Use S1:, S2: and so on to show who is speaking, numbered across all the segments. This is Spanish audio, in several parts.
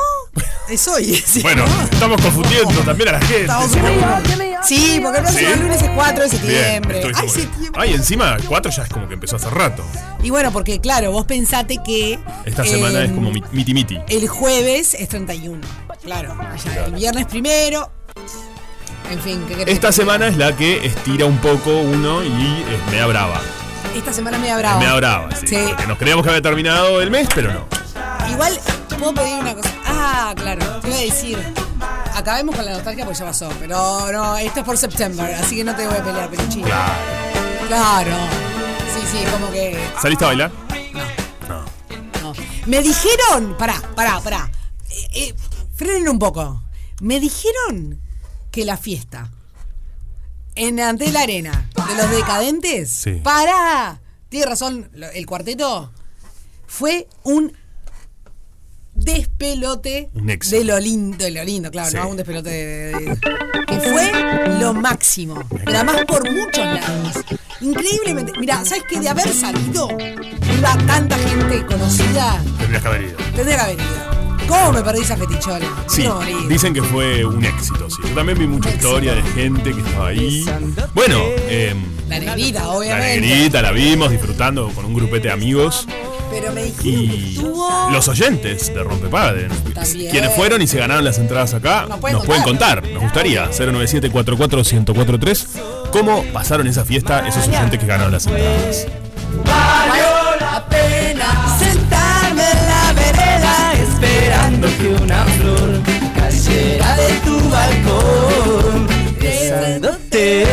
S1: Es hoy. sí.
S2: Bueno, estamos confundiendo también a la gente.
S1: Estamos
S2: pero
S1: un poco-
S2: bueno.
S1: Sí, porque el próximo
S2: Sí.
S1: lunes es 4 de
S2: Bien,
S1: septiembre.
S2: estoy
S1: Ay,
S2: seguro.
S1: septiembre.
S2: Ay, encima, 4 ya es como que empezó hace rato.
S1: Y bueno, porque claro, vos pensate que...
S2: Esta semana
S1: eh,
S2: es como mi- miti-miti.
S1: El jueves es 31. Claro. Ya El viernes primero. En fin, ¿qué querés?
S2: Esta semana es la que estira un poco uno y es mea brava.
S1: Esta semana me
S2: Es
S1: habrá.
S2: mea brava, sí.
S1: Ah, Sí.
S2: Porque nos creíamos que había terminado el mes, pero no.
S1: Igual, puedo pedir una cosa. Ah, claro, te iba a decir. Acabemos con la nostalgia porque ya pasó. Pero no, esto es por September, así que no te voy a pelear, peluchín.
S2: Claro.
S1: Claro. Sí, sí, como que.
S2: ¿Saliste a bailar? No.
S1: no. Me dijeron. Pará, pará, pará. Eh, eh, frenen un poco. Me dijeron que la fiesta en Ante la Arena de los Decadentes.
S2: Sí.
S1: Pará. Tienes razón, lo- el cuarteto fue un despelote
S2: Un éxito.
S1: de lo lindo, de lo lindo, claro,
S2: Sí.
S1: no un despelote de- de- de- que fue lo máximo, pero además por muchos lados. Increíblemente, mira, ¿sabes qué? De haber salido iba tanta gente conocida,
S2: Tendrías que haber ido.
S1: tendría que haber ido. ¿Cómo me perdí esa fetichola?
S2: Sí,
S1: No, morí.
S2: dicen que fue un éxito, sí. Yo también vi mucha historia de gente que estaba ahí. Bueno, em,
S1: la negrita,
S2: La
S1: obviamente.
S2: negrita la vimos disfrutando con un grupete de amigos
S1: Pero me dijeron que
S2: y
S1: estuvo.
S2: los oyentes de Rompepadre,
S1: También.
S2: quienes fueron y se ganaron las entradas acá,
S1: Nos
S2: nos
S1: pueden
S2: pueden,
S1: contar.
S2: contar. Nos gustaría 097 44 cómo pasaron esa fiesta esos oyentes que ganaron las entradas.
S1: sentarme en la vereda esperando que una flor cayera de tu balcón besándote.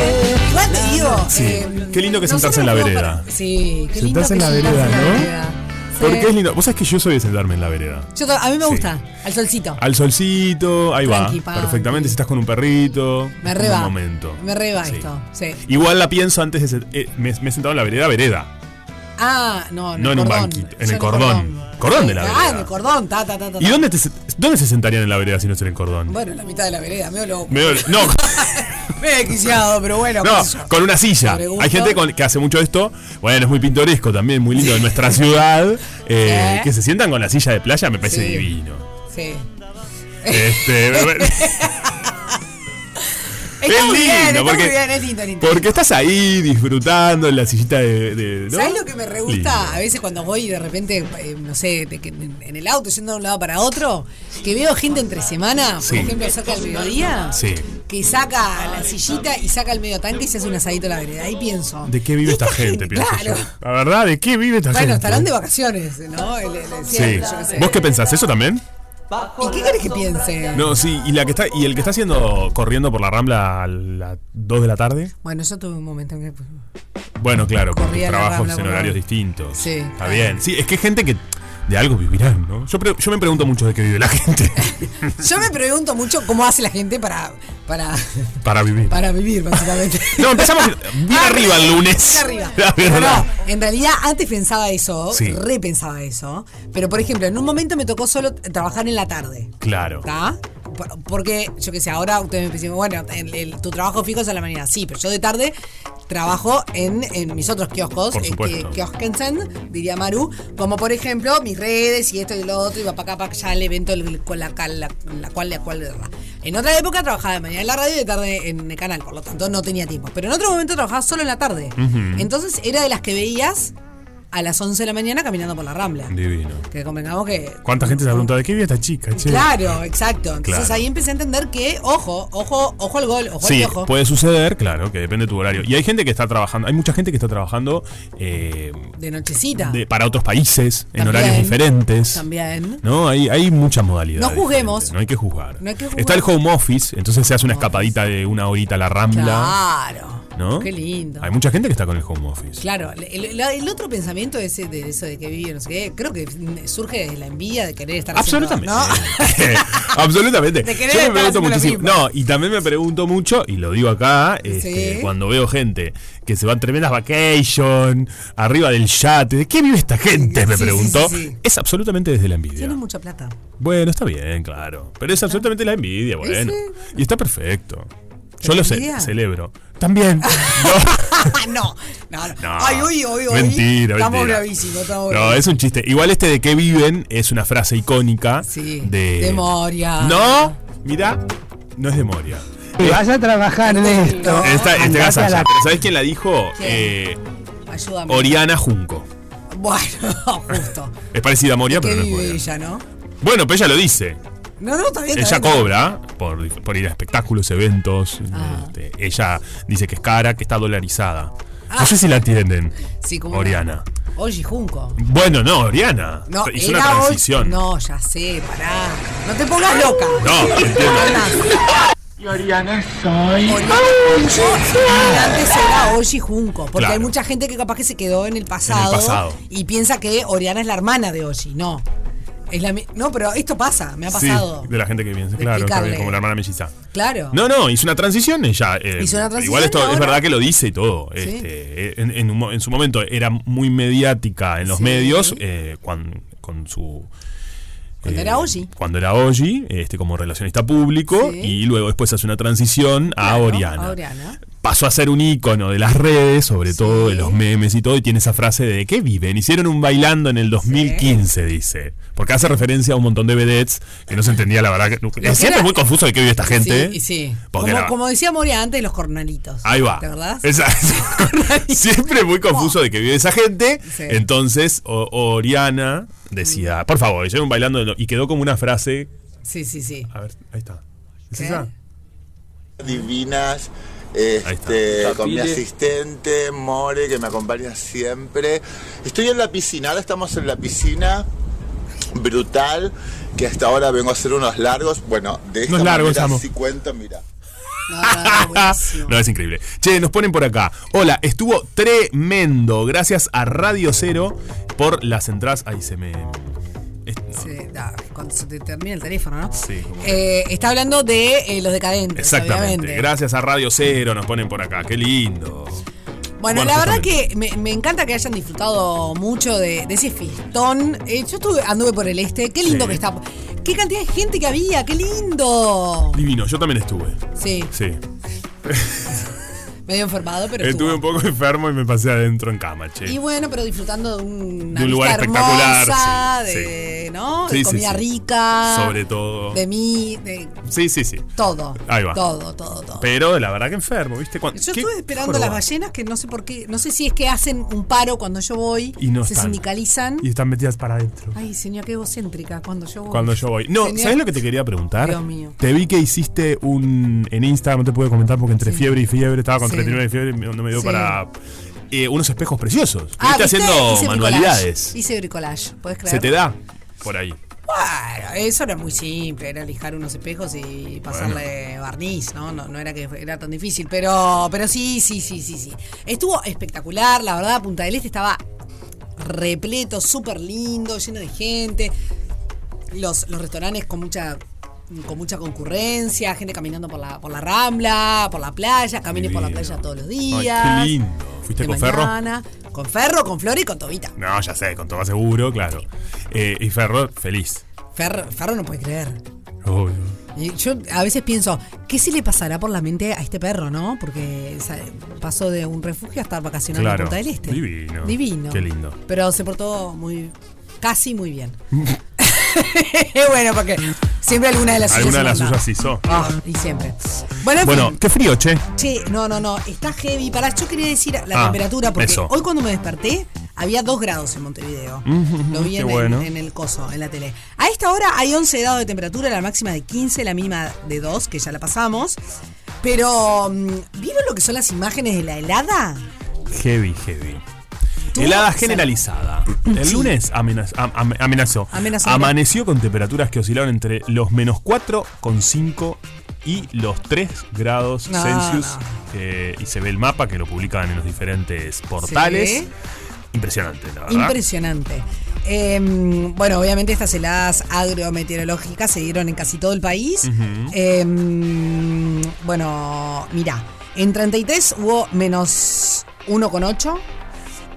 S1: Igual te digo.
S2: Sí, qué lindo que
S1: nosotros
S2: sentarse en la
S1: fuimos
S2: vereda.
S1: para- Sí, qué lindo
S2: Sentarse en
S1: que
S2: la
S1: sentarse
S2: vereda,
S1: en la
S2: ¿no?
S1: vereda. Sí.
S2: Porque es lindo. Vos sabés que yo soy de sentarme en la vereda.
S1: Yo to- a mí me
S2: Sí. Ah,
S1: gusta, al solcito.
S2: Al solcito, ahí
S1: Tranqui,
S2: va.
S1: pa.
S2: Perfectamente si estás con un perrito.
S1: Me
S2: es
S1: reba.
S2: Un momento.
S1: Me reba
S2: Sí.
S1: esto. Sí.
S2: Igual la pienso antes de. sent- eh, me, me he sentado en la vereda, vereda.
S1: Ah, no,
S2: No en
S1: el
S2: un
S1: cordón.
S2: banquito, en
S1: Yo
S2: el cordón. Cordón de la
S1: Ah,
S2: vereda.
S1: en el cordón, ta, ta, ta, ta.
S2: ¿Y dónde, te se- dónde se sentarían en la vereda si no es en el cordón?
S1: Bueno, en la mitad de la vereda, medio loco.
S2: Me duele- no,
S1: Medio desquiciado, pero bueno. qué sé yo.
S2: no, con una silla.
S1: Sobre gusto.
S2: Hay gente con- que hace mucho esto. Bueno, es muy pintoresco también, muy lindo de nuestra ciudad. eh,
S1: Sí.
S2: Que se sientan con la silla de playa me parece
S1: Sí.
S2: divino.
S1: Sí.
S2: Este,
S1: Está
S2: Es
S1: muy bien,
S2: lindo,
S1: está muy
S2: porque-
S1: bien, es lindo, es lindo.
S2: porque estás ahí disfrutando en la sillita de. de- ¿no?
S1: ¿Sabes lo que me re gusta?
S2: Lindo.
S1: A veces cuando voy de repente, eh, no sé, de que en en el auto yendo de un lado para otro, que veo gente entre semana, por
S2: Sí.
S1: ejemplo, cerca del mediodía,
S2: Sí.
S1: que saca la sillita y saca el medio tanque y se hace un asadito a la vereda. Ahí pienso.
S2: ¿De qué vive esta gente? pienso yo?
S1: Claro.
S2: La verdad, ¿de qué vive esta
S1: Bueno,
S2: gente?
S1: estarán de vacaciones, ¿no? El- el- el
S2: Sí.
S1: cierre, yo qué sé.
S2: ¿Vos qué pensás? ¿Eso también?
S1: ¿Y qué querés que piense?
S2: No, sí, y la que está y el que está haciendo corriendo por la Rambla a las 2 de la tarde.
S1: Bueno, yo tuve un momento en que.
S2: Bueno, claro, porque
S1: Corría la
S2: trabajos
S1: Rambla
S2: en
S1: por la-
S2: horarios distintos.
S1: Sí.
S2: Está bien. Sí, es que hay gente que de algo vivirán, ¿no? Yo, pre- yo me pregunto mucho de qué vive la gente
S1: Yo me pregunto mucho cómo hace la gente para. para.
S2: para vivir.
S1: para vivir, básicamente. Ah,
S2: No, empezamos bien arriba el lunes.
S1: Bien arriba.
S2: La
S1: No,
S2: verdad.
S1: no, en realidad antes pensaba eso,
S2: Sí.
S1: repensaba eso. Pero por ejemplo, en un momento me tocó solo trabajar en la tarde.
S2: Claro.
S1: ¿Está? Por- Porque, yo qué sé, ahora ustedes me dicen, bueno, el- el- tu trabajo fijo es a la mañana. Sí, pero yo de tarde trabajo en, en mis otros kioscos, este,
S2: Por supuesto.
S1: kioskensen, diría Maru, como por ejemplo mis redes y esto y lo otro, y va para acá, para allá el evento el- el- con la, cal- la, la cual, la cual, la cual. En otra época trabajaba de mañana en la radio y de tarde en el canal, por lo tanto no tenía tiempo. Pero en otro momento trabajaba solo en la tarde.
S2: Mm.
S1: Entonces era de las que veías a las 11 de la mañana caminando por la Rambla.
S2: Divino.
S1: Que convengamos que
S2: ¿Cuánta gente se ha preguntado de qué vive esta chica, che?
S1: Claro, exacto. Entonces
S2: Claro.
S1: ahí empecé a entender que, ojo, ojo, ojo al gol, ojo
S2: Sí,
S1: al ojo.
S2: puede suceder, claro, que depende de tu horario. Y hay gente que está trabajando, hay mucha gente que está trabajando eh,
S1: De nochecita.
S2: de- para otros países, en
S1: También.
S2: horarios diferentes.
S1: También.
S2: No, hay, hay muchas modalidades.
S1: No juzguemos.
S2: diferentes, No hay que juzgar.
S1: No hay que juzgar.
S2: Está el home office, entonces se hace una escapadita de una horita a la rambla.
S1: Claro.
S2: ¿no?
S1: Qué lindo.
S2: Hay mucha gente que está con el home office.
S1: Claro, el, el- el otro pensamiento ese de eso de que vive, no sé qué, creo que surge desde la envidia de querer estar haciendo-
S2: Absolutamente.
S1: ¿no?
S2: Absolutamente.
S1: De querer
S2: Yo me
S1: estar
S2: pregunto
S1: haciendo lo
S2: muchísimo.
S1: mismo.
S2: No, y también me pregunto mucho, y lo digo acá, este,
S1: Sí.
S2: cuando veo gente que se va a tremendas vacation, arriba del yate, ¿de qué vive esta gente? Me
S1: Sí, sí,
S2: pregunto.
S1: sí, sí.
S2: Es absolutamente desde la envidia.
S1: Tienes mucha plata.
S2: Bueno, está bien, claro. Pero es absolutamente la envidia, bueno. Y está perfecto. Yo
S1: ¿La
S2: lo sé,
S1: envidia?
S2: celebro. También.
S1: no, no, no.
S2: No.
S1: Ay, uy, uy, uy.
S2: Ah, Mentira,
S1: Estamos
S2: mentira.
S1: bravísimos, estamos
S2: No, es un chiste. Igual este de qué viven es una frase icónica
S1: Sí,
S2: de.
S1: de Moria.
S2: No, mira, no es de Moria.
S3: Vas a trabajar de esto.
S2: Esta, este
S3: Andate a la
S2: Pero ¿sabés quién la dijo? Eh,
S1: Ayúdame.
S2: Oriana Junco.
S1: Bueno, justo.
S2: Es parecida a Moria,
S1: Que
S2: pero no es
S1: vive
S2: Moria.
S1: ella, ¿no?
S2: Bueno, pero ella lo dice.
S1: No, no, está bien. está
S2: Ella
S1: bien.
S2: cobra por, por ir a espectáculos, eventos.
S1: Ah.
S2: este, ella dice que es cara, que está dolarizada.
S1: Ah.
S2: No sé si la entienden.
S1: Sí, como
S2: Oriana.
S1: una- Oye, Junco.
S2: Bueno, no, Oriana.
S1: No, eh,
S2: Hizo una
S1: era hoy-
S2: transición.
S1: No, ya sé, pará. No te pongas loca.
S2: No, entiendo.
S1: Oriana Junco, y antes era Oji Junco, porque
S2: Claro.
S1: hay mucha gente que capaz que se quedó en el pasado,
S2: pasado.
S1: y piensa que Oriana es la hermana de Oji. No. Es la mi- no, pero esto pasa, me ha
S2: Sí,
S1: pasado.
S2: de la gente que piensa. Claro, está bien,
S1: explicarle.
S2: como la hermana melliza.
S1: Claro.
S2: No, no, hizo una transición ella. eh,
S1: Hizo una transición
S2: Igual esto es
S1: ahora.
S2: verdad que lo dice y todo.
S1: Sí.
S2: este, eh, en, en un mo- en su momento era muy mediática en los
S1: Sí.
S2: medios eh, cuan- con su...
S1: Cuando
S2: eh,
S1: era Oji.
S2: Cuando era Oji, este, como relacionista público,
S1: Sí.
S2: y luego después hace una transición a
S1: Claro,
S2: Oriana.
S1: a Oriana.
S2: Pasó a ser un ícono de las redes, sobre todo de los memes y todo, y tiene esa frase de ¿qué viven? Hicieron un bailando en el 2015, dice. Porque hace referencia a un montón de vedettes que no se entendía la verdad. Que,
S1: que
S2: siempre
S1: era-
S2: es muy confuso de qué vive esta gente.
S1: Sí, y sí.
S2: Porque
S1: Como,
S2: era-
S1: como decía Moria antes, los cornalitos.
S2: Ahí va.
S1: ¿Te acordás?
S2: Exacto. Siempre muy confuso de que vive esa gente.
S1: Sí.
S2: Entonces, o- Oriana decía, por favor, hicieron bailando de lo-". y quedó como una frase.
S1: Sí, sí, sí.
S2: A ver, ahí está. ¿Es
S1: ¿Qué?
S2: esa?
S4: divinas.
S2: está.
S4: Este, con mi asistente More que me acompaña siempre. Estoy en la piscina, ahora estamos en la piscina brutal que hasta ahora vengo a hacer unos largos. Bueno, de esta
S2: Unos largos,
S4: manera
S2: amo.
S4: sí cuento, mira.
S1: No, no, no, Ah, buenísimo.
S2: No, es increíble. Che, nos ponen por acá. Hola, estuvo tremendo. Gracias a Radio Cero por las entradas. Ahí se me. es- Este, no.
S1: Sí, da, cuando se te termina el teléfono, ¿no?
S2: Sí, como
S1: Eh, está hablando de eh, los decadentes.
S2: Exactamente.
S1: obviamente.
S2: Gracias a Radio Cero nos ponen por acá. Qué lindo.
S1: Bueno,
S2: Bueno,
S1: la verdad
S2: justamente.
S1: que me, me encanta que hayan disfrutado mucho de, de ese fiestón. Eh, yo estuve, anduve por el este. Qué lindo
S2: Sí.
S1: que está. Qué cantidad de gente que había. Qué lindo.
S2: Divino, yo también estuve.
S1: Sí,
S2: Sí.
S1: medio enfermado, pero
S2: Estuve un
S1: estuvo.
S2: poco enfermo y me pasé adentro en cama, che.
S1: Y bueno, pero disfrutando de, una
S2: De un lugar
S1: vista
S2: espectacular,
S1: hermosa,
S2: sí,
S1: de, ¿no?
S2: Sí,
S1: de
S2: sí,
S1: comida
S2: sí.
S1: rica.
S2: Sobre todo.
S1: De mí, de
S2: Sí, sí, sí.
S1: todo.
S2: Ahí va.
S1: Todo, todo, todo.
S2: Pero la verdad que enfermo, ¿viste? Cuando,
S1: Yo
S2: ¿qué
S1: estuve esperando
S2: jorobado?
S1: las ballenas que no sé por qué, no sé si es que hacen un paro cuando yo voy,
S2: Y no
S1: se
S2: están.
S1: sindicalizan.
S2: Y están metidas para adentro.
S1: Ay, señor, qué egocéntrica cuando yo voy.
S2: Cuando yo voy. No,
S1: Señor-
S2: ¿sabes lo que te quería preguntar?
S1: Dios mío.
S2: Te vi que hiciste un. En Instagram, no te pude comentar porque entre fiebre y fiebre, estaba con
S1: Sí.
S2: 39 de fiebre, no me dio
S1: Sí.
S2: para. eh, unos espejos preciosos.
S1: Ah,
S2: Estuviste
S1: ¿viste?
S2: haciendo
S1: Hice bricolage.
S2: manualidades.
S1: Hice bricolage, ¿puedes creer?
S2: Se te da por ahí.
S1: Bueno, eso era muy simple, era lijar unos espejos y pasarle barniz, ¿no? ¿no? No era que era tan difícil, pero, pero sí, sí, sí, sí, sí. Estuvo espectacular, la verdad, Punta del Este estaba repleto, súper lindo, lleno de gente. Los, los restaurantes con mucha con mucha concurrencia, gente caminando por la, por la rambla, por la playa, camines por la
S2: Divino.
S1: playa todos los
S2: Ay,
S1: días.
S2: qué lindo. ¿Fuiste
S1: de
S2: con Ferro?
S1: mañana. Con Ferro, con Flor y con Tobita.
S2: No, ya sé, con todo seguro, claro. Eh, y Ferro, feliz.
S1: Ferro, Ferro no puede creer.
S2: Obvio.
S1: Y Yo a veces pienso, ¿qué se le pasará por la mente a este perro, no? Porque sa- pasó de un refugio a estar vacacionando
S2: Claro.
S1: en Punta del Este.
S2: Divino.
S1: Divino.
S2: Qué lindo.
S1: Pero se portó muy, casi muy bien. bueno, porque siempre alguna de las suyas.
S2: Alguna de las
S1: se manda.
S2: suyas hizo.
S1: Ah, y siempre. Bueno, en
S2: Bueno,
S1: fin.
S2: qué frío, che.
S1: Che, no, no, no, está heavy. Pará, yo quería decir la
S2: Ah,
S1: temperatura, porque
S2: eso.
S1: hoy cuando me desperté había 2 grados en Montevideo.
S2: Ujú,
S1: Lo vi
S2: qué
S1: en, el-
S2: bueno.
S1: en el coso, en la tele. A esta hora hay 11 grados de temperatura, la máxima de 15, la mínima de 2, que ya la pasamos. Pero, mm, ¿vieron lo que son las imágenes de la helada?
S2: Heavy, heavy.
S1: Tú,
S2: Helada
S1: o sea,
S2: generalizada. El
S1: Sí.
S2: lunes amenaz- am- am- amenazó.
S1: Amenazó.
S2: Amaneció con temperaturas que oscilaron entre los menos 4,5 y los 3 grados
S1: No,
S2: Celsius.
S1: no.
S2: Eh, y se ve el mapa que lo publican en los diferentes portales.
S1: Sí.
S2: Impresionante, la verdad.
S1: Impresionante. Eh, bueno, obviamente estas heladas agrometeorológicas se dieron en casi todo el país. Eh, bueno, mira, en 33 hubo menos 1,8.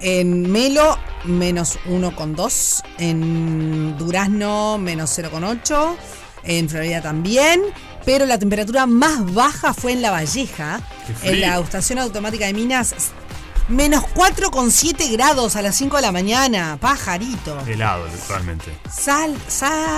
S1: En Melo, menos 1,2. En Durazno, menos 0,8. En Florida también. Pero la temperatura más baja fue en La Valleja,
S2: Qué frío.
S1: en la estación automática de Minas. Menos 4,7 grados a las 5 de la mañana. Pajarito.
S2: Helado, realmente.
S1: Sal,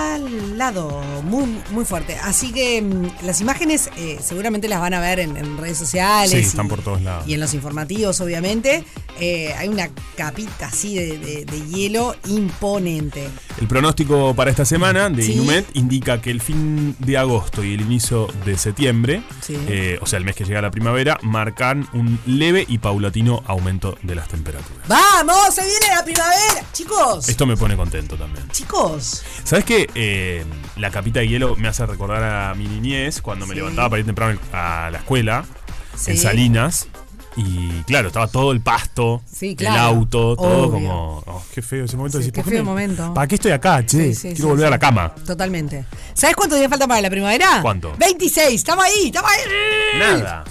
S1: salado, muy, muy fuerte. Así que mm, las imágenes eh, seguramente las van a ver en, en redes sociales.
S2: Sí, están por todos lados.
S1: Y en los informativos, obviamente. Eh, hay una capita así de, de- de hielo imponente.
S2: El pronóstico para esta semana de
S1: Sí.
S2: Inumet indica que el fin de agosto y el inicio de septiembre,
S1: Sí.
S2: eh, o sea, el mes que llega la primavera, marcan un leve y paulatino aumento de las temperaturas.
S1: ¡Vamos! ¡Se viene la primavera! ¡Chicos!
S2: Esto me pone contento también.
S1: ¡Chicos!
S2: ¿Sabes qué? Eh, la capita de hielo me hace recordar a mi niñez cuando me
S1: Sí.
S2: levantaba para ir temprano a la escuela
S1: Sí.
S2: en Salinas. Y claro, estaba todo el pasto,
S1: Sí, claro.
S2: el auto, todo
S1: Obvio.
S2: como. oh, qué feo ese momento.
S1: Sí,
S2: Decís,
S1: qué
S2: ¿por
S1: feo
S2: me-
S1: momento.
S2: ¿Para qué estoy acá, che?
S1: Sí, sí,
S2: Quiero
S1: sí, sí.
S2: volver
S1: Ah,
S2: a la cama.
S1: Totalmente. ¿Sabes cuántos días faltan para la primavera?
S2: ¿Cuánto?
S1: 26. ¡Estamos ahí! ¡Estamos ahí!
S2: Nada.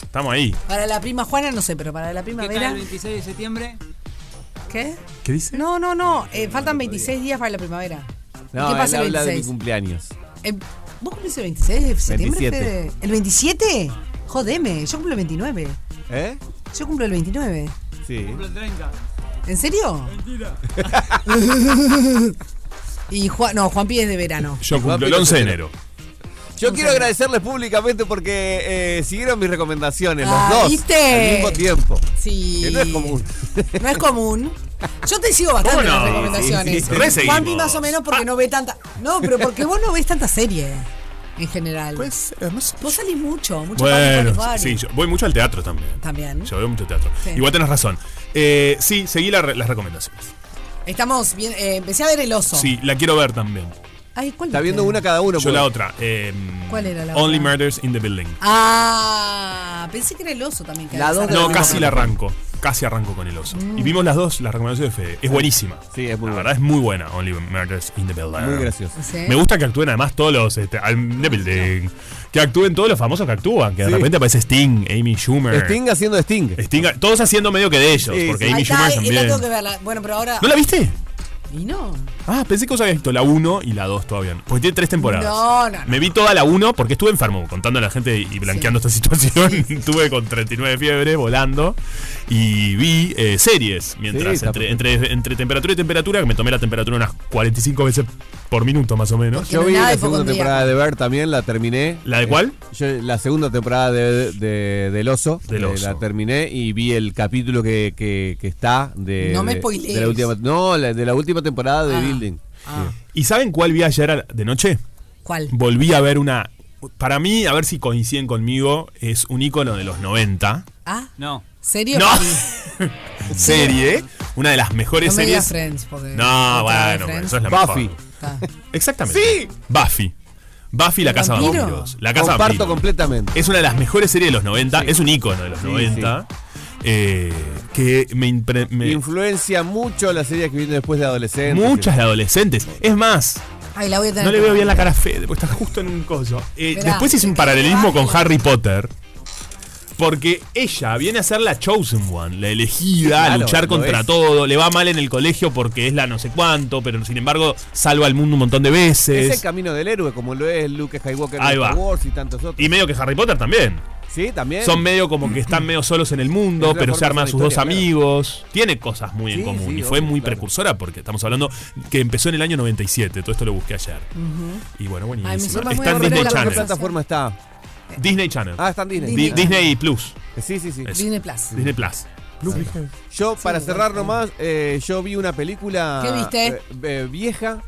S2: Estamos ahí.
S1: Para la prima Juana, no sé, pero para la
S5: ¿Qué tal
S1: primavera.
S5: el 26 de septiembre?
S1: ¿Qué?
S2: ¿Qué dice?
S1: No, no, no. eh, faltan 26 días para la primavera.
S6: No,
S1: ¿Qué
S6: él
S1: pasa el
S6: habla de mi
S1: 26?
S6: cumpleaños.
S1: Eh, ¿Vos cumplís el 26 de septiembre?
S6: 27.
S1: Fede? ¿El 27? Jodeme, yo cumplo el 29.
S6: ¿Eh?
S1: Yo cumplo el 29.
S6: Sí.
S5: Cumplo 30.
S1: ¿En serio? y Juan, no, Juan Pi es de verano.
S2: Yo cumplo el
S6: Rápido,
S2: 11 de
S6: pero-
S2: enero.
S6: Yo quiero agradecerles públicamente porque eh, siguieron mis recomendaciones, los
S1: Ah,
S6: dos.
S1: ¿viste?
S6: Al mismo tiempo.
S1: Sí.
S6: Que no es común.
S1: No es común. Yo te sigo bastante
S2: ¿Cómo no?
S1: las recomendaciones.
S6: Sí, sí, sí.
S2: Re seguimos. Ah.
S1: Juan Pi más o menos porque no ve tanta. No, pero porque vos no ves tanta serie en general.
S2: Pues, además.
S1: vos salís mucho, mucho
S2: Bueno,
S1: Party, party,
S2: sí,
S1: party.
S2: yo voy mucho al teatro también.
S1: También.
S2: Yo veo mucho teatro.
S1: Sí.
S2: Igual tenés razón. Eh, sí, seguí la re- las recomendaciones.
S1: Estamos bien. eh, empecé a ver el oso.
S2: Sí, la quiero ver también.
S1: Ay, ¿cuál
S6: Está
S1: viste?
S6: viendo una cada uno.
S2: Yo
S6: pues.
S2: la otra. eh,
S1: ¿Cuál era la
S2: Only
S1: otra?
S2: Murders in the Building.
S1: Ah, pensé que era el oso también. que
S6: La
S1: había
S6: dos de
S1: salido.
S2: No, casi la arranco. Casi arranco con el oso. Y vimos las dos, las recomendaciones de Fede. Es buenísima.
S6: Sí, es muy
S2: La
S6: buena.
S2: verdad es muy buena, Only Murders in the Building.
S6: Muy gracioso.
S1: Sí.
S2: Me gusta que actúen además todos los. Este, I'm the building. Que actúen todos los famosos que actúan. Que de
S6: Sí.
S2: repente aparece Sting, Amy Schumer.
S6: Sting haciendo de Sting.
S2: Sting, todos haciendo medio que de ellos,
S6: Sí,
S2: porque
S6: sí.
S2: Amy
S1: Ahí está,
S2: Schumer
S1: eh, esta
S2: también.
S1: tengo que verla. Bueno, pero ahora.
S2: ¿No la viste?
S1: Y no.
S2: Ah, pensé que vos habías visto la 1 y la 2 todavía. no. Porque tiene tres temporadas.
S1: No, no, no.
S2: Me vi toda la 1 porque estuve enfermo contando a la gente y blanqueando esta situación. Estuve con 39 de fiebre volando y vi eh, series mientras.
S6: Sí, está
S2: entre, entre, entre temperatura y temperatura, que me tomé la temperatura unas 45 veces por minuto más o menos.
S1: Que
S6: Yo
S1: no
S6: vi
S1: nada
S6: la
S1: de
S6: segunda
S1: hipocondría.
S6: temporada de Ver también, la terminé. Eh,
S2: ¿La de cuál?
S6: Yo la segunda temporada de, de- del oso,
S2: Del
S6: eh,
S2: Oso.
S6: la terminé y vi el capítulo que, que- que está de,
S1: No me
S6: de-
S1: spoilees.
S6: de la última no la- de la última temporada de
S1: Ah.
S6: Building.
S1: Ah,
S2: ¿Y saben cuál vi ayer a- de noche?
S1: ¿Cuál?
S2: Volví a ver una. Para mí, a ver si coinciden conmigo, es un icono de los 90.
S1: Ah,
S5: No.
S1: ¿serio?
S2: No.
S1: Papi?
S2: Serie, una de las mejores
S1: No me digas
S2: series.
S1: Friends, porque.
S2: No,
S1: otra vez
S2: bueno,
S1: Friends.
S2: eso es la
S6: Buffy.
S2: mejor.
S1: Está.
S2: Exactamente.
S6: ¡Sí!
S2: Buffy. Buffy, la casa de
S1: vampiro?
S2: vampiros. La casa de
S6: Comparto
S2: vampiros.
S6: completamente.
S2: Es una de las mejores series de los 90. Es un ícono de los
S6: Sí,
S2: 90. eh, que me, impre- me-
S6: Influencia mucho las series que vienen después de adolescentes.
S2: Muchas de adolescentes. Es más,
S1: Ay, la voy a tener.
S2: no le
S1: que-
S2: veo bien la cara a Fede, porque está justo en un coso. Eh,
S1: Esperá,
S2: después hice un
S1: que-
S2: paralelismo con
S1: que-
S2: Harry Potter. Porque ella viene a ser la chosen one, la elegida, a
S6: Claro,
S2: luchar
S6: lo
S2: contra
S6: es.
S2: todo. Le va mal en el colegio porque es la no sé cuánto, pero sin embargo salva al mundo un montón de
S6: Es el
S2: veces.
S6: camino del héroe, como lo es Luke Skywalker en
S2: Ahí
S6: Star
S2: va.
S6: Wars y tantos otros.
S2: Y medio que Harry Potter también.
S6: sí, también.
S2: Son medio como que están medio solos en el
S6: Es
S2: mundo,
S6: una
S2: pero se
S6: forma
S2: arman
S6: de
S2: sus dos
S6: historia, claro.
S2: amigos. Tiene cosas muy
S6: Sí,
S2: en común.
S6: sí,
S2: y fue
S6: obvio,
S2: muy
S6: claro.
S2: precursora porque estamos hablando que empezó en el año 97. Todo esto lo busqué ayer. Y bueno,
S1: Ay, me
S2: buenísimo.
S1: suena muy
S2: Está en
S1: aburrida
S2: Disney
S1: la
S6: ¿En qué
S2: Channel.
S6: plataforma está?
S2: Disney Channel.
S6: Ah, está en Disney.
S2: Di- Disney Plus.
S6: Sí, sí, sí.
S2: Es-
S1: Disney Plus.
S2: Disney Plus.
S6: Yo, para cerrar nomás, eh, yo vi una película.
S1: ¿Qué viste?
S6: eh, eh, vieja.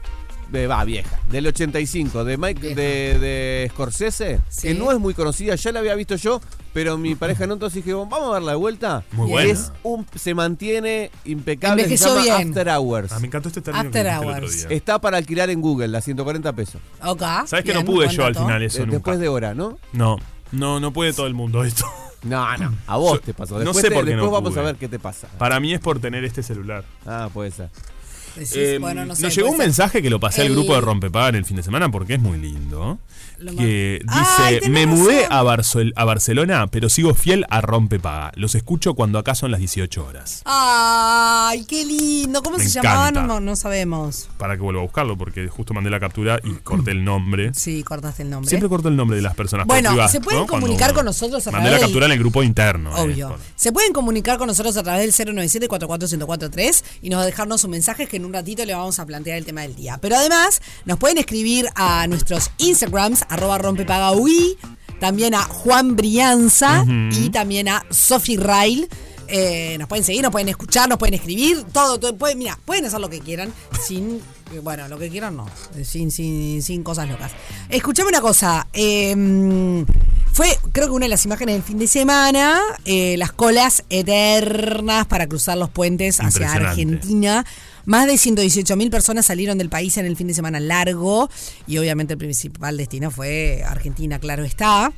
S6: eh, Va, vieja. Del 85, de Mike,
S1: Vieja.
S6: de, de Scorsese,
S1: Sí.
S6: que no es muy conocida, ya la había visto yo, pero mi pareja no, entonces dije, vamos a verla de vuelta.
S2: Muy
S6: Y
S2: buena.
S6: Es un, se mantiene impecable,
S1: Envejeció
S6: se llama
S1: bien.
S6: After Hours.
S2: Ah, me encantó este término
S1: After
S2: que dijiste el otro
S1: Hours.
S2: día.
S6: Está para alquilar en Google, a 140 pesos.
S1: Ok.
S2: ¿Sabes que
S1: bien,
S2: no pude yo
S1: buen
S2: al
S1: dato.
S2: final
S6: Eh,
S2: eso nunca?
S6: después de hora, ¿no?
S2: No, no, no puede todo el mundo esto.
S6: No, no. A vos
S2: Yo-
S6: te pasó.
S2: no
S6: Después,
S2: sé
S6: te-
S2: por qué
S6: después
S2: no
S6: vamos
S2: pude.
S6: a ver qué te pasa.
S2: Para mí es por tener este celular.
S6: Ah, puede ser.
S1: Decís,
S2: Eh,
S1: bueno, no sé,
S2: nos llegó un
S1: puede ser.
S2: mensaje que lo pasé
S1: El-
S2: al grupo de Rompepaga en el fin de semana porque es muy lindo.
S1: Lo
S2: Que dice,
S1: más- Ay, tenés
S2: me mudé
S1: razón.
S2: a, Barcel- a Barcelona, pero sigo fiel a Rompepaga. Los escucho cuando acá son las 18 horas.
S1: Ay, qué lindo. ¿Cómo
S2: Me
S1: se llamaba?
S2: encanta.
S1: No, no sabemos.
S2: Para que vuelva a buscarlo porque justo mandé la captura y corté el nombre.
S1: Sí, cortaste el nombre.
S2: Siempre corto el nombre de las personas. por
S1: Bueno,
S2: privado,
S1: se pueden
S2: ¿no? Cuando
S1: comunicar
S2: uno-
S1: con nosotros a
S2: Mandé
S1: través
S2: la
S1: del-
S2: captura en el grupo interno. eh,
S1: Obvio.
S2: con-
S1: Se pueden comunicar con nosotros a través del 097-44143 y nos dejarnos un mensaje que en un ratito le vamos a plantear el tema del día. Pero además, nos pueden escribir a nuestros Instagrams, arroba rompepagaui, también a Juan Brianza y también a Sofi Rail. Eh, nos pueden seguir, nos pueden escuchar, nos pueden escribir, todo, todo. Pueden, mira, pueden hacer lo que quieran, sin, eh, bueno, lo que quieran no, eh, sin, sin, sin cosas locas. Escuchame una cosa, eh, fue creo que una de las imágenes del fin de semana, eh, las colas eternas para cruzar los puentes hacia
S2: Impresionante.
S1: Argentina. Más de 118 mil personas salieron del país en el fin de semana largo y obviamente el principal destino fue Argentina, claro está.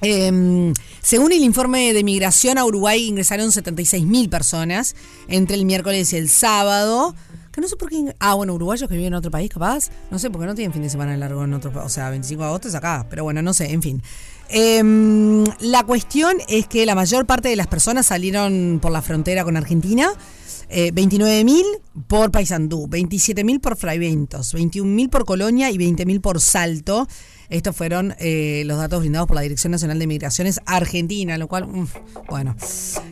S1: Eh, según el informe de migración a Uruguay ingresaron 76.000 personas entre el miércoles y el sábado. Que no sé por qué... ing- Ah, bueno, uruguayos que viven en otro país, capaz. No sé, porque no tienen fin de semana largo en otro país. O sea, 25 de agosto es acá. Pero bueno, no sé, en fin. Eh, la cuestión es que la mayor parte de las personas salieron por la frontera con Argentina. Eh, 29.000 por Paysandú, 27.000 por Fraiventos, 21.000 por Colonia y 20.000 por Salto. Estos fueron eh, los datos brindados por la Dirección Nacional de Migraciones Argentina, lo cual, mm, bueno.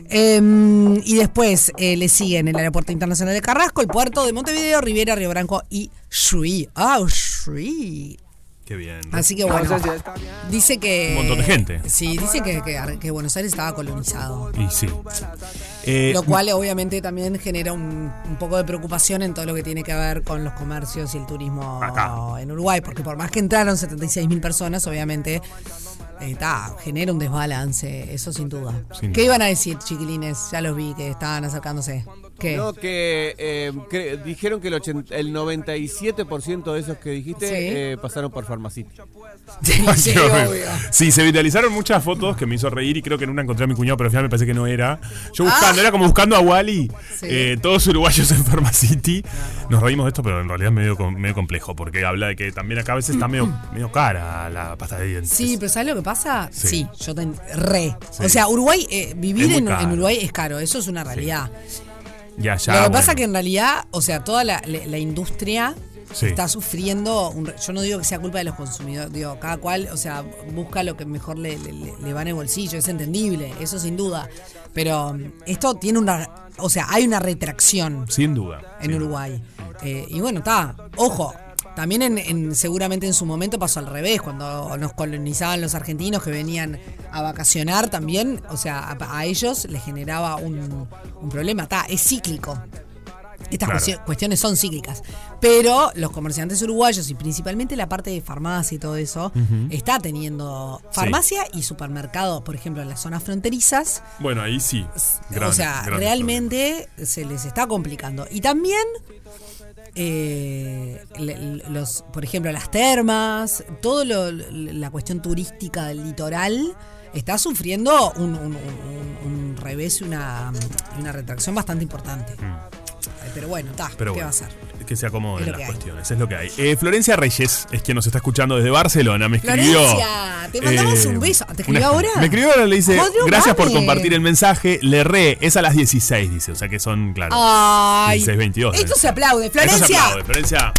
S1: Em, y después eh, le siguen el Aeropuerto Internacional de Carrasco, el Puerto de Montevideo, Riviera, Río Branco y Shui. ¡Ah, Shui!
S2: Qué bien. Ah,
S1: Así que bueno, dice que...
S2: Un montón de gente.
S1: Sí, dice que, que- que Buenos Aires estaba colonizado.
S2: Y sí. Eh,
S1: Lo cual obviamente también genera un, un poco de preocupación en todo lo que tiene que ver con los comercios y el turismo
S2: Acá.
S1: en Uruguay, porque por más que entraron 76.000 personas, obviamente eh, ta, genera un desbalance, eso sin duda.
S2: Sin
S1: ¿Qué
S2: duda.
S1: iban a decir, chiquilines? Ya los vi que estaban acercándose. ¿Qué?
S6: No, que eh, cre- dijeron que el, 80 el 97% de esos que dijiste
S1: Sí.
S6: eh, pasaron por Farmacity.
S1: Sí, sí,
S2: Qué bueno.
S1: obvio.
S2: Sí, se viralizaron muchas fotos que me hizo reír y creo que en una encontré a mi cuñado, pero al final me parece que no era. Yo buscando, era como buscando a Wally.
S1: Ah. Sí.
S2: eh, todos uruguayos en Pharmacity. Nos reímos de esto, pero en realidad es medio, com- medio complejo, porque habla de que también acá a veces está medio, medio cara la pasta de dientes.
S1: Sí, pero ¿sabes lo que pasa? Sí,
S2: Sí.
S1: yo te re. O
S2: Sí.
S1: sea, Uruguay, eh, vivir
S2: Es muy
S1: en, en
S2: caro.
S1: Uruguay es caro, eso es una realidad.
S2: Y allá,
S1: Lo que
S2: bueno.
S1: pasa que en realidad, o sea, toda la, la- la industria
S2: Sí.
S1: está sufriendo. un re- yo no digo que sea culpa de los consumidores, digo, cada cual, o sea, busca lo que mejor le, le, le- le va en el bolsillo, es entendible, eso sin duda. Pero mm, esto tiene una. O sea, hay una retracción
S2: Sin duda.
S1: en
S2: sí.
S1: Uruguay. Eh, y bueno, está, ojo. También en, en- seguramente en su momento pasó al revés, cuando nos colonizaban los argentinos que venían a vacacionar también, o sea, a, a ellos les generaba un, un problema, está, es cíclico. Estas
S2: Claro.
S1: cuestio- cuestiones son cíclicas, pero los comerciantes uruguayos y principalmente la parte de farmacia y todo eso está teniendo farmacia y supermercados, por ejemplo, en las zonas fronterizas,
S2: Bueno, ahí sí. Gran-
S1: o sea,
S2: gran
S1: realmente se les está complicando. Y también eh, le- los, por ejemplo, las termas, toda la cuestión turística del litoral está sufriendo un, un- un- un- un revés y una, una retracción bastante importante. Ay, Pero bueno, está, ¿qué
S2: Pero bueno,
S1: va a ser?
S2: Mm. Que se
S1: Es
S2: acomoden
S1: lo
S2: las
S1: que hay.
S2: cuestiones, es lo que hay. Eh, Florencia Reyes es quien nos está escuchando desde Barcelona, me escribió. eh,
S1: Florencia, te mandamos un beso. ¿Te escribió ahora?
S2: Me escribió ahora, le dice,
S1: Joder,
S2: gracias por
S1: mami".
S2: compartir el mensaje, le re, es a las 16, dice, o sea que son, claro,
S1: Ay,
S2: 16.22.
S1: esto
S2: debe
S1: se
S2: ser.
S1: aplaude.
S2: eh. Esto se
S1: Florencia.
S2: aplaude, Florencia.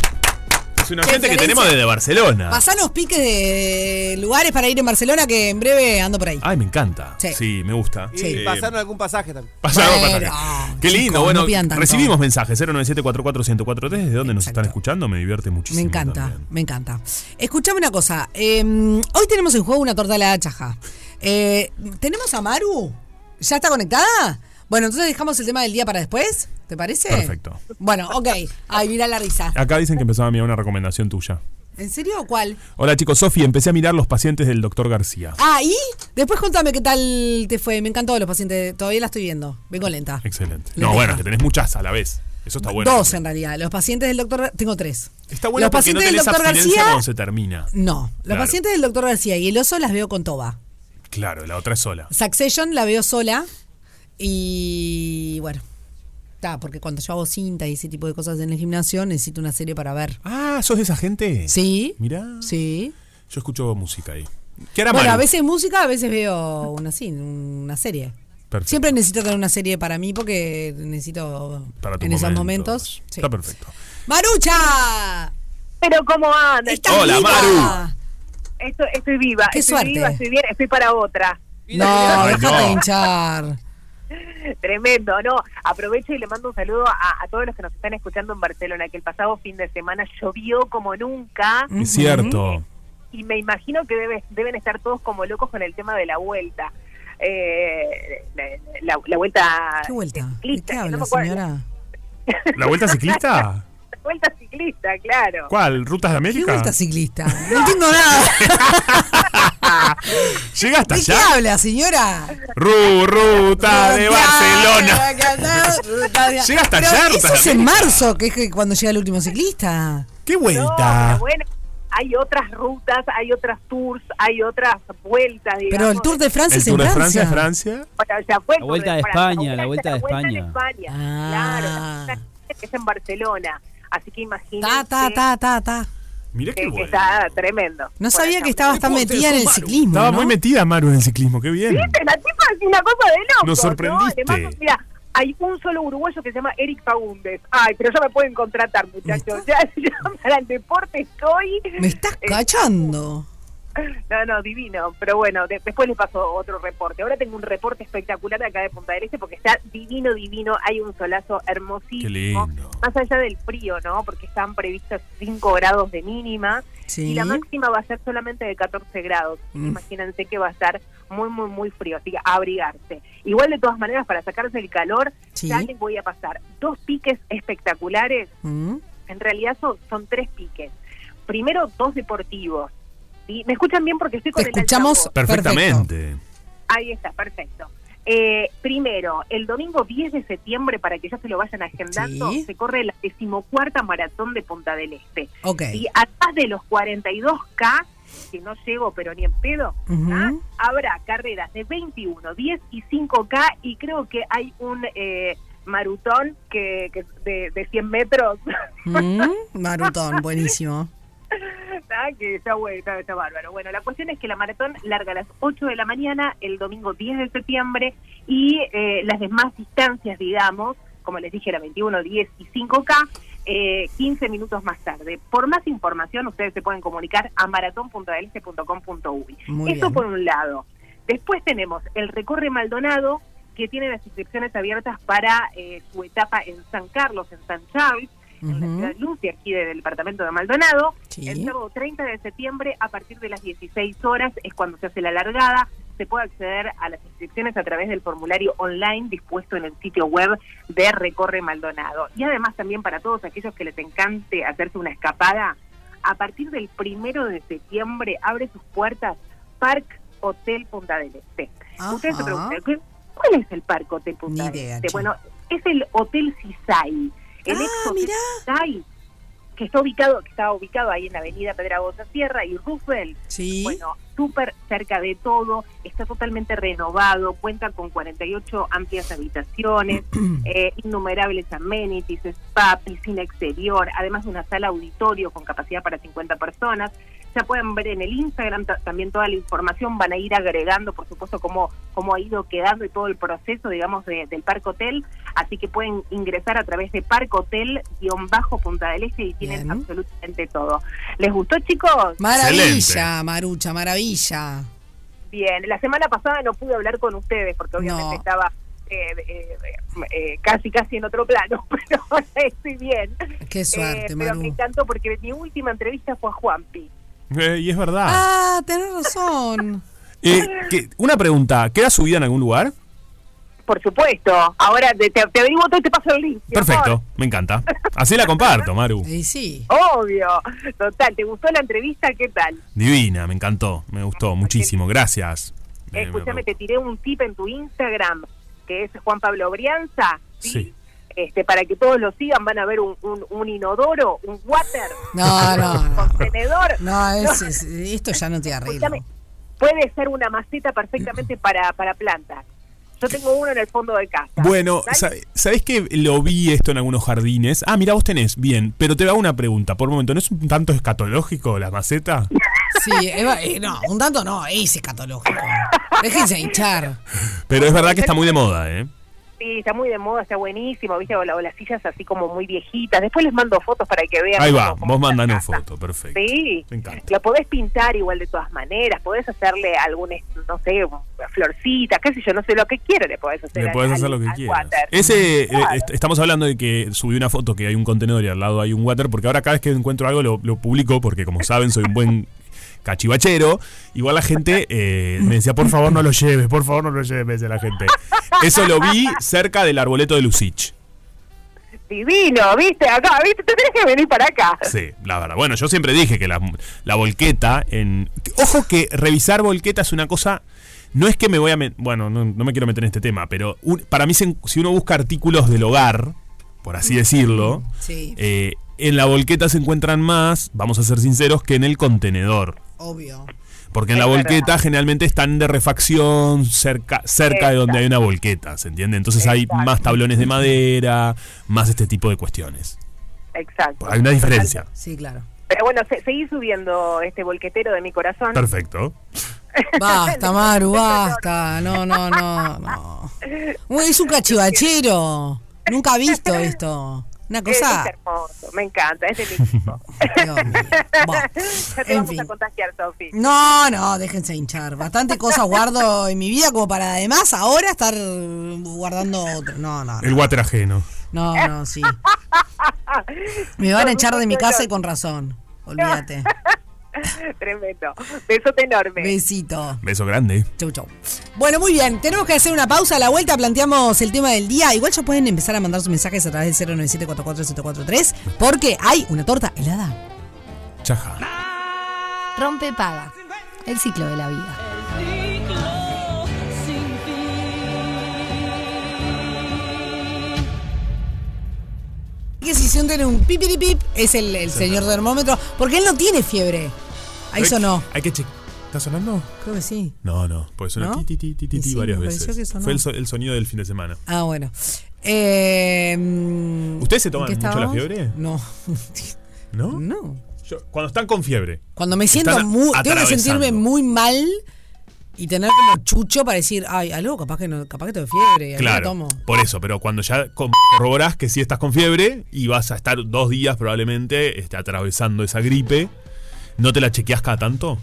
S2: Es una
S1: Che,
S2: gente que
S1: Florencia.
S2: tenemos desde Barcelona.
S1: Pasanos piques de lugares para ir en Barcelona que en breve ando por ahí.
S2: Ay, me encanta. Sí,
S1: Sí.
S2: me gusta.
S6: Y
S2: Eh,
S6: pasaron algún pasaje también.
S2: Pasaron,
S1: Bueno,
S2: pasaron. Qué
S1: chicos,
S2: lindo,
S1: no
S2: bueno,
S1: pidan tanto.
S2: recibimos mensajes 097-44143, desde dónde nos
S1: Exacto.
S2: están escuchando, me divierte muchísimo.
S1: Me encanta,
S2: también.
S1: me encanta. Escuchame una cosa. eh, hoy tenemos en juego una torta de la chaja. Eh, ¿Tenemos a Maru? ¿Ya está conectada? Bueno, entonces dejamos el tema del día para después. ¿Te parece?
S2: Perfecto.
S1: Bueno, ok. Ay, mira la risa.
S2: Acá dicen que empezaba a mirar una recomendación tuya.
S1: ¿En serio o cuál?
S2: Hola chicos, Sofi, empecé a mirar los pacientes del doctor García.
S1: Ah, y después contame qué tal te fue. Me encantó los pacientes. Todavía la estoy viendo. Vengo lenta.
S2: Excelente.
S1: Lenta.
S2: No, bueno, es que tenés muchas a la vez. Eso está Ah, bueno.
S1: Dos en realidad. Los pacientes del doctor. Tengo tres.
S2: Está bueno
S1: los
S2: porque no
S1: pacientes
S2: tenés
S1: del doctor
S2: abstinencia
S1: García.
S2: cuando se termina.
S1: No, los
S2: Claro.
S1: pacientes del doctor García y el oso las veo con toba.
S2: Claro, la otra es sola.
S1: Succession la veo sola y bueno. Está, porque cuando yo hago cinta y ese tipo de cosas en el gimnasio, necesito una serie para ver.
S2: Ah, ¿sos de esa gente?
S1: Sí.
S2: Mirá.
S1: Sí.
S2: Yo escucho música ahí. ¿Qué era
S1: Bueno,
S2: Maru?
S1: a veces música, a veces veo una, sí, una serie.
S2: Perfecto.
S1: Siempre necesito tener una serie para mí porque necesito
S2: Para tu
S1: en esos
S2: momento.
S1: momentos. sí.
S2: Está perfecto.
S1: ¡Marucha!
S5: Pero ¿cómo anda?
S1: ¡Estás
S2: Hola,
S1: viva!
S2: Maru.
S5: Estoy, estoy viva,
S1: Qué
S5: estoy
S1: suerte.
S5: viva, estoy bien, estoy para otra.
S1: No,
S2: Ay,
S1: déjate
S2: no.
S1: de hinchar.
S5: Tremendo, ¿no? Aprovecho y le mando un saludo a, a todos los que nos están escuchando en Barcelona, que el pasado fin de semana llovió como nunca
S2: Es cierto.
S5: y me imagino que debe- deben estar todos como locos con el tema de la vuelta. Eh, la, la- la vuelta...
S1: ¿Qué vuelta? ¿De
S5: ciclista,
S1: qué
S5: que no
S1: habla,
S5: me acuerdo.
S1: señora?
S2: ¿La vuelta ciclista?
S5: La vuelta ciclista, claro.
S2: ¿Cuál? ¿Rutas de
S1: ¿Qué
S2: América?
S1: vuelta ciclista? No entiendo nada.
S2: ¿Llegaste
S1: ¿De qué
S2: allá?
S1: habla, señora?
S2: Ru, ruta de
S1: Ruta
S2: Barcelona.
S1: de- Ruta de-
S2: Llega hasta
S1: Pero
S2: allá, Ruta
S1: Eso
S2: de
S1: es en
S2: América.
S1: marzo, que es que cuando llega el último ciclista.
S2: ¿Qué
S5: No,
S2: vuelta?
S5: pero bueno, hay otras rutas, hay otras tours, hay otras vueltas, digamos.
S1: Pero el Tour de Francia
S2: ¿El
S1: es en
S2: Tour de
S1: Francia.
S2: Francia, Francia?
S5: Bueno, ya fue
S7: La
S5: el Tour
S7: Vuelta de
S5: Francia,
S7: España, la Vuelta de
S5: en
S7: España.
S5: España,
S1: Ah.
S5: Claro, la- es en Barcelona. Así que imagínate.
S1: Ta, ta, ta, ta, ta.
S2: Mirá
S5: que-
S2: qué
S5: que
S2: bueno.
S5: está tremendo.
S1: No sabía que estabas tan
S2: Ustedes
S1: metida en
S2: son
S1: el
S2: Maru.
S1: ciclismo.
S2: Estaba
S1: ¿no?
S2: muy metida Maru en el ciclismo, qué bien.
S5: ¿Viste? La tipa es una cosa de loco.
S2: Nos sorprendiste.
S5: ¿no? Le mando- mira, hay un solo uruguayo que se llama Eric Fagundes. Ay, pero ya me pueden contratar, muchachos. Ya, ya para el deporte estoy.
S1: Me estás
S5: Eh,
S1: cachando.
S5: No, no, divino. Pero bueno, de- después les paso otro reporte. Ahora tengo un reporte espectacular de acá de Punta del Este porque está divino, divino. Hay un solazo
S2: Qué
S5: hermosísimo.
S2: lindo.
S5: Más allá del frío, ¿no? Porque están previstos 5 grados de mínima
S1: Sí.
S5: y la máxima va a ser solamente de 14 grados.
S1: Mm.
S5: Imagínense que va a estar muy, muy, muy frío. Así que abrigarse. Igual, de todas maneras, para sacarse el calor,
S1: Sí.
S5: ya les voy a pasar dos piques espectaculares
S1: Mm.
S5: en realidad son, son tres piques. Primero, dos deportivos. ¿sí? ¿Me escuchan bien? Porque estoy con
S1: Te
S5: el
S1: escuchamos
S5: altavoz.
S2: Perfectamente.
S5: Ahí está, perfecto. Eh, primero, el domingo 10 de septiembre, para que ya se lo vayan agendando,
S1: Sí.
S5: se corre la decimocuarta maratón de Punta del Este.
S1: Ok.
S5: Y atrás de los 42K, que no llego pero ni en pedo,
S1: Ujú.
S5: ¿ah? habrá carreras de 21, 10 y 5K y creo que hay un eh, maratón que, que de, de 100 metros
S1: Mm, Marutón, buenísimo.
S5: Ah, que está bueno, está, está bárbaro. Bueno, la cuestión es que la maratón larga a las 8 de la mañana, el domingo 10 de septiembre, y eh, las demás distancias, digamos, como les dije, la 21, 10 y 5K, eh, 15 minutos más tarde. Por más información, ustedes se pueden comunicar a maratón.delce.com.uy.
S1: Muy
S5: Eso
S1: bien.
S5: por un lado. Después tenemos el Recorre Maldonado, que tiene las inscripciones abiertas para eh, su etapa en San Carlos, en San Charles, en la
S1: Ujú.
S5: ciudad de Luz, de aquí del departamento de Maldonado.
S1: Sí.
S5: El sábado 30 de septiembre, a partir de las 16 horas, es cuando se hace la largada. Se puede acceder a las inscripciones a través del formulario online dispuesto en el sitio web de Recorre Maldonado. Y además también para todos aquellos que les encante hacerse una escapada, a partir del primero de septiembre abre sus puertas Park Hotel Punta del Este.
S1: Ajá.
S5: Ustedes se preguntan, ¿qué- ¿cuál es el Parque Hotel Punta
S1: Ni
S5: del
S1: idea,
S5: Este?
S1: che.
S5: Bueno, es el Hotel Cisay. El
S1: Ah,
S5: ex Hotel
S1: mirá.
S5: Cisay que está ubicado, que está ubicado ahí en la avenida Pedragosa Sierra y Roosevelt.
S1: Sí.
S5: Bueno, súper cerca de todo, está totalmente renovado, cuenta con 48 amplias habitaciones, eh, innumerables amenities, spa, piscina exterior, además de una sala auditorio con capacidad para 50 personas. Ya pueden ver en el Instagram ta- también toda la información, van a ir agregando, por supuesto, cómo, cómo ha ido quedando y todo el proceso, digamos, de- del Parque Hotel. Así que pueden ingresar a través de Parque Hotel-Punta del Este y tienen
S1: Bien.
S5: absolutamente todo. ¿Les gustó, chicos?
S1: Maravilla,
S2: Excelente.
S1: Marucha, maravilla.
S5: Bien, la semana pasada no pude hablar con ustedes porque obviamente
S1: No.
S5: estaba eh, eh, eh, casi casi en otro plano, pero ahora estoy bien. Eh,
S1: Qué suerte,
S5: Pero
S1: Maru.
S5: me encantó porque mi última entrevista fue a Juanpi.
S2: Eh, y es verdad.
S1: Ah, tenés razón.
S2: Eh, que- una pregunta, ¿queda subida en algún lugar?
S5: Por supuesto. Ahora te, te, te averiguo todo y te paso el link. mi amor.
S2: Perfecto, me encanta. Así la comparto, Maru.
S1: Y sí.
S5: Obvio. Total, ¿te gustó la entrevista? ¿Qué tal?
S2: Eh, Divina, me encantó, me gustó muchísimo, gracias. Eh,
S5: Escúchame, te tiré un tip en tu Instagram que es Juan Pablo Brianza. ¿sí?
S2: Sí.
S5: Este, para que todos lo sigan, van a ver un, un, un inodoro, un water,
S1: No, no, no.
S5: un contenedor.
S1: No, es- es- esto ya no te arreglo.
S5: Escúchame, puede ser una maceta perfectamente para, para plantas. Yo tengo uno en el fondo de casa.
S2: Bueno,
S5: ¿Sabes?
S2: sa- ¿sabés que lo vi esto en algunos jardines? Ah, mira, vos tenés, bien, pero te hago una pregunta, por un momento, ¿no es un tanto escatológico la maceta?
S1: Sí, Eva, eh, no, un tanto no, es escatológico. Déjense hinchar.
S2: Pero es verdad que está muy de moda, ¿eh?
S5: Sí, está muy de moda, está buenísimo, ¿viste? O, la- o las sillas así como muy viejitas. Después les mando fotos para que vean.
S2: Ahí
S5: cómo-
S2: va, vos
S5: cómo está la
S2: mandanos
S5: casa.
S2: foto, perfecto.
S5: Sí,
S2: Me encanta.
S5: lo podés pintar igual de todas maneras, podés hacerle algún, es- no sé, florcitas, qué sé yo, no sé, lo que quieras le podés hacer.
S2: Le
S5: al-
S2: podés
S5: al-
S2: hacer lo que
S5: al
S2: quieras.
S5: water.
S2: Ese, eh,
S5: Claro.
S2: est- estamos hablando de que subí una foto que hay un contenedor y al lado hay un water, porque ahora cada vez que encuentro algo lo, lo publico, porque como saben soy un buen cachivachero. Igual la gente eh, me decía, por favor no lo lleves, por favor no lo lleves, me decía la gente. Eso lo vi cerca del arboleto de Lucich.
S5: Divino, ¿viste? Acá, ¿viste? Te tenés que venir para acá.
S2: Sí, la verdad. Bueno, yo siempre dije que la, la volqueta en... que- Ojo que revisar volqueta es una cosa... No es que me voy a... met- bueno, no, no me quiero meter en este tema, pero un- para mí se- si uno busca artículos del hogar, por así decirlo,
S1: Sí.
S2: eh, en la volqueta se encuentran más, vamos a ser sinceros, que en el contenedor.
S1: Obvio.
S2: Porque en la
S5: Es
S2: volqueta generalmente están de refacción cerca, cerca de donde hay una volqueta, ¿se entiende? Entonces hay más tablones de madera, más este tipo de cuestiones.
S5: Exacto.
S2: Hay una diferencia.
S1: Sí, claro.
S5: Pero bueno, se- seguí subiendo este volquetero de mi corazón.
S2: Perfecto.
S1: Basta, Maru, basta. No, no, no, no. Uy, Es un cachivachero. Nunca ha visto esto. Una
S5: Es,
S1: cosa.
S5: es hermoso, me encanta, es de mi equipo.
S1: Dios mío. Va.
S5: ya te
S1: En
S5: vamos
S1: fin.
S5: a contagiar, Sofi.
S1: No, no, déjense hinchar. Bastante cosas guardo en mi vida como para además ahora estar guardando otro. No, no,
S2: El
S1: no,
S2: water ajeno.
S1: no, no, sí. Me van a echar de mi casa y con razón. Olvídate.
S5: Tremendo. Besote enorme.
S1: Besito.
S2: Beso grande.
S1: Chau, chau. Bueno, muy bien. Tenemos que hacer una pausa. A la vuelta planteamos el tema del día. Igual ya pueden empezar a mandar sus mensajes a través del 097-44043 porque hay una torta helada.
S2: Chaja.
S8: Rompe paga. El ciclo de la vida.
S1: Que si sienten un pipiripip es el, el señor termómetro porque él no tiene fiebre. Ahí sonó.
S2: Hay que checar. ¿Está sonando?
S1: Creo que sí.
S2: No, no. Pues suena
S1: ¿No?
S2: ti, ti, ti, ti, ti,
S1: Y sí,
S2: varias
S1: me pareció que
S2: veces.
S1: sonó.
S2: Fue el, so- el sonido del fin de semana.
S1: Ah, bueno. Eh, mm,
S2: ¿Ustedes se
S1: ¿en
S2: toman
S1: qué
S2: mucho la
S1: estábamos?
S2: fiebre?
S1: No.
S2: ¿No?
S1: no.
S2: Yo- cuando están con fiebre.
S1: Cuando me siento
S2: Están
S1: muy. Tengo que sentirme
S2: atravesando.
S1: muy mal y tener como chucho para decir, ay, algo capaz que no, capaz que tengo fiebre. algo
S2: Claro.
S1: tomo.
S2: Por eso, pero cuando ya com- corroborás que sí estás con fiebre y vas a estar dos días probablemente este, atravesando esa gripe, ¿no te la chequeás cada tanto?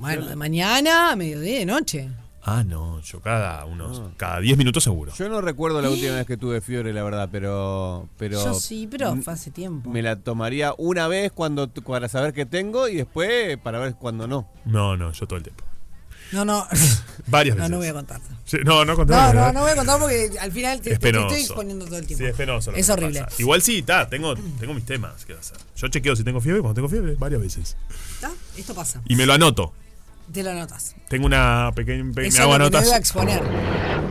S1: Bueno, de mañana, mediodía, de noche.
S2: Ah, no. Yo cada unos. Cada 10 minutos seguro.
S6: Yo no recuerdo la última vez que tuve fiebre, la verdad, pero. pero
S1: Yo sí, pero fue hace tiempo.
S6: Me la tomaría una vez cuando para saber que tengo y después para ver cuando no.
S2: No, no. Yo todo el tiempo.
S1: No, no.
S2: Varias
S1: No,
S2: veces.
S1: no voy a contar.
S2: Sí, no, no
S1: No,
S2: contá,
S1: no,
S2: ¿verdad?
S1: no voy a contar porque al final te,
S2: es
S1: te- te
S2: penoso.
S1: estoy exponiendo todo el tiempo.
S2: Sí, es penoso. lo
S1: Es
S2: que
S1: horrible.
S2: pasa. Igual sí, está, tengo, tengo mis temas que hacer. Yo chequeo si tengo fiebre, cuando tengo fiebre, varias veces.
S1: ¿Está? Esto pasa.
S2: Y me lo anoto.
S1: Te lo notas.
S2: Tengo una pequeña. Me
S1: Eso
S2: hago
S1: es lo que me
S2: anotas.
S1: iba a exponer.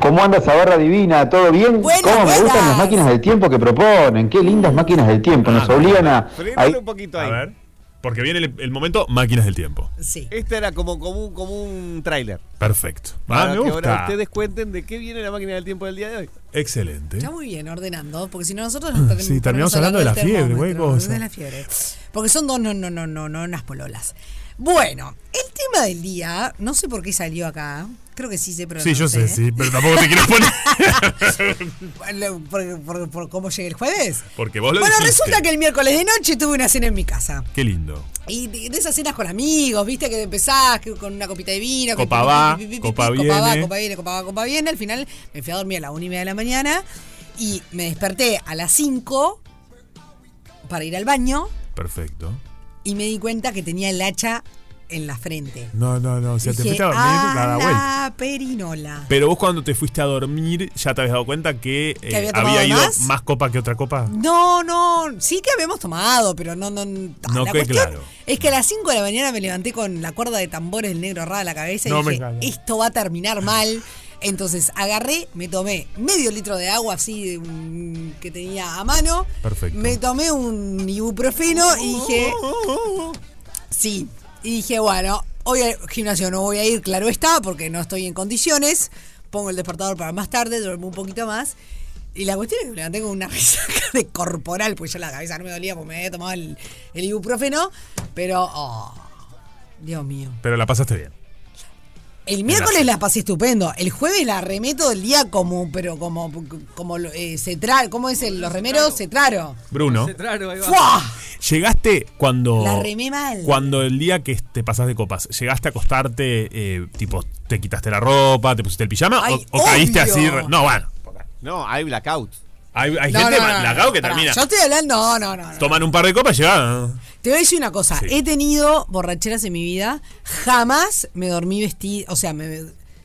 S7: ¿Cómo andas ahora divina? ¿Todo bien?
S1: Buenas,
S7: ¿Cómo me
S1: buenas.
S7: gustan las máquinas del tiempo que proponen? Qué lindas máquinas del tiempo.
S2: Ah,
S7: Nos obligan a... a-
S6: un poquito
S2: A
S6: ahí.
S2: ver. Porque viene el, el momento máquinas del tiempo.
S1: Sí.
S6: Este era como, como un, como un tráiler.
S2: Perfecto. Ah,
S6: Para
S2: me
S6: que ahora
S2: gusta.
S6: ustedes cuenten de qué viene la máquina del tiempo del día de hoy.
S2: Excelente.
S1: Está muy bien ordenando, porque si no nosotros nos terminamos,
S2: Sí, terminamos hablando de la fiebre, güey, cosa.
S1: De la fiebre. Porque son dos no, no, no, no, no, unas pololas. Bueno, el tema del día, no sé por qué salió acá. Creo que sí se
S2: Sí,
S1: pronuncia.
S2: yo sé, sí, pero tampoco te quiero poner.
S1: Bueno, ¿Por, por- por cómo llegué el jueves?
S2: Porque vos lo
S1: Bueno,
S2: dijiste.
S1: resulta que el miércoles de noche tuve una cena en mi casa.
S2: Qué lindo.
S1: Y de de esas cenas con amigos, viste, que empezás que con una copita de vino. que
S2: Copa
S1: pi,
S2: va,
S1: pi, pi, pi, pi,
S2: copa
S1: Copa va,
S2: viene.
S1: copa viene, copa va, copa viene. Al final me fui a dormir a las 1 y media de la mañana y me desperté a las 5 para ir al baño
S2: Perfecto.
S1: y me di cuenta que tenía el hacha en la frente.
S2: No, no, no. O sea, te
S1: Dije,
S2: fuiste a dormir a
S1: a
S2: la vuelta.
S1: la perinola.
S2: "Ah, Pero vos cuando te fuiste a dormir, ¿ya te habías dado cuenta que, eh,
S1: había tomado
S2: había ido
S1: más?
S2: más copa que otra copa?
S1: No, no, sí que habíamos tomado, pero no, no.
S2: No
S1: la
S2: que
S1: cuestión
S2: claro.
S1: Es que a las 5 de la mañana me levanté con la cuerda de tambores del negro rara a la cabeza y
S2: No me
S1: dije,
S2: engañes.
S1: esto va a terminar mal. Entonces agarré, me tomé medio litro de agua así de un- que tenía a mano.
S2: Perfecto.
S1: Me tomé un ibuprofeno y dije, sí. Y dije, bueno, hoy al gimnasio no voy a ir, claro está, porque no estoy en condiciones. Pongo el despertador para más tarde, duermo un poquito más. Y la cuestión es que me levanté con una resaca de corporal, pues ya la cabeza no me dolía porque me había tomado el, el ibuprofeno. Pero, oh, Dios mío.
S2: Pero la pasaste bien.
S1: El miércoles la pasé estupendo. El jueves la remé todo el día como, pero como, como eh, cetral. ¿Cómo es el, los remeros? Cetraro.
S2: Bruno,
S6: Claro, ahí va.
S1: ¡Fua!
S2: llegaste cuando.
S1: La remé mal.
S2: Cuando el día que te pasás de copas, ¿llegaste a acostarte, eh, tipo, te quitaste la ropa, te pusiste el pijama
S1: Ay,
S2: o, o caíste
S1: obvio.
S2: así? re- No, bueno.
S6: No, hay blackout.
S2: Hay, hay gente
S1: no, no,
S2: la
S1: no, no,
S2: que
S1: pará.
S2: termina.
S1: Yo estoy hablando. No, no, no. no.
S2: Toman un par de copas y llegan.
S1: Te voy a decir una cosa.
S2: Sí.
S1: He tenido borracheras en mi vida. Jamás me dormí vestida. O sea, me,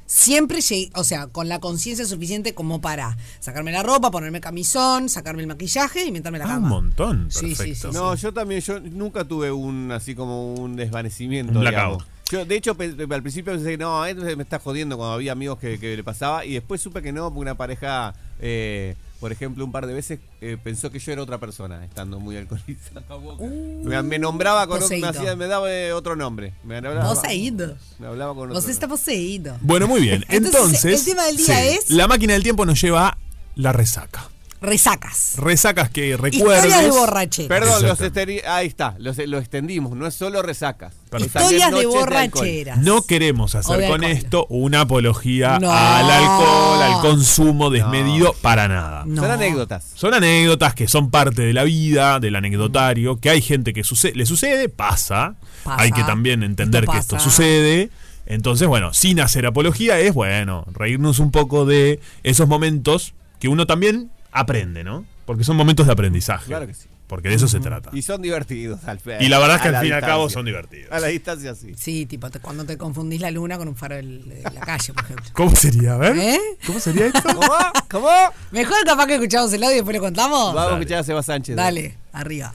S1: siempre llegué. O sea, con la conciencia suficiente como para sacarme la ropa, ponerme camisón, sacarme el maquillaje y meterme la
S2: Ah,
S1: cama.
S2: un montón.
S1: Sí, sí, sí, sí.
S2: Perfecto.
S6: No, yo también, yo nunca tuve un así como un desvanecimiento.
S2: Un
S6: digamos.
S2: blackout.
S6: Yo, de hecho, pe- al principio pensé que no, esto me está jodiendo cuando había amigos que, que le pasaba. Y después supe que no, porque una pareja, eh, por ejemplo, un par de veces eh, pensó que yo era otra persona, estando muy alcoholizada.
S1: Uh,
S6: me, me nombraba con otro, me,
S1: poseído.
S6: hacía- me daba eh, otro nombre. Me hablaba,
S1: Poseído.
S6: Me hablaba con otro
S1: Vos estás poseído.
S2: Bueno, muy bien. Entonces,
S1: Entonces, el tema del día es-
S2: La máquina del tiempo nos lleva a la resaca.
S1: Resacas.
S2: Resacas que recuerdes.
S1: Historias de borrachera.
S6: Perdón, los
S2: Exacto.
S6: esteri- ahí está, los- lo extendimos, no es solo resacas.
S2: Perfecto.
S6: es también
S1: Historias de
S6: noches alcohol.
S1: borracheras.
S2: No queremos
S1: O
S2: hacer
S1: de
S2: con
S1: alcohol.
S2: esto una apología
S1: No.
S2: al alcohol, al consumo desmedido, para nada.
S1: No.
S6: Son anécdotas.
S2: Son anécdotas que son parte de la vida, del anecdotario, que hay gente que suce- le sucede, pasa.
S1: Pasa.
S2: Hay que también entender
S1: Esto
S2: que esto
S1: pasa.
S2: sucede. Entonces, bueno, sin hacer apología es, bueno, reírnos un poco de esos momentos que uno también aprende, ¿no? Porque son momentos de aprendizaje.
S6: Claro que sí.
S2: Porque de eso se trata.
S6: Y son divertidos, al fe-
S2: Y la verdad es que
S6: a
S2: al fin y al cabo
S6: distancia.
S2: son divertidos.
S6: A la distancia, sí.
S1: Sí, tipo, te- cuando te confundís la luna con un faro del- de la calle, por ejemplo.
S2: ¿Cómo sería? A ver.
S1: ¿Eh?
S2: ¿Cómo sería esto?
S6: ¿Cómo? ¿Cómo?
S1: Mejor capaz que escuchamos el audio y después lo contamos.
S6: Vamos a escuchar a Seba Sánchez. ¿eh?
S1: Dale, arriba.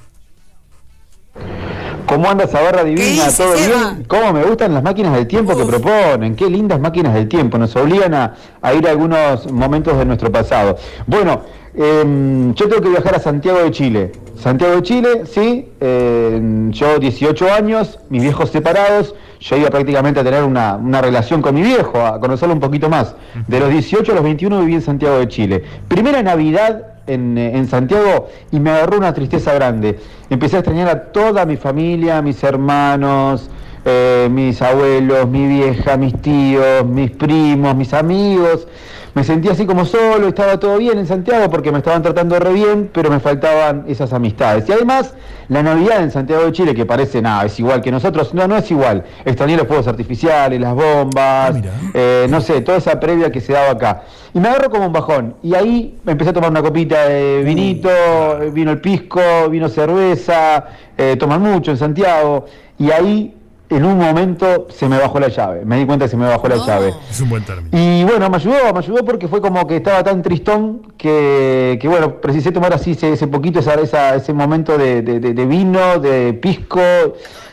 S7: ¿Cómo andas ahora divina?
S1: dice,
S7: ¿Todo
S1: Seba?
S7: bien? ¿Cómo me gustan las máquinas del tiempo que
S1: Uf.
S7: proponen? Qué lindas máquinas del tiempo. Nos obligan a, a ir a algunos momentos de nuestro pasado. Bueno, em, yo tengo que viajar a Santiago de Chile. Santiago de Chile, sí. em, yo 18 años, mis viejos separados. Yo iba prácticamente a tener una, una relación con mi viejo, a conocerlo un poquito más. De los 18 a los 21 viví en Santiago de Chile. Primera Navidad en, eh, en Santiago y me agarró una tristeza grande. Empecé a extrañar a toda mi familia, mis hermanos, eh, mis abuelos, mi vieja, mis tíos, mis primos, mis amigos. Me sentía así como solo, estaba todo bien en Santiago porque me estaban tratando re bien, pero me faltaban esas amistades. Y además, la Navidad en Santiago de Chile, que parece nada, es igual que nosotros, no, no es igual. Extrañé los fuegos artificiales, las bombas,
S2: mira.
S7: eh, no sé, toda esa previa que se daba acá. Y me agarró como un bajón. Y ahí me empecé a tomar una copita de vinito, eh, vino el pisco, vino cerveza, eh, toman mucho en Santiago. Y ahí, en un momento, se me bajó la llave. Me di cuenta que se me bajó la llave.
S2: Es un buen término.
S7: Y bueno, me ayudó, me ayudó porque fue como que estaba tan tristón que, que, bueno, precisé tomar así ese, ese poquito, esa- esa- ese momento de, de- de- de vino, de pisco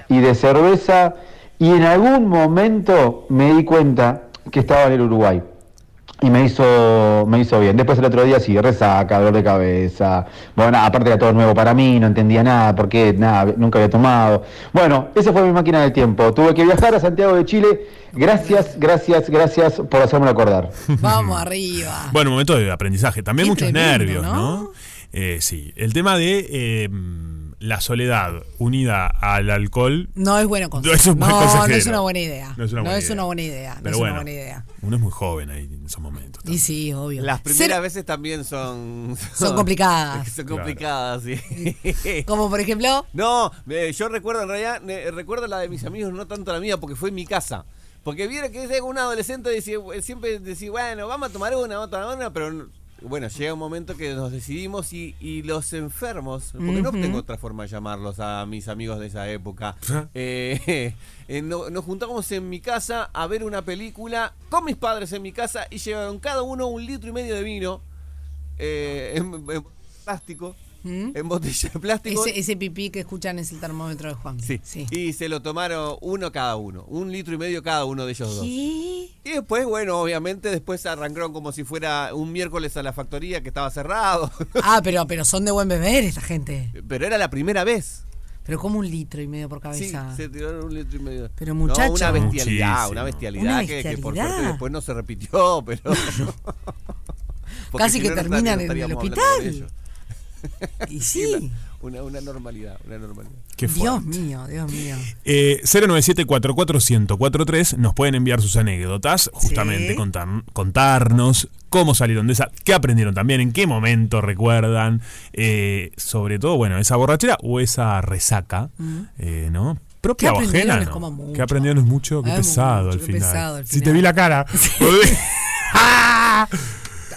S7: y de cerveza. Y en algún momento me di cuenta que estaba en el Uruguay. Y me hizo, me hizo bien. Después el otro día sí, resaca, dolor de cabeza. Bueno, aparte era todo nuevo para mí, no entendía nada, porque nada, nunca había tomado. Bueno, esa fue mi máquina del tiempo. Tuve que viajar a Santiago de Chile. Gracias, gracias, gracias por hacérmelo acordar.
S1: Vamos arriba.
S2: Bueno, momento de aprendizaje. También
S1: Ah. Qué
S2: muchos
S1: tremendo,
S2: nervios, ¿no?
S1: ¿no?
S2: Eh, sí. El tema de eh, la soledad unida al alcohol.
S1: No es bueno consejo.
S2: No es un buen
S1: no,
S2: consejero.
S1: no es una buena idea.
S2: No es una buena idea.
S1: idea. No
S2: Pero
S1: es
S2: bueno,
S1: una buena idea.
S2: uno es muy joven ahí en esos momentos.
S1: Y sí, obvio.
S6: Las primeras
S1: Cero-
S6: veces también son.
S1: Son complicadas.
S6: Son complicadas, sí.
S1: Como por ejemplo,
S6: No, eh, yo recuerdo en realidad, eh, recuerdo la de mis amigos, no tanto la mía, porque fue en mi casa. Porque vieron que es un adolescente decía, siempre decía, bueno, vamos a tomar una, vamos a tomar una, pero n- bueno, llega un momento que nos decidimos y, y los enfermos, porque no
S1: Ujú.
S6: tengo otra forma de llamarlos a mis amigos de esa época, eh, eh, no- nos juntamos en mi casa a ver una película con mis padres en mi casa y llevaron cada uno un litro y medio de vino eh, en, en plástico,
S1: ¿Mm?
S6: en botella de plástico.
S1: ese, ese pipí que escuchan es el termómetro de Juan.
S6: Sí. Y se lo tomaron uno cada uno, un litro y medio cada uno de ellos dos.
S1: ¿Qué?
S6: Y después, bueno, obviamente después arrancaron como si fuera un miércoles a la factoría que estaba cerrado.
S1: Ah, pero, pero son de buen beber esta gente.
S6: Pero era la primera vez.
S1: Pero como un litro y medio por
S6: Sí,
S1: cabeza.
S6: se tiraron un litro y medio.
S1: Pero
S6: No,
S1: muchacho.
S6: una bestialidad,
S2: Muchísimo.
S6: una bestialidad,
S1: Una
S6: que- Que, por
S1: bestialidad.
S6: suerte después no se repitió, pero... Porque
S1: Casi
S6: si
S1: que
S6: no, no estaría-
S1: terminan
S6: no
S1: en el
S6: estaríamos hablando de
S1: hospital.
S6: ello.
S1: Y sí.
S6: Una, una normalidad, una normalidad.
S2: Qué
S1: Dios
S2: fuerte.
S1: mío, Dios mío.
S2: Eh, 097-441-43 nos pueden enviar sus anécdotas, justamente
S1: Sí.
S2: contar- contarnos cómo salieron de esa, qué aprendieron también, en qué momento recuerdan, eh, sobre todo, bueno, esa borrachera o esa resaca, eh, ¿no? Propia
S1: Mm. ¿Qué
S2: o
S1: aprendieron?
S2: ajena.
S1: Es
S2: ¿no?
S1: como mucho.
S2: ¿Qué aprendieron? Es mucho, qué
S1: Es
S2: pesado,
S1: mucho,
S2: al
S1: Ah, qué
S2: final.
S1: pesado al
S2: Si te
S1: final.
S2: vi la cara.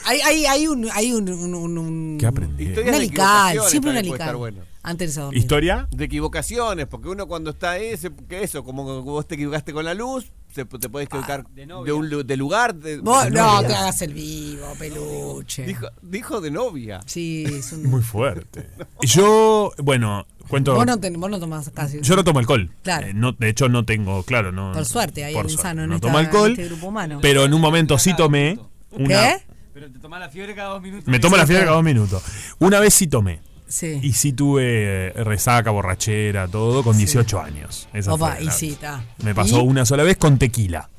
S1: Hay, hay, hay un. Hay un, un, un- un-
S2: ¿Qué aprendí?
S1: Un
S6: Historias de
S1: alical,
S6: equivocaciones
S1: siempre un
S6: también puede estar
S1: alical.
S6: bueno.
S1: Antes de dormir.
S2: ¿Historia?
S6: De equivocaciones, porque uno cuando está ahí, se- que eso, como que vos te equivocaste con la luz, se- te puedes equivocar de, un lu- de lugar. de-
S1: Vos-
S6: de
S1: no,
S6: novia.
S1: te hagas el vivo, peluche.
S6: dijo, dijo de novia.
S1: Sí, es un.
S2: Muy fuerte. Yo, bueno, cuento.
S1: Vos no, ten- vos no tomás casi.
S2: Yo no tomo alcohol.
S1: Claro.
S2: Eh, no, de hecho, no tengo, claro, no.
S1: Por suerte, hay
S2: por
S1: alguien
S2: suerte.
S1: sano en
S2: no
S1: esta-
S2: tomo
S1: en
S2: alcohol,
S1: este grupo humano.
S2: Pero en un momento sí tomé. Una,
S1: ¿Qué?
S3: Pero te toma la fiebre cada dos minutos.
S2: Me tomo la fiebre cada dos minutos. Una vez sí tomé.
S1: Sí.
S2: Y sí tuve eh, resaca, borrachera, todo, con 18 años. Esa
S1: Opa,
S2: fue
S1: y
S2: la-
S1: sí, está.
S2: Me pasó
S1: ¿Y?
S2: una sola vez con tequila.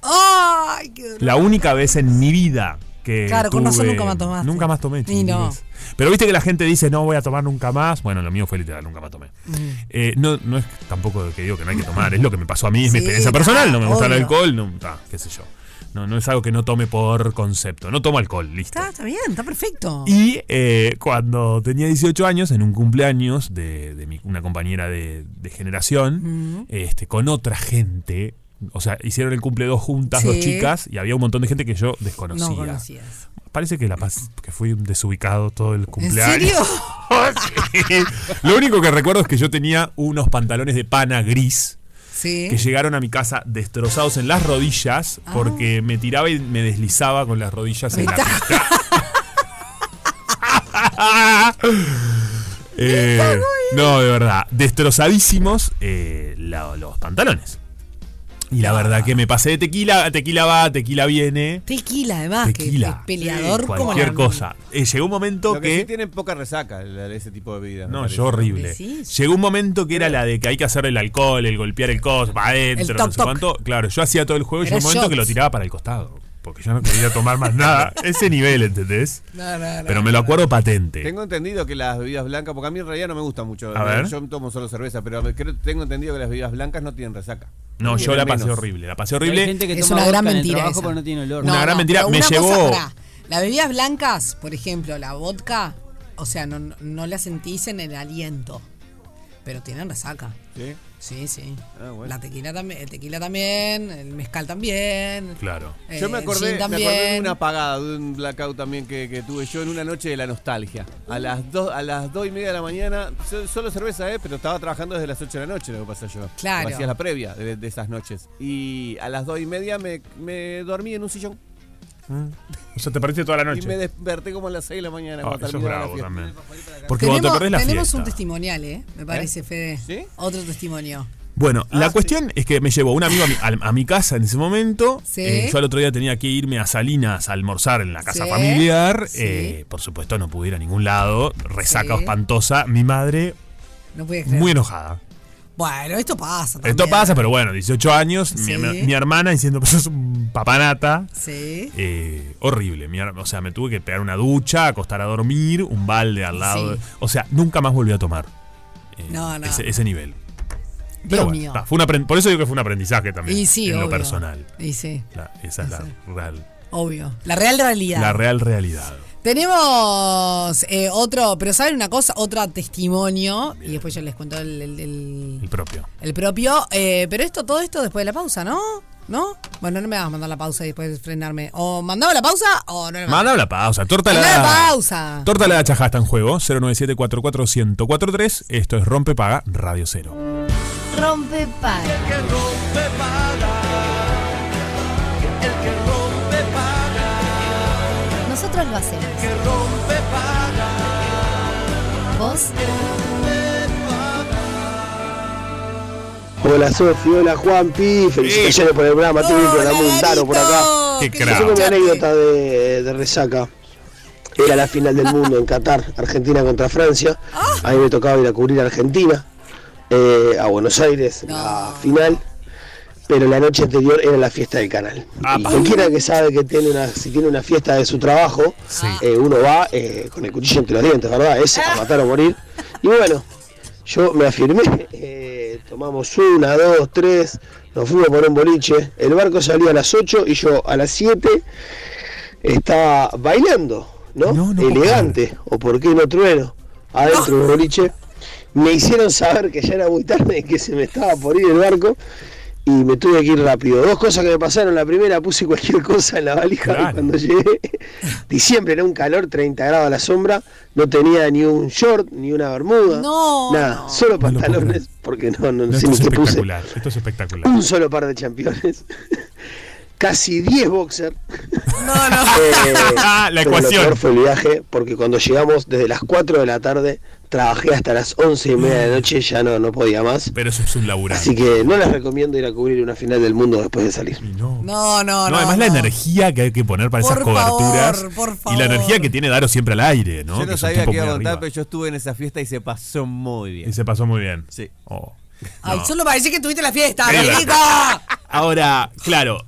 S1: ¡Ay, qué dolor!
S2: La única vez en mi vida que.
S1: Claro, con
S2: Eh, tuve-
S1: razón nunca más tomaste.
S2: Nunca más tomé,
S1: Y
S2: chiquilines.
S1: no.
S2: Pero viste que la gente dice, no voy a tomar nunca más. Bueno, lo mío fue literal, nunca más tomé.
S1: Mm.
S2: Eh, no, no es tampoco que digo que no hay que tomar, es lo que me pasó a mí, es mi
S1: Sí, ah,
S2: experiencia personal. No me gusta el
S1: obvio.
S2: alcohol, no, ta, qué sé yo. No, no es algo que no tome por concepto. No tomo alcohol, listo.
S1: Está, está bien, está perfecto.
S2: Y eh, cuando tenía 18 años, en un cumpleaños de, de mi- una compañera de, de
S1: Mm.
S2: generación, este, con otra gente, o sea, hicieron el cumple dos juntas, dos
S1: Sí.
S2: chicas, y había un montón de gente que yo
S1: no
S2: desconocía.
S1: conocías.
S2: Parece que la pas- que fui un desubicado todo el
S1: ¿En
S2: cumpleaños. Oh,
S1: serio?
S2: Sí. Lo único que recuerdo es que yo tenía unos pantalones de pana gris que
S9: ¿Eh?
S1: Sí.
S2: llegaron a mi casa destrozados en las rodillas porque me tiraba y me deslizaba con las rodillas en la pista. Eh, no, de verdad, destrozadísimos eh, la- los pantalones. Y la verdad que me pasé de tequila, tequila va, tequila viene,
S1: Tequila, además, que
S2: tequila,
S1: es peleador como
S2: cualquier
S1: la-
S2: cosa. Eh, llegó un momento
S6: Lo que, sí tienen poca resaca el- el- ese tipo de vida. me
S2: no,
S6: parece.
S2: yo horrible.
S1: Decís.
S2: Llegó un momento que era la de que hay que hacer el alcohol, el golpear el coso para adentro,
S1: El
S2: no
S1: toc,
S2: sé
S1: toc.
S2: cuánto. Claro, yo hacía todo el juego y
S1: Era
S2: llegó un momento que
S1: shots.
S2: lo tiraba para el costado. Porque yo no quería tomar más nada. Ese nivel, ¿entendés?
S1: No, no, no.
S2: Pero me lo acuerdo patente.
S6: Tengo entendido que las bebidas blancas, porque a mí en realidad no me gusta mucho.
S2: A ver.
S6: Yo tomo solo cerveza, pero creo- tengo entendido que las bebidas blancas no tienen resaca.
S2: No, yo la
S6: Tienen
S2: pasé
S6: menos.
S2: horrible. La pasé
S3: Hay
S2: horrible.
S3: gente que
S1: Es
S3: toma
S1: una gran
S3: vodka en el
S1: mentira
S3: trabajo,
S1: esa.
S3: pero no tiene olor.
S2: No. Una gran mentira,
S1: pero
S2: me
S1: una cosa,
S2: llevó-
S1: pará, las bebidas blancas, por ejemplo, la vodka, o sea, no, no la sentís en el aliento. Pero tienen resaca.
S6: ¿Sí?
S1: Sí, sí.
S6: Ah, bueno.
S1: La tequila también, el tequila también, el mezcal también.
S2: Claro.
S1: eh,
S6: Yo me
S1: el
S6: acordé,
S1: gin
S6: me
S1: también.
S6: acordé de una apagada, de un blackout también que, que tuve yo en una noche de la nostalgia. A
S1: Uh.
S6: las dos, a las dos y media de la mañana, so- solo cerveza, eh, pero estaba trabajando desde las 8 de la noche, lo que pasa yo.
S1: Claro.
S6: Hacía la previa de, de esas noches. Y a las dos y media me, me dormí en un sillón
S2: O sea, te perdiste toda la
S6: y me
S2: noche.
S6: desperté como a las 6 de la mañana.
S2: Ah,
S6: cuando
S2: eso es
S6: terminaba la
S2: bravo
S6: fiesta.
S2: también. Porque cuando te
S1: tenemos
S2: perdés la
S1: tenemos
S2: fiesta. ¿Eh?
S1: un testimonial, ¿eh? Me parece, Fede.
S6: ¿Sí?
S1: Otro testimonio.
S2: Bueno, la cuestión es que me llevó un amigo a mi, a- a mi casa en ese momento.
S1: Sí.
S2: Eh, yo al otro día tenía que irme a Salinas a almorzar en la casa
S1: Sí.
S2: familiar.
S1: Sí.
S2: Eh, por supuesto, no pude ir a ningún lado. Resaca
S1: Sí.
S2: espantosa. Mi madre,
S1: No puede creer.
S2: muy enojada.
S1: Bueno, esto pasa.
S2: Esto
S1: también.
S2: pasa, pero bueno, 18 años. mi-
S1: Sí.
S2: Mi, mi hermana diciendo, pues sos un papanata.
S1: Sí.
S2: Eh, horrible. mi her- o sea, me tuve que pegar una ducha, acostar a dormir, un balde al lado.
S1: Sí. Ah,
S2: O sea, nunca más volví a tomar
S1: No, no.
S2: Eh, ese, ese nivel.
S1: Dios
S2: Pero bueno,
S1: mío.
S2: está, fue un apren- por eso digo que fue un aprendizaje también.
S1: Y sí,
S2: en lo
S1: obvio.
S2: personal.
S1: Y sí,
S2: La- esa es la real,
S1: obvio. La real realidad.
S2: la real realidad.
S1: Tenemos eh, otro, pero ¿saben una cosa? Otro testimonio. Y después yo les cuento el, el- el-
S2: El propio.
S1: el propio. eh, pero esto, todo esto después de la pausa, ¿no? ¿No? Bueno, no me vas a mandar la pausa y después frenarme. O mandaba la pausa o no la mandaba.
S2: Manda la pausa. Torta la,
S1: Mandaba la pausa.
S2: Torta la chaja está en juego. 097-44143. Esto es Rompe Paga Radio Cero.
S8: Rompe paga. Nosotros lo hacemos. Vos
S10: Hola Sofi, hola Juanpi, felicitaciones por el programa, tuve un programa un taro por acá.
S2: Qué
S10: Yo
S2: crack.
S10: tengo una anécdota de, de resaca. Era la final del mundo en Qatar, Argentina contra Francia.
S2: Ah.
S10: A mí me tocaba ir a cubrir a Argentina, eh, a Buenos Aires, la final. Pero la noche anterior era la fiesta del canal.
S3: Ah,
S10: Y cualquiera que sabe que tiene una, si tiene una fiesta de su trabajo, eh, uno va eh, con el cuchillo entre los dientes, ¿verdad? Es
S2: Ah.
S10: a matar o morir. Y bueno, yo me afirmé, eh, tomamos una, dos, tres, nos fuimos por un boliche. El barco salía a las 8 y yo a las 7 estaba bailando, ¿no? Elegante, o por qué no trueno, adentro del boliche. Me hicieron saber que ya era muy tarde y que se me estaba por ir el barco y me tuve que ir rápido. Dos cosas que me pasaron. La primera, puse cualquier cosa en la valija y cuando llegué, diciembre era un calor, 30 grados a la sombra, no tenía ni un short, ni una bermuda,
S1: No,
S10: nada, solo
S2: No lo puedo
S10: pantalones, porque no, no,
S2: No,
S10: sé
S2: esto
S10: ni
S2: es
S10: qué puse.
S2: espectacular. Esto es espectacular.
S10: Un solo par de championes. Casi 10 boxers. Eh,
S1: No, no.
S2: La
S10: pero lo
S2: ecuación.
S10: peor fue el viaje, porque cuando llegamos desde las 4 de la tarde, trabajé hasta las 11 y media de la noche, ya no, no podía más.
S2: Pero eso es un laburazo.
S10: Así que no les recomiendo ir a cubrir una final del mundo después de salir.
S2: No.
S1: No, no, no.
S2: No, además la
S1: no.
S2: energía que hay que poner para esas
S1: Por
S2: coberturas.
S1: favor, por
S2: Y la
S1: favor.
S2: energía que tiene Daro siempre al aire, ¿no?
S6: Yo
S2: Que
S6: no
S2: es un
S6: sabía
S2: tipo
S6: que iba a
S2: muy
S6: contar,
S2: arriba.
S6: pero yo estuve en esa fiesta y se pasó muy bien.
S2: Y se pasó muy bien.
S6: Sí.
S2: Oh.
S1: Ay,
S2: No.
S1: solo parece que tuviste la fiesta,
S2: Qué
S1: Rodrigo.
S2: Ahora, claro,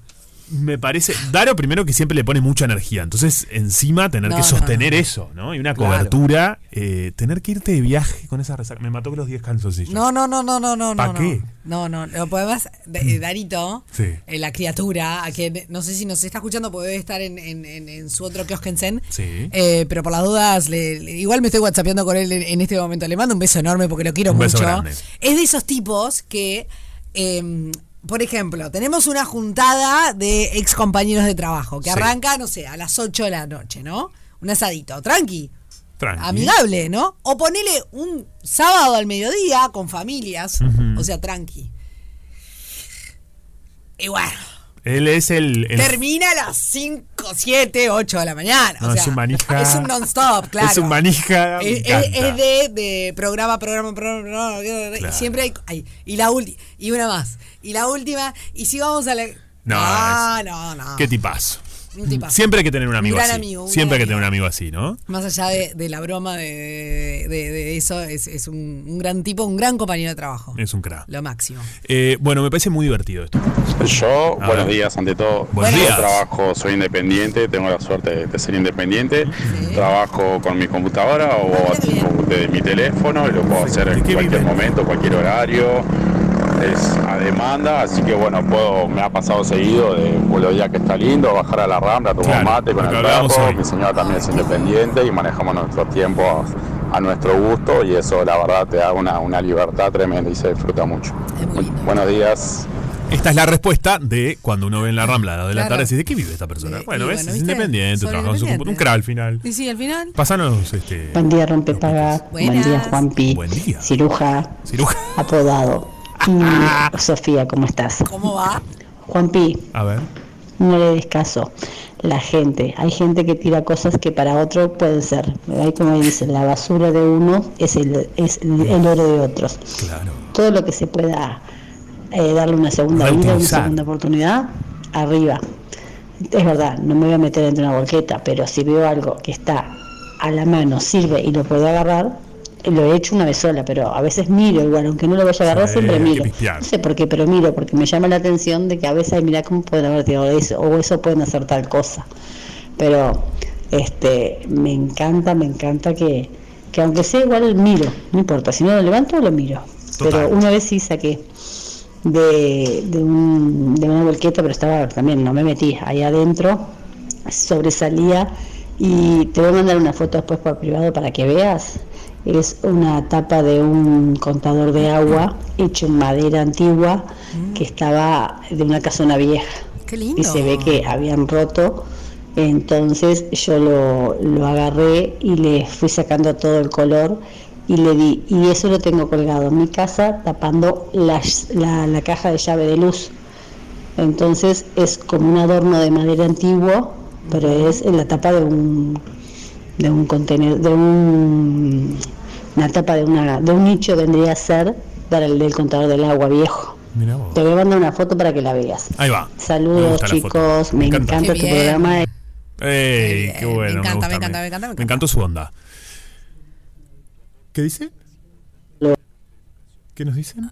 S2: me parece. Daro, primero que siempre le pone mucha energía. Entonces, encima, tener
S1: No,
S2: que
S1: no,
S2: sostener eso, ¿no? Y una
S6: Claro.
S2: cobertura. eh, tener que irte de viaje con esa resaca. Me mató con los 10 calzoncillos.
S1: No, no, no, no, no, no.
S2: ¿Pa
S1: no,
S2: qué?
S1: No, no, no. Pues además, D- eh, Darito,
S2: Sí.
S1: eh, la criatura, a quien no sé si nos está escuchando, porque debe estar en, en- en- en su otro kiosque en Zen.
S2: Sí.
S1: Eh, pero por las dudas, le- le- igual me estoy whatsappeando con él en, en este momento. Le mando un beso enorme porque lo quiero
S2: Un beso
S1: mucho.
S2: grande.
S1: Es de esos tipos que. eh, por ejemplo, tenemos una juntada de ex compañeros de trabajo que
S2: Sí.
S1: arranca, no sé, a las 8 de la noche, ¿no? Un asadito, tranqui
S2: Tranqui.
S1: amigable, ¿no? O ponele un sábado al mediodía con familias, o sea, tranqui. Y bueno,
S2: Él es el. el-
S1: termina a las 5, 7, 8 de la mañana. o
S2: No, es
S1: sea,
S2: un manija.
S1: Es un non-stop, claro.
S2: Es un manija. me
S1: Es, es-
S2: encanta.
S1: es de, de programa, programa, programa, programa. y
S2: Claro.
S1: Siempre hay, ay, Y la última. Y una más. Y la última. Y si vamos a la.
S2: No,
S1: no,
S2: es-
S1: no. no.
S2: Qué tipazo.
S1: Ah. Un tipazo.
S2: Siempre hay que tener un amigo
S1: gran
S2: así.
S1: amigo, un
S2: Siempre
S1: gran
S2: hay que tener un
S1: amigo.
S2: amigo así, ¿no?
S1: Más allá de, de la broma de, de- de eso, es, es un, un gran tipo, un gran compañero de trabajo.
S2: Es un crack.
S1: Lo máximo.
S2: Eh, bueno, me parece muy divertido esto.
S11: Yo,
S2: A
S11: buenos
S2: ver.
S11: días ante todo.
S2: Buenos
S11: Yo
S2: días.
S11: trabajo, soy independiente, tengo la suerte de ser independiente. Trabajo con mi computadora o desde mi teléfono, y lo puedo hacer en
S2: ¿De qué
S11: cualquier
S2: viven?
S11: momento, cualquier horario. Es a demanda, así que bueno, puedo, me ha pasado seguido de pues, los días que está lindo, bajar a la rambla, tomar
S2: Claro,
S11: mate con
S2: lo que
S11: el
S2: hablábamos
S11: perro.
S2: hoy.
S11: Mi señora también es independiente y manejamos nuestros tiempos a nuestro gusto y eso la verdad te da una, una libertad tremenda y se disfruta mucho.
S1: Es muy lindo.
S11: Buenos días.
S2: Esta es la respuesta de cuando uno ve en la rambla a las dos de la
S1: Ah, Claro.
S2: tarde y dice, ¿de qué vive esta persona?
S1: Eh,
S2: bueno,
S1: y
S2: es,
S1: bueno,
S2: es
S1: ¿viste?
S2: independiente,
S1: Son
S2: trabaja en su computadora. Un
S1: independientes.
S2: crack al final.
S1: Y sí, al final.
S2: Pásanos, este.
S12: Buen día, rompepaga. Buen
S1: Buenas.
S12: día, Juanpi.
S2: Buen día.
S12: Ciruja,
S2: Cirujano.
S12: apodado. Y Sofía, ¿cómo estás?
S1: ¿Cómo va?
S12: Juanpi,
S2: A ver.
S12: no le des caso. La gente, hay gente que tira cosas que para otro pueden ser. Hay como dicen, la basura de uno es el, es el el oro de otros.
S2: Claro.
S12: Todo lo que se pueda eh, darle una segunda vida, una
S2: Reutilizar.
S12: segunda oportunidad, arriba. Es verdad, no me voy a meter dentro de una volqueta, pero si veo algo que está a la mano, sirve y lo puedo agarrar, lo he hecho una vez sola, pero a veces miro igual, aunque no lo vaya a agarrar,
S2: Sí,
S12: siempre
S2: hay que
S12: miro.
S2: pistear.
S12: No sé por qué, pero miro, porque me llama la atención de que a veces, ay, mira cómo pueden haber tirado eso, o eso pueden hacer tal cosa. Pero este me encanta, me encanta que, que aunque sea igual, miro, no importa, si no lo levanto, lo miro.
S2: Total.
S12: Pero una vez sí saqué de, de, un- de una volqueta, pero estaba también, no me metí ahí adentro, sobresalía y te voy a mandar una foto después por privado para que veas. Es una tapa de un contador de agua hecho en madera antigua que estaba de una casona vieja.
S8: Qué
S12: Y se ve que habían roto. Entonces yo lo, lo agarré y le fui sacando todo el color y le di. Y eso lo tengo colgado en mi casa tapando la, la- la caja de llave de luz. Entonces es como un adorno de madera antiguo, pero es en la tapa de un de un contenedor, de un, una tapa de una de un nicho vendría a ser para el del contador del agua viejo.
S2: Mirá vos.
S12: Te voy a mandar una foto para que la veas.
S2: Ahí va. Me
S12: Saludos
S2: gusta la foto.
S12: chicos, me, encanta,
S1: Qué
S12: este
S1: bien.
S12: programa.
S2: ¡Ey! ¡Qué bueno!
S1: encanta,
S2: gusta,
S1: me encanta, me encanta, me
S2: Me encantó su onda. ¿Qué dice? ¿Qué nos dicen?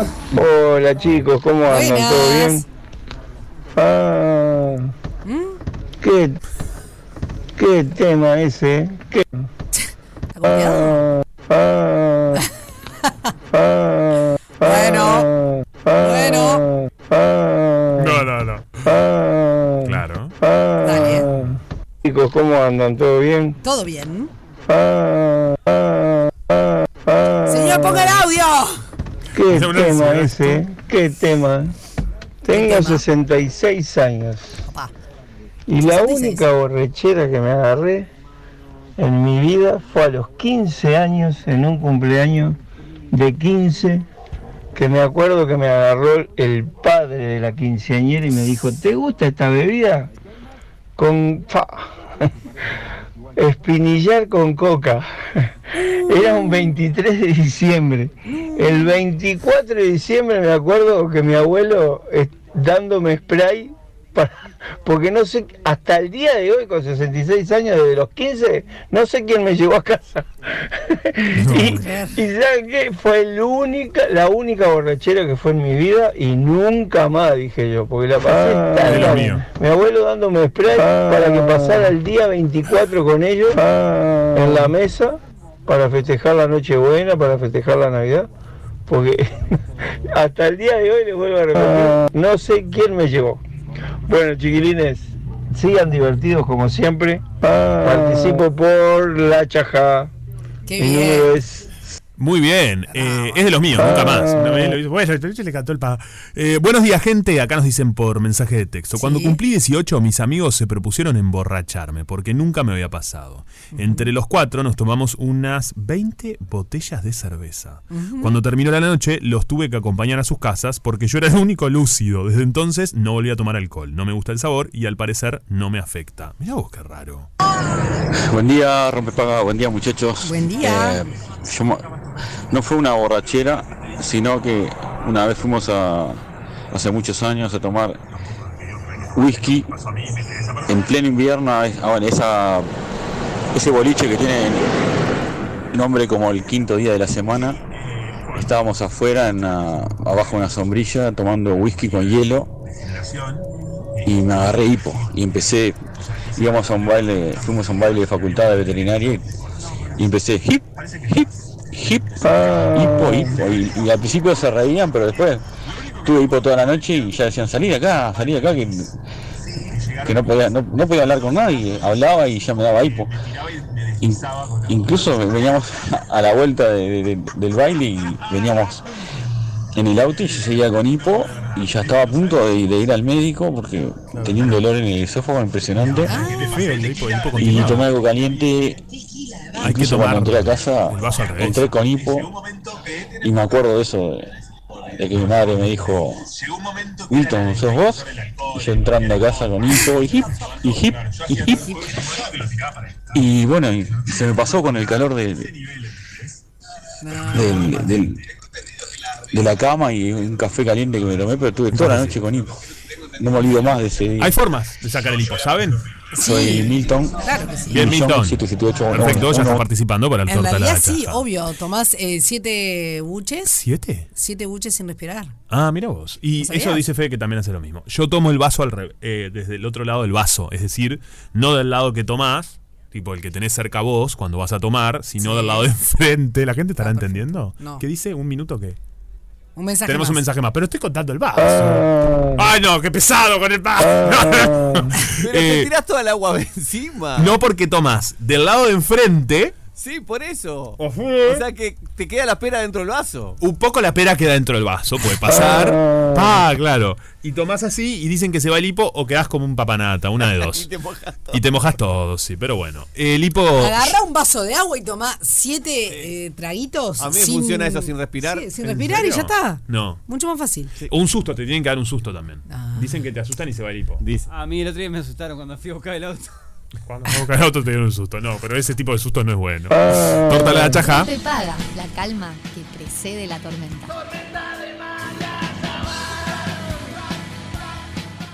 S13: Hola chicos, ¿cómo andan? ¿Todo bien?
S2: Buenas.
S13: Ah,
S1: ¿Mm?
S13: ¿qué, ¿Qué tema ese? eh. ¿Qué? Ah, ah, bueno, bueno. ah.
S2: No, no, no.
S13: Claro. Ah, Chicos, ¿cómo andan? ¿Todo bien?
S1: Todo bien.
S13: Ah, ah, ah, ah.
S1: Señor, ponga el audio.
S13: ¿Qué
S1: Esa es una
S13: tema
S1: señora.
S13: ese? ¿Qué tema? Tengo 66 años. Y la única borrachera que me agarré en mi vida fue a los 15 años, en un cumpleaños de 15, que me acuerdo que me agarró el padre de la quinceañera y me dijo, ¿te gusta esta bebida? Con... fa, Espinillar con coca. Era un 23 de diciembre. El 24 de diciembre me acuerdo que mi abuelo eh, dándome spray, para- porque no sé, hasta el día de hoy, con 66 años, desde los 15, no sé quién me llevó a casa. y, y ¿saben qué? Fue la única, la única borrachera que fue en mi vida y nunca más, dije yo, porque la pasé
S11: Ah,
S13: tan
S11: de lo
S13: mal.
S11: mío. Ah.
S13: Mi abuelo dándome spray para que pasara el día 24 con ellos
S11: Ah.
S13: en la mesa para festejar la Nochebuena, para festejar la Navidad, porque hasta el día de hoy les vuelvo a
S11: Ah.
S13: repetir, no sé quién me llevó. Bueno, chiquilines, sigan divertidos como siempre.
S11: Ah.
S13: Participo por la chaja. Mi número es
S2: Muy bien, eh, es de los míos, nunca más. Una vez lo hizo- Bueno, el Twitch le cantó el pa- Eh, buenos días, gente. Acá nos dicen por mensaje de texto. Cuando cumplí 18, mis amigos se propusieron emborracharme porque nunca me había pasado. Entre los cuatro nos tomamos unas 20 botellas de cerveza.
S11: Ujú.
S2: Cuando terminó la noche, los tuve que acompañar a sus casas porque yo era el único lúcido. Desde entonces no volví a tomar alcohol. No me gusta el sabor y al parecer no me afecta. Mirá vos qué raro.
S14: Buen día, Rompepaga, buen día muchachos. Buen
S2: día.
S14: no fue una borrachera, sino que una vez fuimos a, hace muchos años a tomar whisky en pleno invierno, a- a- bueno, esa, ese boliche que tiene nombre como el quinto día de la semana. Estábamos afuera, en la- abajo de una sombrilla, tomando whisky con hielo y me agarré hipo y empecé íbamos a un baile fuimos a un baile de facultad de veterinaria y empecé hip hip hip hipo hipo y, y al principio se reían pero después tuve hipo toda la noche y ya decían salí de acá salí de acá que, que no podía no, no podía hablar con nadie hablaba y ya me daba hipo In- incluso veníamos a la vuelta de- de- de- del baile y veníamos en el auto y yo seguía con hipo y ya estaba a punto de, de ir al médico porque tenía un dolor en el esófago impresionante.
S4: Ah,
S14: y
S2: continuado.
S14: tomé algo caliente.
S2: Hay que
S14: Incluso cuando entré
S2: tomar
S14: a casa,
S2: revés.
S14: entré con hipo y me acuerdo de eso, de, de que mi madre me dijo, Milton, ¿sos vos? Y yo entrando a casa con hipo y hip, y hip, y hip. Y bueno, y se me pasó con el calor de, del, del- de la cama y un café caliente que me tomé, pero estuve toda la noche con hipo. No me olvido más de ese día.
S2: Hay formas de sacar el hipo, ¿saben?
S14: Soy Milton.
S1: Claro que sí.
S2: Bien, Milton.
S14: 778
S2: Perfecto, ya estás participando para el
S1: En
S2: torta
S1: realidad sí, obvio. Tomás eh, siete buches.
S2: ¿Siete?
S1: Siete buches sin respirar.
S2: Ah, mira vos. Y
S1: ¿No sabías?
S2: eso dice Fede que también hace lo mismo. Yo tomo el vaso al re- eh, desde el otro lado del vaso, es decir, no del lado que tomás, tipo el que tenés cerca vos cuando vas a tomar, sino del lado de enfrente. ¿La gente estará entendiendo?
S1: No.
S2: ¿Qué dice? ¿Un minuto qué?
S1: Un mensaje
S2: Tenemos
S1: más.
S2: un mensaje más, pero estoy contando el vaso. ¡Ay, no! ¡Qué pesado con el vaso!
S6: Pero
S2: Eh,
S6: te tirás toda el agua encima.
S2: no porque tomás del lado de enfrente,
S6: Sí, por eso. O sea que te queda la pera dentro del vaso.
S2: un poco la pera queda dentro del vaso, puede pasar. Ah, claro. Y tomás así y dicen que se va el hipo o quedás como un papanata, una de dos.
S1: Y te mojas
S2: Y te mojas todo, sí, pero bueno. El hipo.
S1: Agarra un vaso de agua y toma siete eh, traguitos.
S2: A mí me
S1: sin-
S2: funciona eso sin respirar.
S1: Sí, sin
S2: ¿En
S1: respirar y ya
S2: serio?
S1: está.
S2: No.
S1: Mucho más fácil.
S2: O un susto, te tienen que dar un susto también.
S1: Ah.
S2: Dicen que te asustan y se va el hipo.
S3: Ah, A mí el otro día me asustaron cuando fui a buscar el auto.
S2: Cuando vos cada otro te dieron un susto. No, pero ese tipo de sustos no es bueno.
S1: Ah.
S2: Torta la chaja.
S8: Rompe paga, la calma que precede la tormenta.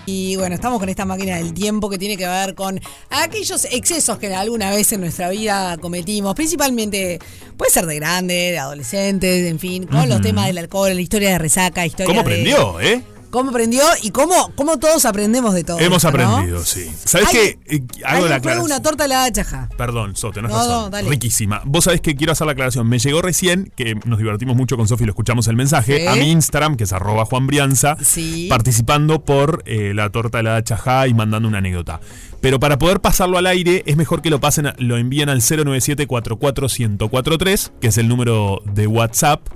S1: Y bueno, estamos con esta máquina del tiempo que tiene que ver con aquellos excesos que alguna vez en nuestra vida cometimos, principalmente puede ser de grandes, de adolescentes, en fin, con los
S2: Ujú.
S1: temas del alcohol, la historia de resaca, historia
S2: ¿Cómo
S1: de-
S2: aprendió, eh?
S1: ¿Cómo aprendió y cómo, cómo todos aprendemos de todo?
S2: Hemos
S1: esto, ¿no?
S2: aprendido, sí. ¿Sabes qué?
S1: Alguien-
S2: Eh, Hago la
S1: Alguien fue
S2: aclaración.
S1: una torta helada de chaja.
S2: Perdón, So, tenés
S1: No,
S2: razón.
S1: no, dale.
S2: Riquísima. Vos sabés que quiero hacer la aclaración. Me llegó recién, que nos divertimos mucho con Sofi, lo escuchamos el mensaje,
S1: Sí.
S2: a mi Instagram, que es arroba Juan Brianza,
S1: Sí.
S2: participando por eh, la torta de la chajá y mandando una anécdota. Pero para poder pasarlo al aire, es mejor que lo pasen, a- lo envíen al 097-44-1043, que es el número de WhatsApp.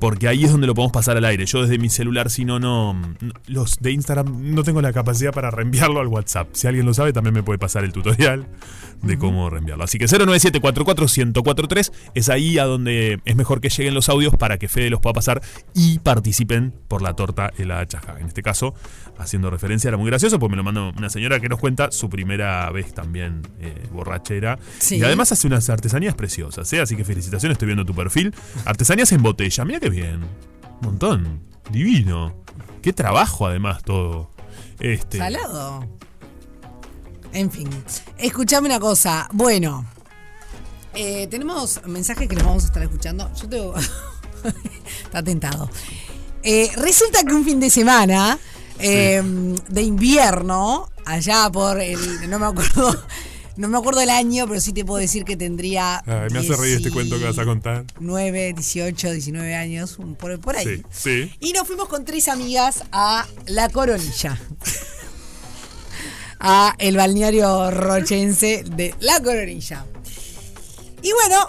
S2: Porque ahí es donde lo podemos pasar al aire. Yo desde mi celular, si no, no. no- Los de Instagram no tengo la capacidad para reenviarlo al WhatsApp. Si alguien lo sabe, también me puede pasar el tutorial de cómo reenviarlo. Así que 097 1043 es ahí a donde es mejor que lleguen los audios para que Fede los pueda pasar y participen por la torta helada chaja. En este caso, haciendo referencia, era muy gracioso porque me lo mandó una señora que nos cuenta su primera vez también eh, borrachera.
S1: Sí.
S2: Y además hace unas artesanías preciosas, ¿eh? así que felicitaciones, estoy viendo tu perfil. Artesanías en botella, mira qué bien. Un montón. Divino. Qué trabajo además todo. Este,
S1: Salado. En fin. Escuchame una cosa. Bueno. eh, tenemos mensajes que los vamos a estar escuchando. Yo tengo. Está tentado. Eh, resulta que un fin de semana eh, de invierno, allá por el. No me acuerdo. No me acuerdo el año, pero sí te puedo decir que tendría.
S2: Ay, me hace reír este cuento que vas a contar.
S1: 9, 18, 19 años, un- por, por ahí.
S2: Sí, sí.
S1: Y nos fuimos con tres amigas a La Coronilla. A el balneario rochense de La Coronilla. Y bueno,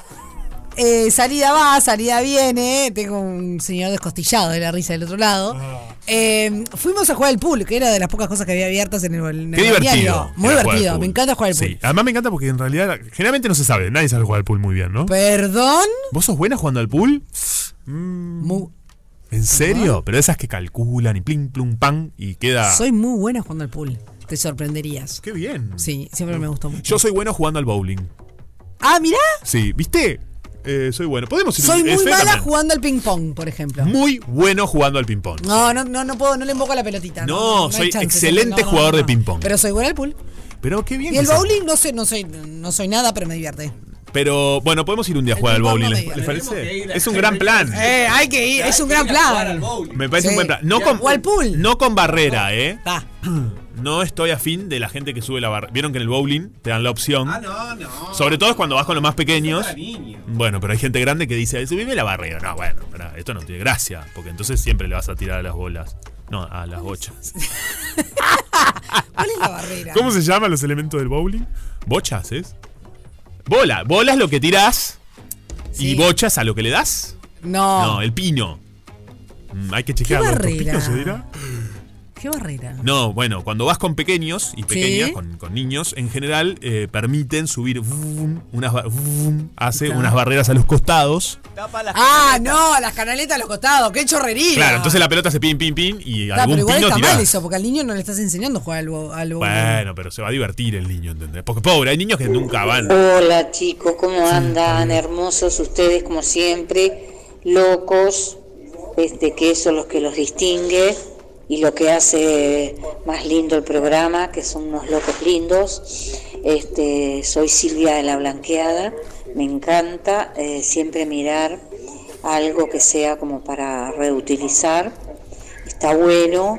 S1: eh, salida va, salida viene. Tengo un señor descostillado de la risa del otro lado.
S2: Ah.
S1: Eh, fuimos a jugar al pool, que era de las pocas cosas que había abiertas en el, en el
S2: Qué divertido.
S1: balneario. Muy
S2: era jugar al
S1: divertido,
S2: pool.
S1: me encanta jugar al pool.
S2: Sí, además me encanta porque en realidad generalmente no se sabe, nadie sabe jugar al pool muy bien, ¿no?
S1: Perdón.
S2: ¿Vos sos buena jugando al pool? Mm.
S1: Mu-
S2: ¿En serio? Pero esas que calculan y plin, plum, pan y queda...
S1: Soy muy buena jugando al pool. Te sorprenderías.
S2: Qué bien.
S1: Sí, siempre me gustó mucho.
S2: Yo soy bueno jugando al bowling.
S1: Ah, mirá.
S2: Sí, ¿viste? Eh, soy bueno. Podemos ir
S1: Soy
S2: es
S1: muy
S2: fe
S1: mala
S2: también.
S1: jugando al ping pong, por ejemplo.
S2: Muy bueno jugando al ping-pong.
S1: No, no, no, no puedo, no le invoco a la pelotita.
S2: No,
S1: hay
S2: soy
S1: chance,
S2: excelente jugador de ping-pong.
S1: Pero soy buena al pool.
S2: Pero qué bien.
S1: Y el
S2: que sos.
S1: bowling no sé, no soy, no soy nada, pero me divierte.
S2: Pero bueno, podemos ir un día a jugar al bowling, ¿les, les parece? Es un gran plan.
S1: Eh, hay que ir, es un gran plan.
S2: Me parece un
S1: Sí.
S2: buen plan. No con,
S1: O al pool. Ah.
S2: No con barrera, ¿eh?
S1: Va.
S2: No estoy afín de la gente que sube la barra. Vieron que en el bowling te dan la opción. Ah, no, no. Sobre todo es cuando vas con los más pequeños. Bueno, pero hay gente grande que dice, subime la barrera. No, bueno, pará, esto no tiene gracia. Porque entonces siempre le vas a tirar a las bolas. No, a las bochas.
S1: ¿Cuál es la barrera?
S2: ¿Cómo se llaman los elementos del bowling? Bochas, ¿es? Bola. Bola es lo que tirás. Y bochas a lo que le das.
S1: No.
S2: No, el pino. Mm, hay que
S1: Oh. ¿Qué
S2: chequearlo. ¿Por
S1: barrera?
S2: pino se dirá?
S1: ¿Qué barrera?
S2: No, bueno, cuando vas con pequeños y pequeñas, con, con niños, en general eh, permiten subir vum, unas, ba- vum, hace unas barreras a los costados.
S1: Ah, no, las canaletas a los costados, qué chorrería.
S2: Claro, entonces la pelota se pin, pin, pin y
S1: Está, pero
S2: algún
S1: igual
S2: pino
S1: está
S2: tirás.
S1: mal eso, porque al niño no le estás enseñando a jugar al, bo- al bowling.
S2: Bueno, pero se va a divertir el niño, ¿entendés? Porque pobre, hay niños que nunca van.
S15: Hola chicos, ¿cómo andan? Hermosos ustedes como siempre, locos, este, que eso es lo que los distingue y lo que hace más lindo el programa, que son unos locos lindos. Este, soy Silvia de la Blanqueada, me encanta eh, siempre mirar algo que sea como para reutilizar, está bueno,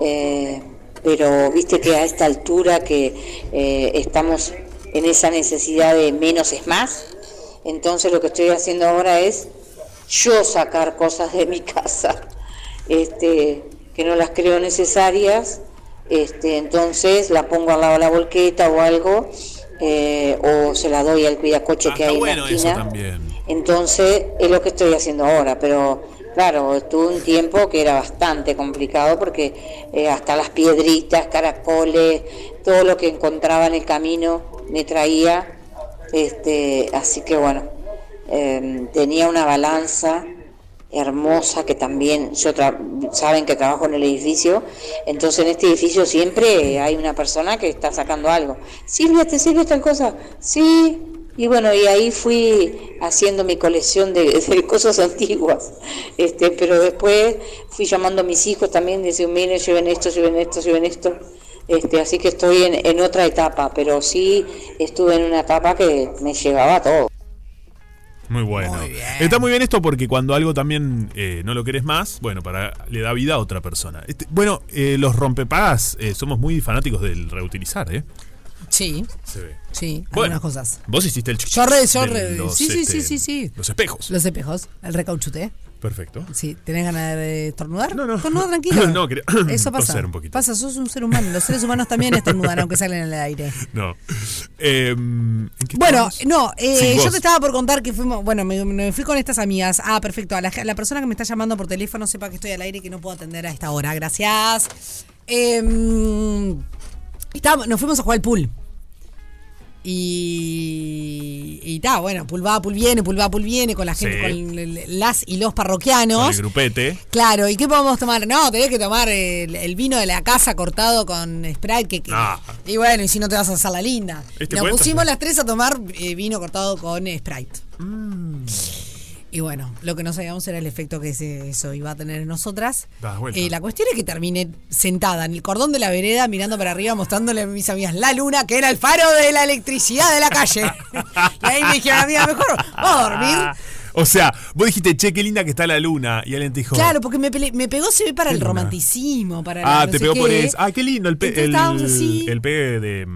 S15: eh, pero viste que a esta altura que eh, estamos en esa necesidad de menos es más, entonces lo que estoy haciendo ahora es yo sacar cosas de mi casa, este, que no las creo necesarias, este, entonces la pongo al lado de la volqueta o algo, eh, o se la doy al cuidacoche que hay en la esquina. Entonces es lo que estoy haciendo ahora, pero claro, estuve un tiempo que era bastante complicado porque eh, hasta las piedritas, caracoles, todo lo que encontraba en el camino me traía. Este, así que bueno, eh, tenía una balanza hermosa que también yo tra- saben que trabajo en el edificio entonces en este edificio siempre hay una persona que está sacando algo Silvia te sirve tal cosa sí y bueno y ahí fui haciendo mi colección de, de cosas antiguas este pero después fui llamando a mis hijos también decir miren lleven esto lleven esto lleven esto este así que estoy en, en otra etapa pero sí estuve en una etapa que me llevaba todo
S2: Muy bueno. Está muy bien esto porque cuando algo también eh, no lo querés más, bueno, para le da vida a otra persona. Este, bueno, eh, los rompepagas eh, somos muy fanáticos del reutilizar, ¿eh?
S1: Sí,
S2: Se ve.
S1: sí,
S2: Bueno.
S1: algunas cosas.
S2: Vos hiciste el ch-
S1: Yo re, yo
S2: de
S1: re-
S2: los,
S1: sí, sí, sí,
S2: este,
S1: sí, sí.
S2: Los espejos.
S1: Los espejos, el recauchuté.
S2: Perfecto.
S1: Sí, ¿tenés ganas de estornudar? No, no. Estornuda tranquilo.
S2: No, quería-
S1: Eso pasa.
S2: toser un poquito.
S1: Pasa, sos un ser humano. Los seres humanos también estornudan, aunque salen al aire.
S2: No. Eh, ¿en qué
S1: Bueno,
S2: estábamos?
S1: no, eh,
S2: Sí,
S1: yo
S2: vos.
S1: te estaba por contar que fuimos, bueno, me, me fui con estas amigas. Ah, perfecto. A la, la persona que me está llamando por teléfono sepa que estoy al aire y que no puedo atender a esta hora. Gracias. Em, estábamos- nos fuimos a jugar al pool. Y. Y está, bueno, pool va, pool viene, pool va, pool viene, con la gente,
S2: Sí.
S1: con el- las y los
S2: Con el
S1: parroquianos.
S2: grupete.
S1: Claro, ¿y qué podemos tomar? No, tenés que tomar el, el vino de la casa cortado con Sprite. Que, que-
S2: Ah.
S1: Y bueno, y si no te vas a hacer la linda.
S2: ¿Este
S1: Nos
S2: cuenta?
S1: pusimos las tres a tomar eh, vino cortado con Sprite. Y bueno, lo que no sabíamos era el efecto que ese- eso iba a tener en nosotras.
S9: Ah,
S2: Das vuelta.
S1: Eh, la cuestión es que terminé sentada en el cordón de la vereda mirando para arriba mostrándole a mis amigas la luna que era el faro de la electricidad de la calle. y ahí me dijeron, amiga, mejor vamos a dormir.
S2: Ah, O sea, vos dijiste, che, qué linda que está la luna. Y alguien te dijo.
S1: Claro, porque me, pele- me pegó, se ve para
S2: Qué
S1: el
S2: luna.
S1: romanticismo, para la
S2: Ah,
S1: no
S2: te
S1: sé
S2: pegó por
S1: qué.
S2: eso. Ah, qué lindo el, pe-
S1: Entonces
S2: el,
S1: estábamos así.
S2: el pegue de,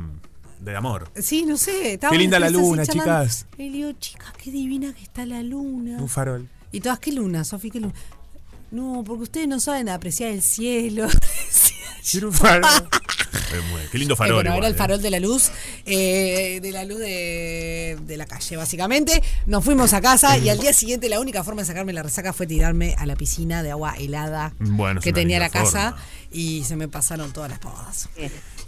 S2: de amor.
S1: Sí, no sé. estábamos
S2: Qué linda la
S1: las tres así
S2: luna,
S1: charlando.
S2: chicas.
S1: Y le digo, chicas, qué divina que está la luna.
S2: Un farol.
S1: Y todas, ¿qué luna, Sofi? ¿Qué luna? No, porque ustedes no saben apreciar el cielo.
S2: Era un farol. Me muero. Qué lindo farol.
S1: Eh, bueno,
S2: igual,
S1: era el
S2: eh.
S1: farol de la luz, eh, de la luz de, de la calle, básicamente. Nos fuimos a casa y al día siguiente la única forma de sacarme la resaca fue tirarme a la piscina de agua helada
S2: Bueno, es
S1: que
S2: una
S1: tenía la
S2: linda
S1: casa y se me pasaron todas las pavadas.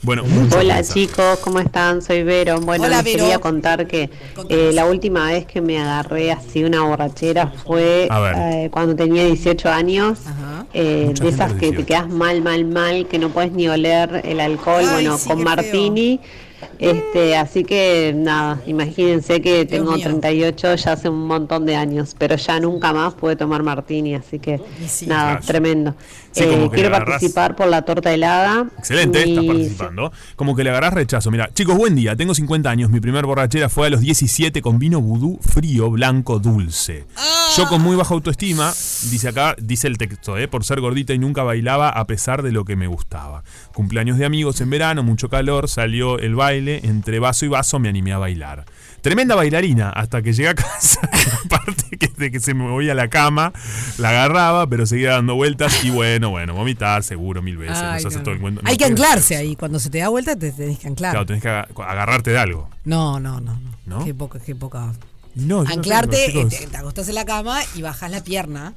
S2: Bueno,
S16: Hola chicos, ¿cómo están? Soy Vero. Bueno,
S1: Hola,
S16: les
S1: Vero.
S16: quería contar que eh, la última vez que me agarré así una borrachera fue
S17: A ver.
S16: eh, cuando tenía 18 años, eh,
S17: Mucha gente
S16: de esas que te
S17: 18.
S16: quedas mal, mal, mal, que no puedes ni oler el alcohol,
S17: Ay,
S16: bueno,
S17: sí,
S16: con
S17: qué feo. Mm.
S16: Martini. Este, así que nada, imagínense que tengo 38 ya hace un montón de años, pero ya nunca más pude tomar Martini, así que nada,
S2: Claro.
S16: tremendo.
S2: Sí, como
S16: Eh,
S2: que
S16: quiero
S2: agarrás-
S16: participar por la torta helada.
S2: Excelente,
S16: Mi
S2: estás participando. Como que le agarrás rechazo. Mira, chicos, buen día. Tengo 50 años. Mi primer borrachera fue a los 17 con vino vudú frío, blanco, dulce. Yo con muy baja autoestima, dice acá, dice el texto, eh, por ser gordita y nunca bailaba a pesar de lo que me gustaba. Cumpleaños de amigos en verano, mucho calor, salió el baile, entre vaso y vaso me animé a bailar. Tremenda bailarina, hasta que llegué a casa, aparte que, de que se me voy a la cama, la agarraba, pero seguía dando vueltas y bueno, bueno, vomitar seguro mil veces.
S1: Ay,
S2: nos hace
S1: no.
S2: todo el cuento-
S1: Hay
S2: no
S1: que
S2: tiene-
S1: anclarse ahí. Cuando se te da vuelta, te tenés que anclar.
S2: Claro, tenés que aga- agarrarte de algo.
S1: No, no, no. no.
S2: ¿No?
S1: Qué poca, qué poca.
S2: No, yo no
S1: Anclarte,
S2: tengo,
S1: eh, te,
S2: chicos.
S1: te acostás en la cama y bajás la pierna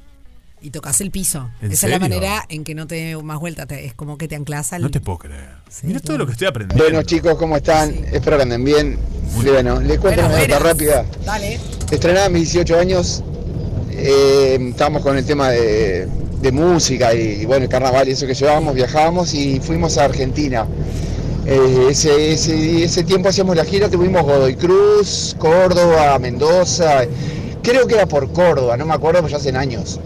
S1: y tocas el piso.
S2: ¿En
S1: Esa es la
S2: serio?
S1: manera en que no te dé más vuelta. te- es como que te anclas al.
S2: No te puedo creer. Mira todo lo que estoy aprendiendo.
S18: Bueno chicos, ¿cómo están? Espero que anden bien. Bueno, les cuento una nota rápida.
S1: Dale.
S18: Estrenada a mis 18 años, eh, estábamos con el tema de, de música y, bueno, el carnaval y eso que llevábamos, viajábamos y fuimos a Argentina. Eh, ese, ese- ese tiempo hacíamos la gira, tuvimos Godoy Cruz, Córdoba, Mendoza, creo que era por Córdoba, no me acuerdo, pues ya hacen años.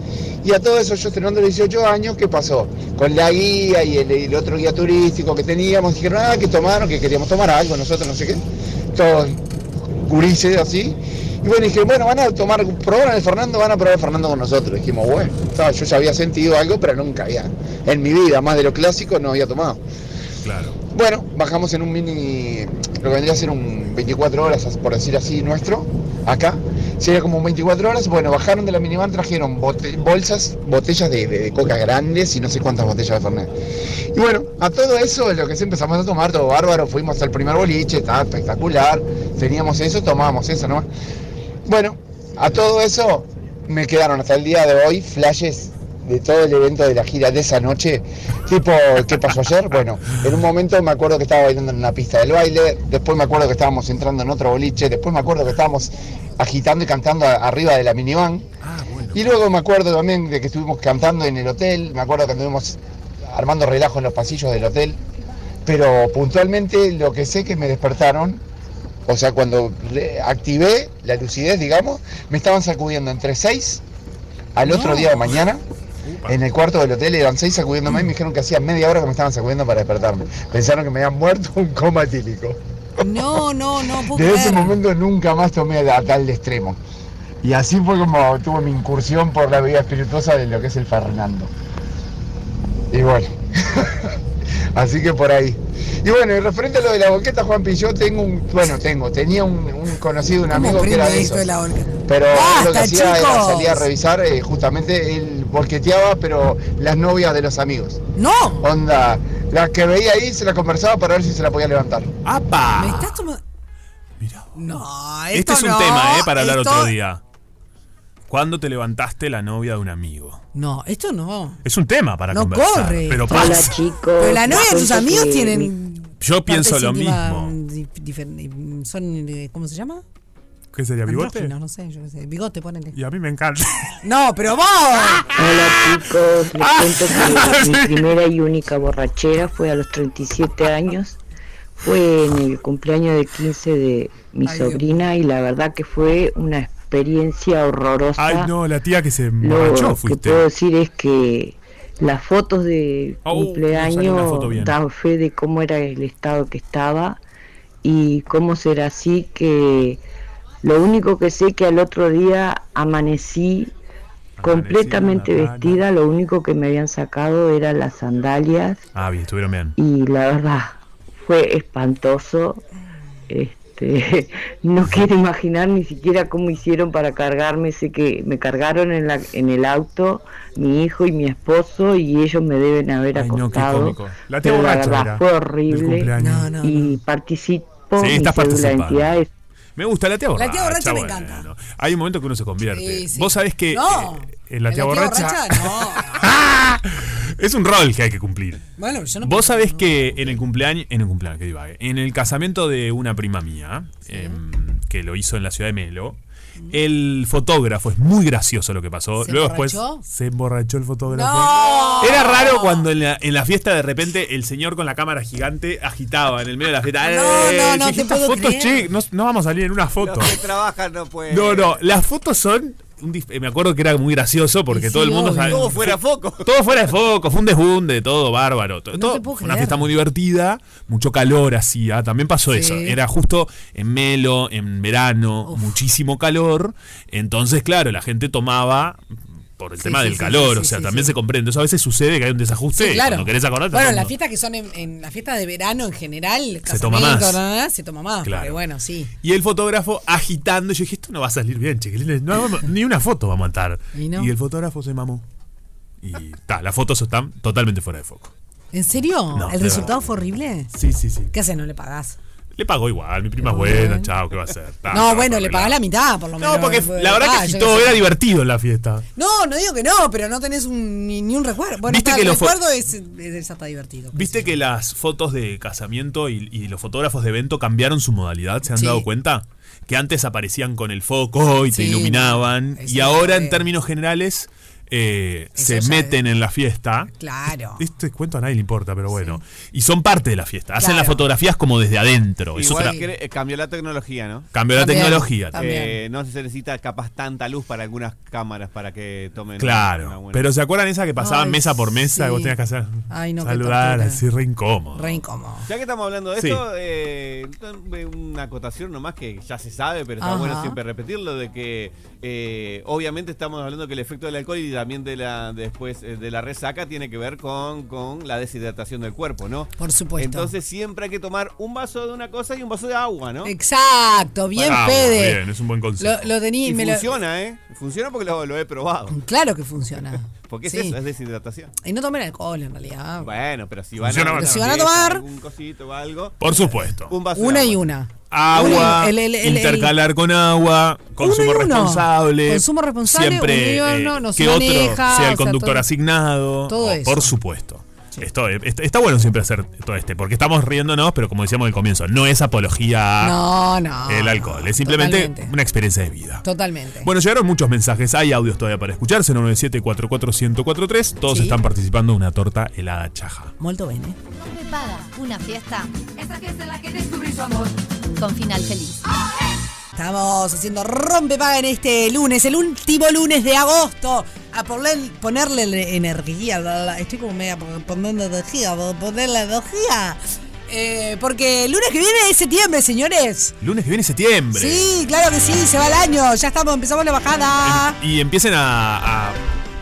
S18: Y a todo eso yo estrenando los 18 años, ¿qué pasó? Con la guía y el, el otro guía turístico que teníamos, dijeron, ah, que tomaron, que queríamos tomar algo, nosotros no sé qué. Todos gurises así. Y bueno, dije, bueno, van a tomar, probar el Fernando, van a probar el Fernando con nosotros. Dijimos, bueno, está, yo ya había sentido algo, pero nunca había, en mi vida, más de lo clásico, no había tomado.
S2: Claro.
S18: Bueno, bajamos en un mini, lo que vendría a ser un 24 horas, por decir así, nuestro, acá. Sería como un 24 horas. Bueno, bajaron de la minivan, trajeron bote- bolsas, botellas de, de- de coca grandes y no sé cuántas botellas de Fernet. Y bueno, a todo eso, lo que sí empezamos a tomar, todo bárbaro, fuimos al primer boliche, estaba espectacular, teníamos eso, tomamos eso nomás. Bueno, a todo eso me quedaron hasta el día de hoy flashes de todo el evento de la gira de esa noche, tipo, ¿qué pasó ayer? Bueno, en un momento me acuerdo que estaba bailando en una pista del baile, después me acuerdo que estábamos entrando en otro boliche, después me acuerdo que estábamos agitando y cantando a- arriba de la minivan, y luego me acuerdo también de que estuvimos cantando en el hotel, me acuerdo que estuvimos armando relajo en los pasillos del hotel, pero puntualmente lo que sé que me despertaron o sea, cuando re- activé la lucidez, digamos, me estaban sacudiendo entre 6 al otro día de mañana. En el cuarto del hotel eran seis sacudiéndome y me dijeron que hacía media hora que me estaban sacudiendo para despertarme. Pensaron que me habían muerto un coma etílico.
S1: No, no, no, puedo
S18: Desde ese
S1: creer.
S18: momento nunca más tomé a tal extremo. Y así fue como tuve mi incursión por la vida espirituosa de lo que es el Fernando. Y bueno, así que por ahí. Y bueno, y referente a lo de la boqueta, Juanpi, yo tengo un, bueno, tengo, tenía un, un conocido, un amigo que era de
S1: esto
S18: esos.
S1: de la boqueta?
S18: Pero él lo que
S1: ¡Basta,
S18: hacía era
S1: chicos!
S18: salir a revisar, eh, justamente él boqueteaba, pero las novias de los amigos.
S1: ¡No!
S18: Onda, las que veía ahí se la conversaba para ver si se la podía levantar.
S2: ¡Apa!
S1: ¿Me estás tomando? No,
S2: Este
S1: esto
S2: es un
S1: no,
S2: tema, ¿eh? Para hablar
S1: esto-
S2: otro día. ¿Cuándo te levantaste la novia de un amigo?
S1: No, esto no.
S2: Es un tema para
S1: No
S2: conversar.
S1: corre.
S2: Pero
S1: Hola,
S2: pasa.
S1: Pero la novia de tus
S2: cuento
S1: amigos
S2: que
S1: tienen.
S2: Yo pienso
S1: partes
S2: lo
S1: íntimas
S2: mismo.
S1: di- diferen- Son. eh, ¿Cómo se llama?
S2: ¿Qué sería bigote?
S1: Andróginos, No sé, yo qué sé. Bigote, ponele.
S2: Y a mí me encanta.
S1: No, pero vos.
S17: Hola chicos,
S1: Ah.
S17: les cuento que mi primera y única borrachera fue a los 37 años. Fue en el cumpleaños de 15 de mi
S2: Ay, Dios.
S17: sobrina y la verdad que fue una experiencia horrorosa.
S2: Ay, no, la tía que se
S17: Lo
S2: emborrachó
S17: que
S2: fuiste.
S17: puedo decir es que las fotos de
S2: Oh,
S17: cumpleaños
S2: salió una foto bien.
S17: dan fe de cómo era el estado que estaba y cómo será así que lo único que sé que al otro día amanecí completamente vestida, lo único que me habían sacado eran las sandalias
S2: Ah, bien, estuvieron bien.
S17: y la verdad fue espantoso. Este, no quiero imaginar ni siquiera cómo hicieron para cargarme, sé que me cargaron en, la, en el auto mi hijo y mi esposo y ellos me deben haber acostado.
S2: cómico. La tía
S17: pero la
S2: borracha
S17: verdad
S2: era,
S17: fue
S2: del
S17: horrible
S2: cumpleaños. No, no,
S17: y participo
S2: Sí,
S17: mi
S2: estás
S17: cédula de
S2: participando.
S17: identidad es
S2: Me gusta la tía borracha.
S17: La tía borracha me
S2: bueno. Hay un momento que uno se convierte.
S1: Sí, sí.
S2: Ah, Vos sabés que
S1: No.
S2: eh, en la tía, borracha, es un rol que hay que cumplir.
S1: Bueno, yo no.
S2: Vos sabés que en el cumpleaños, en el cumpleaños, que divague, en el casamiento de una prima mía, em, que lo hizo en la ciudad de Melo, el fotógrafo, es muy gracioso lo que pasó.
S1: ¿Se
S2: Luego después
S1: emborrachó?
S2: se emborrachó el fotógrafo.
S1: ¡No!
S2: Era raro cuando en la, en la fiesta de repente el señor con la cámara gigante agitaba en el medio de la fiesta.
S6: No,
S2: ¡Eh!
S6: no, no,
S2: Dije,
S6: te
S2: "Estas
S6: puedo
S2: fotos,
S6: creer".
S2: che, no, no vamos a salir en una foto.
S6: Los que trabajan no
S3: pues.
S6: eh. pueden.
S2: No, no, las fotos son. un dif- eh, Me acuerdo que era muy gracioso porque
S6: Y sí,
S2: todo el mundo
S6: obvio.
S2: sabe.
S6: Todo fuera de foco.
S2: Todo fuera de foco, fue un desbunde, todo bárbaro. to- todo-
S6: te puedo
S2: fue una
S6: creer.
S2: fiesta muy divertida, mucho calor hacía, también pasó
S6: Sí.
S2: eso. Era justo en Melo, en verano, muchísimo calor. Entonces, claro, la gente tomaba por el
S1: Sí,
S2: tema
S1: sí,
S2: del
S1: sí,
S2: calor,
S1: sí,
S2: o sea,
S1: sí,
S2: también se comprende. Eso a veces sucede que hay un desajuste.
S1: Sí, claro.
S2: Cuando querés acordarte,
S1: Bueno,
S2: no,
S1: las
S2: no.
S1: fiestas que son en, en las fiestas de verano en general.
S2: Se toma más.
S1: casamiento, na, na, na, se toma más.
S2: Claro.
S1: Pero bueno, sí.
S2: Y el fotógrafo agitando. Yo dije, esto no va a salir bien, chiquilines. No, vamos- ni una foto va a matar.
S1: Y no.
S2: el fotógrafo se mamó. Y ta, las fotos están totalmente fuera de foco.
S1: ¿En serio?
S2: No,
S1: ¿El
S2: de
S1: resultado fue horrible?
S2: Sí, sí, sí.
S1: ¿Qué haces? No le pagás.
S2: Le pagó igual, mi prima es buena, chao, ¿qué va a hacer? Ta,
S1: no,
S2: ta,
S1: bueno,
S2: ta,
S1: le
S2: ta,
S1: pagás la mitad, por lo menos.
S2: No, porque
S1: Fue-
S2: la verdad
S1: ah,
S2: que
S1: yo
S2: agitó,
S1: qué sé.
S2: era divertido en la fiesta.
S1: No, no digo que no, pero no tenés un, ni, ni un recuerdo. Bueno,
S2: Viste
S1: está,
S2: que
S1: el
S2: los fo-
S1: recuerdo es, es hasta divertido.
S2: ¿Viste que las fotos de casamiento y, y los fotógrafos de evento cambiaron su modalidad? ¿Se han
S1: Sí.
S2: dado cuenta? Que antes aparecían con el foco y te
S1: Sí,
S2: iluminaban.
S1: no, eso
S2: y
S1: no
S2: ahora, en
S1: creo.
S2: términos generales, eh, se
S1: ya
S2: meten en la fiesta.
S1: Claro.
S2: Este cuento a nadie le importa, pero bueno. Y son parte de la fiesta. Hacen
S6: Claro.
S2: las fotografías como desde adentro. Es
S6: Igual
S2: otra-
S6: cre- eh, cambió la tecnología, ¿no?
S2: Cambió la También, tecnología. también.
S6: Eh, no se necesita capaz tanta luz para algunas cámaras para que tomen.
S2: Claro.
S6: una buena-
S2: Pero ¿se acuerdan esa que pasaban
S6: Ay,
S2: mesa por mesa?
S6: sí.
S2: Que vos tenías que hacer.
S6: Ay, no, qué
S2: saludar,
S6: tortura.
S2: así re incómodo.
S1: Re incómodo.
S6: Ya que estamos hablando de
S2: Sí.
S6: esto, eh, una acotación nomás que ya se sabe, pero está
S2: Ajá.
S6: bueno siempre repetirlo, de que eh, obviamente estamos hablando que el efecto del alcohol y también de la después eh, de la resaca tiene que ver con, con la deshidratación del cuerpo, ¿no?
S1: Por supuesto.
S6: Entonces siempre hay que tomar un vaso de una cosa y un vaso de agua, ¿no?
S1: Exacto, bien,
S6: Vamos,
S1: Fede.
S2: Bien, es un buen consejo.
S1: Lo, lo tenía y
S6: Y
S1: me lo-
S6: funciona, ¿eh? Funciona porque lo, lo he probado.
S1: Claro que funciona.
S6: Porque es
S1: Sí.
S6: eso, es deshidratación.
S1: Y no tomen alcohol en realidad.
S6: Bueno, pero si van
S2: Funciona
S6: a,
S2: bastante.
S1: Pero si van a tomar-
S6: algún cosito o algo.
S2: Por supuesto.
S6: Un vaso
S1: Una y una.
S2: Agua,
S1: El- el- el- el-
S2: intercalar con agua, consumo
S1: uno.
S2: responsable.
S1: Consumo responsable,
S2: Siempre
S1: uno y
S2: eh,
S1: uno, no se
S2: que otro
S1: maneja,
S2: sea
S1: o sea,
S2: el conductor
S1: todo-
S2: asignado.
S1: todo
S2: o-
S1: eso.
S2: Por supuesto. Esto, eh, está, está bueno siempre hacer todo este, porque estamos riéndonos, pero como decíamos al comienzo, no es apología
S1: No, no.
S2: el alcohol, es simplemente
S1: totalmente.
S2: una experiencia de vida.
S1: Totalmente.
S2: Bueno, llegaron muchos mensajes. Hay audios todavía para escucharse. 997-44143. Todos
S1: Sí.
S2: están participando de una torta helada chaja.
S1: Molto bene.
S8: Rompe Paga, una fiesta.
S9: Esta fiesta es la que descubrí su amor.
S8: Con final feliz.
S1: Estamos haciendo rompe paga en este lunes, el último lunes de agosto. A ponerle, ponerle le- energía. la- la- Estoy como media po- poniendo energía, po- ponerle energía. Eh, porque el lunes que viene es septiembre, señores.
S2: Lunes que viene septiembre.
S1: Sí, claro que sí, se va el año. Ya estamos, empezamos la bajada.
S2: Y empiecen a, a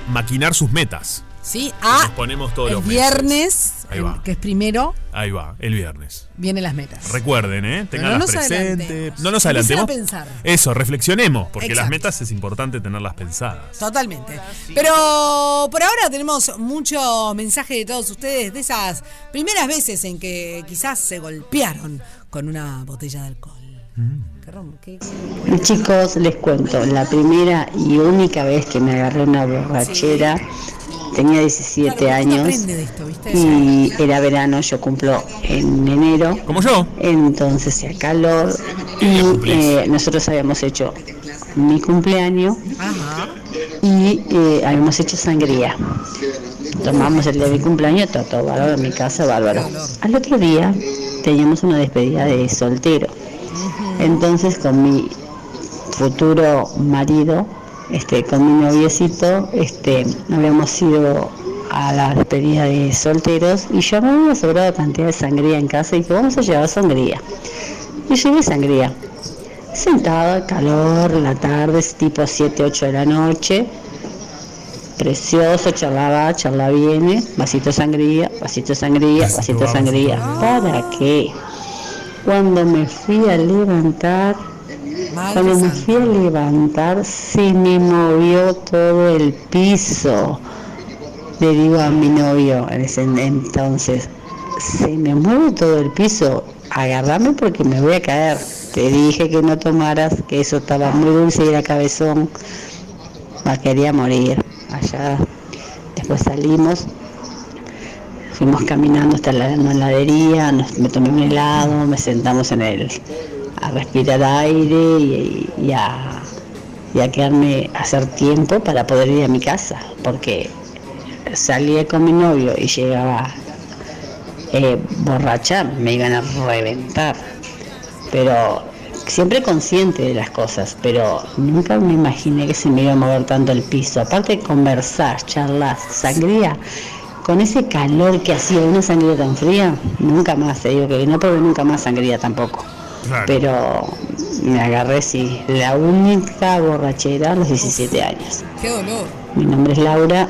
S2: maquinar sus metas.
S1: Sí, ah,
S2: Nos ponemos todos
S1: el
S2: los meses.
S1: viernes,
S2: Ahí
S1: el-
S2: va.
S1: que es primero,
S2: Ahí va, el viernes.
S1: vienen las metas.
S2: Recuerden, ¿eh?
S1: no
S2: Tenganlas
S1: nos
S2: presente.
S1: adelantemos.
S2: No nos
S1: Empiecen a
S2: adelantemos.
S1: pensar.
S2: Eso, reflexionemos, porque las
S1: Exacto.
S2: metas es importante tenerlas pensadas.
S1: Totalmente. Pero por ahora tenemos mucho mensaje de todos ustedes de esas primeras veces en que quizás se golpearon con una botella de alcohol. Qué rom- qué-
S12: Chicos, les cuento, la primera y única vez que me agarré una borrachera, tenía 17 años y era verano, yo cumplo en enero.
S2: Como yo.
S12: Entonces hacía calor y eh, nosotros habíamos hecho mi cumpleaños
S1: Ah,
S12: y eh, habíamos hecho sangría. Tomamos el día de mi cumpleaños, todo, todo bárbaro, en mi casa bárbaro. Al otro día teníamos una despedida de soltero. Entonces con mi futuro marido, este, con mi noviecito, este, habíamos ido a la despedida de solteros y yo me había sobrado cantidad de sangría en casa y que vamos a llevar sangría. Y llevé sangría. Sentada, calor, la tarde, es tipo 7, 8 de la noche. Precioso, charlaba, charla viene, vasito de sangría, vasito de sangría, vasito de sangría. ¿Para qué? Cuando me fui a levantar, cuando me fui a levantar, se me movió todo el piso. Le digo a mi novio en ese entonces, se me mueve todo el piso, agarrame porque me voy a caer. Te dije que no tomaras, que eso estaba muy dulce y era cabezón. Me quería morir. Allá después salimos, fuimos caminando hasta la la heladería, nos- me tomé un helado, me sentamos en el a respirar aire y, y a, y a quedarme a hacer tiempo para poder ir a mi casa, porque salía con mi novio y llegaba eh, borracha, me iban a reventar, pero siempre consciente de las cosas, pero nunca me imaginé que se me iba a mover tanto el piso, aparte de conversar, charlas, sangría. Con ese calor que hacía una sangría tan fría, nunca más, te digo que no probé nunca más sangría tampoco. Pero me agarré, sí, la única borrachera a los 17 años.
S1: Qué dolor.
S12: Mi nombre es Laura.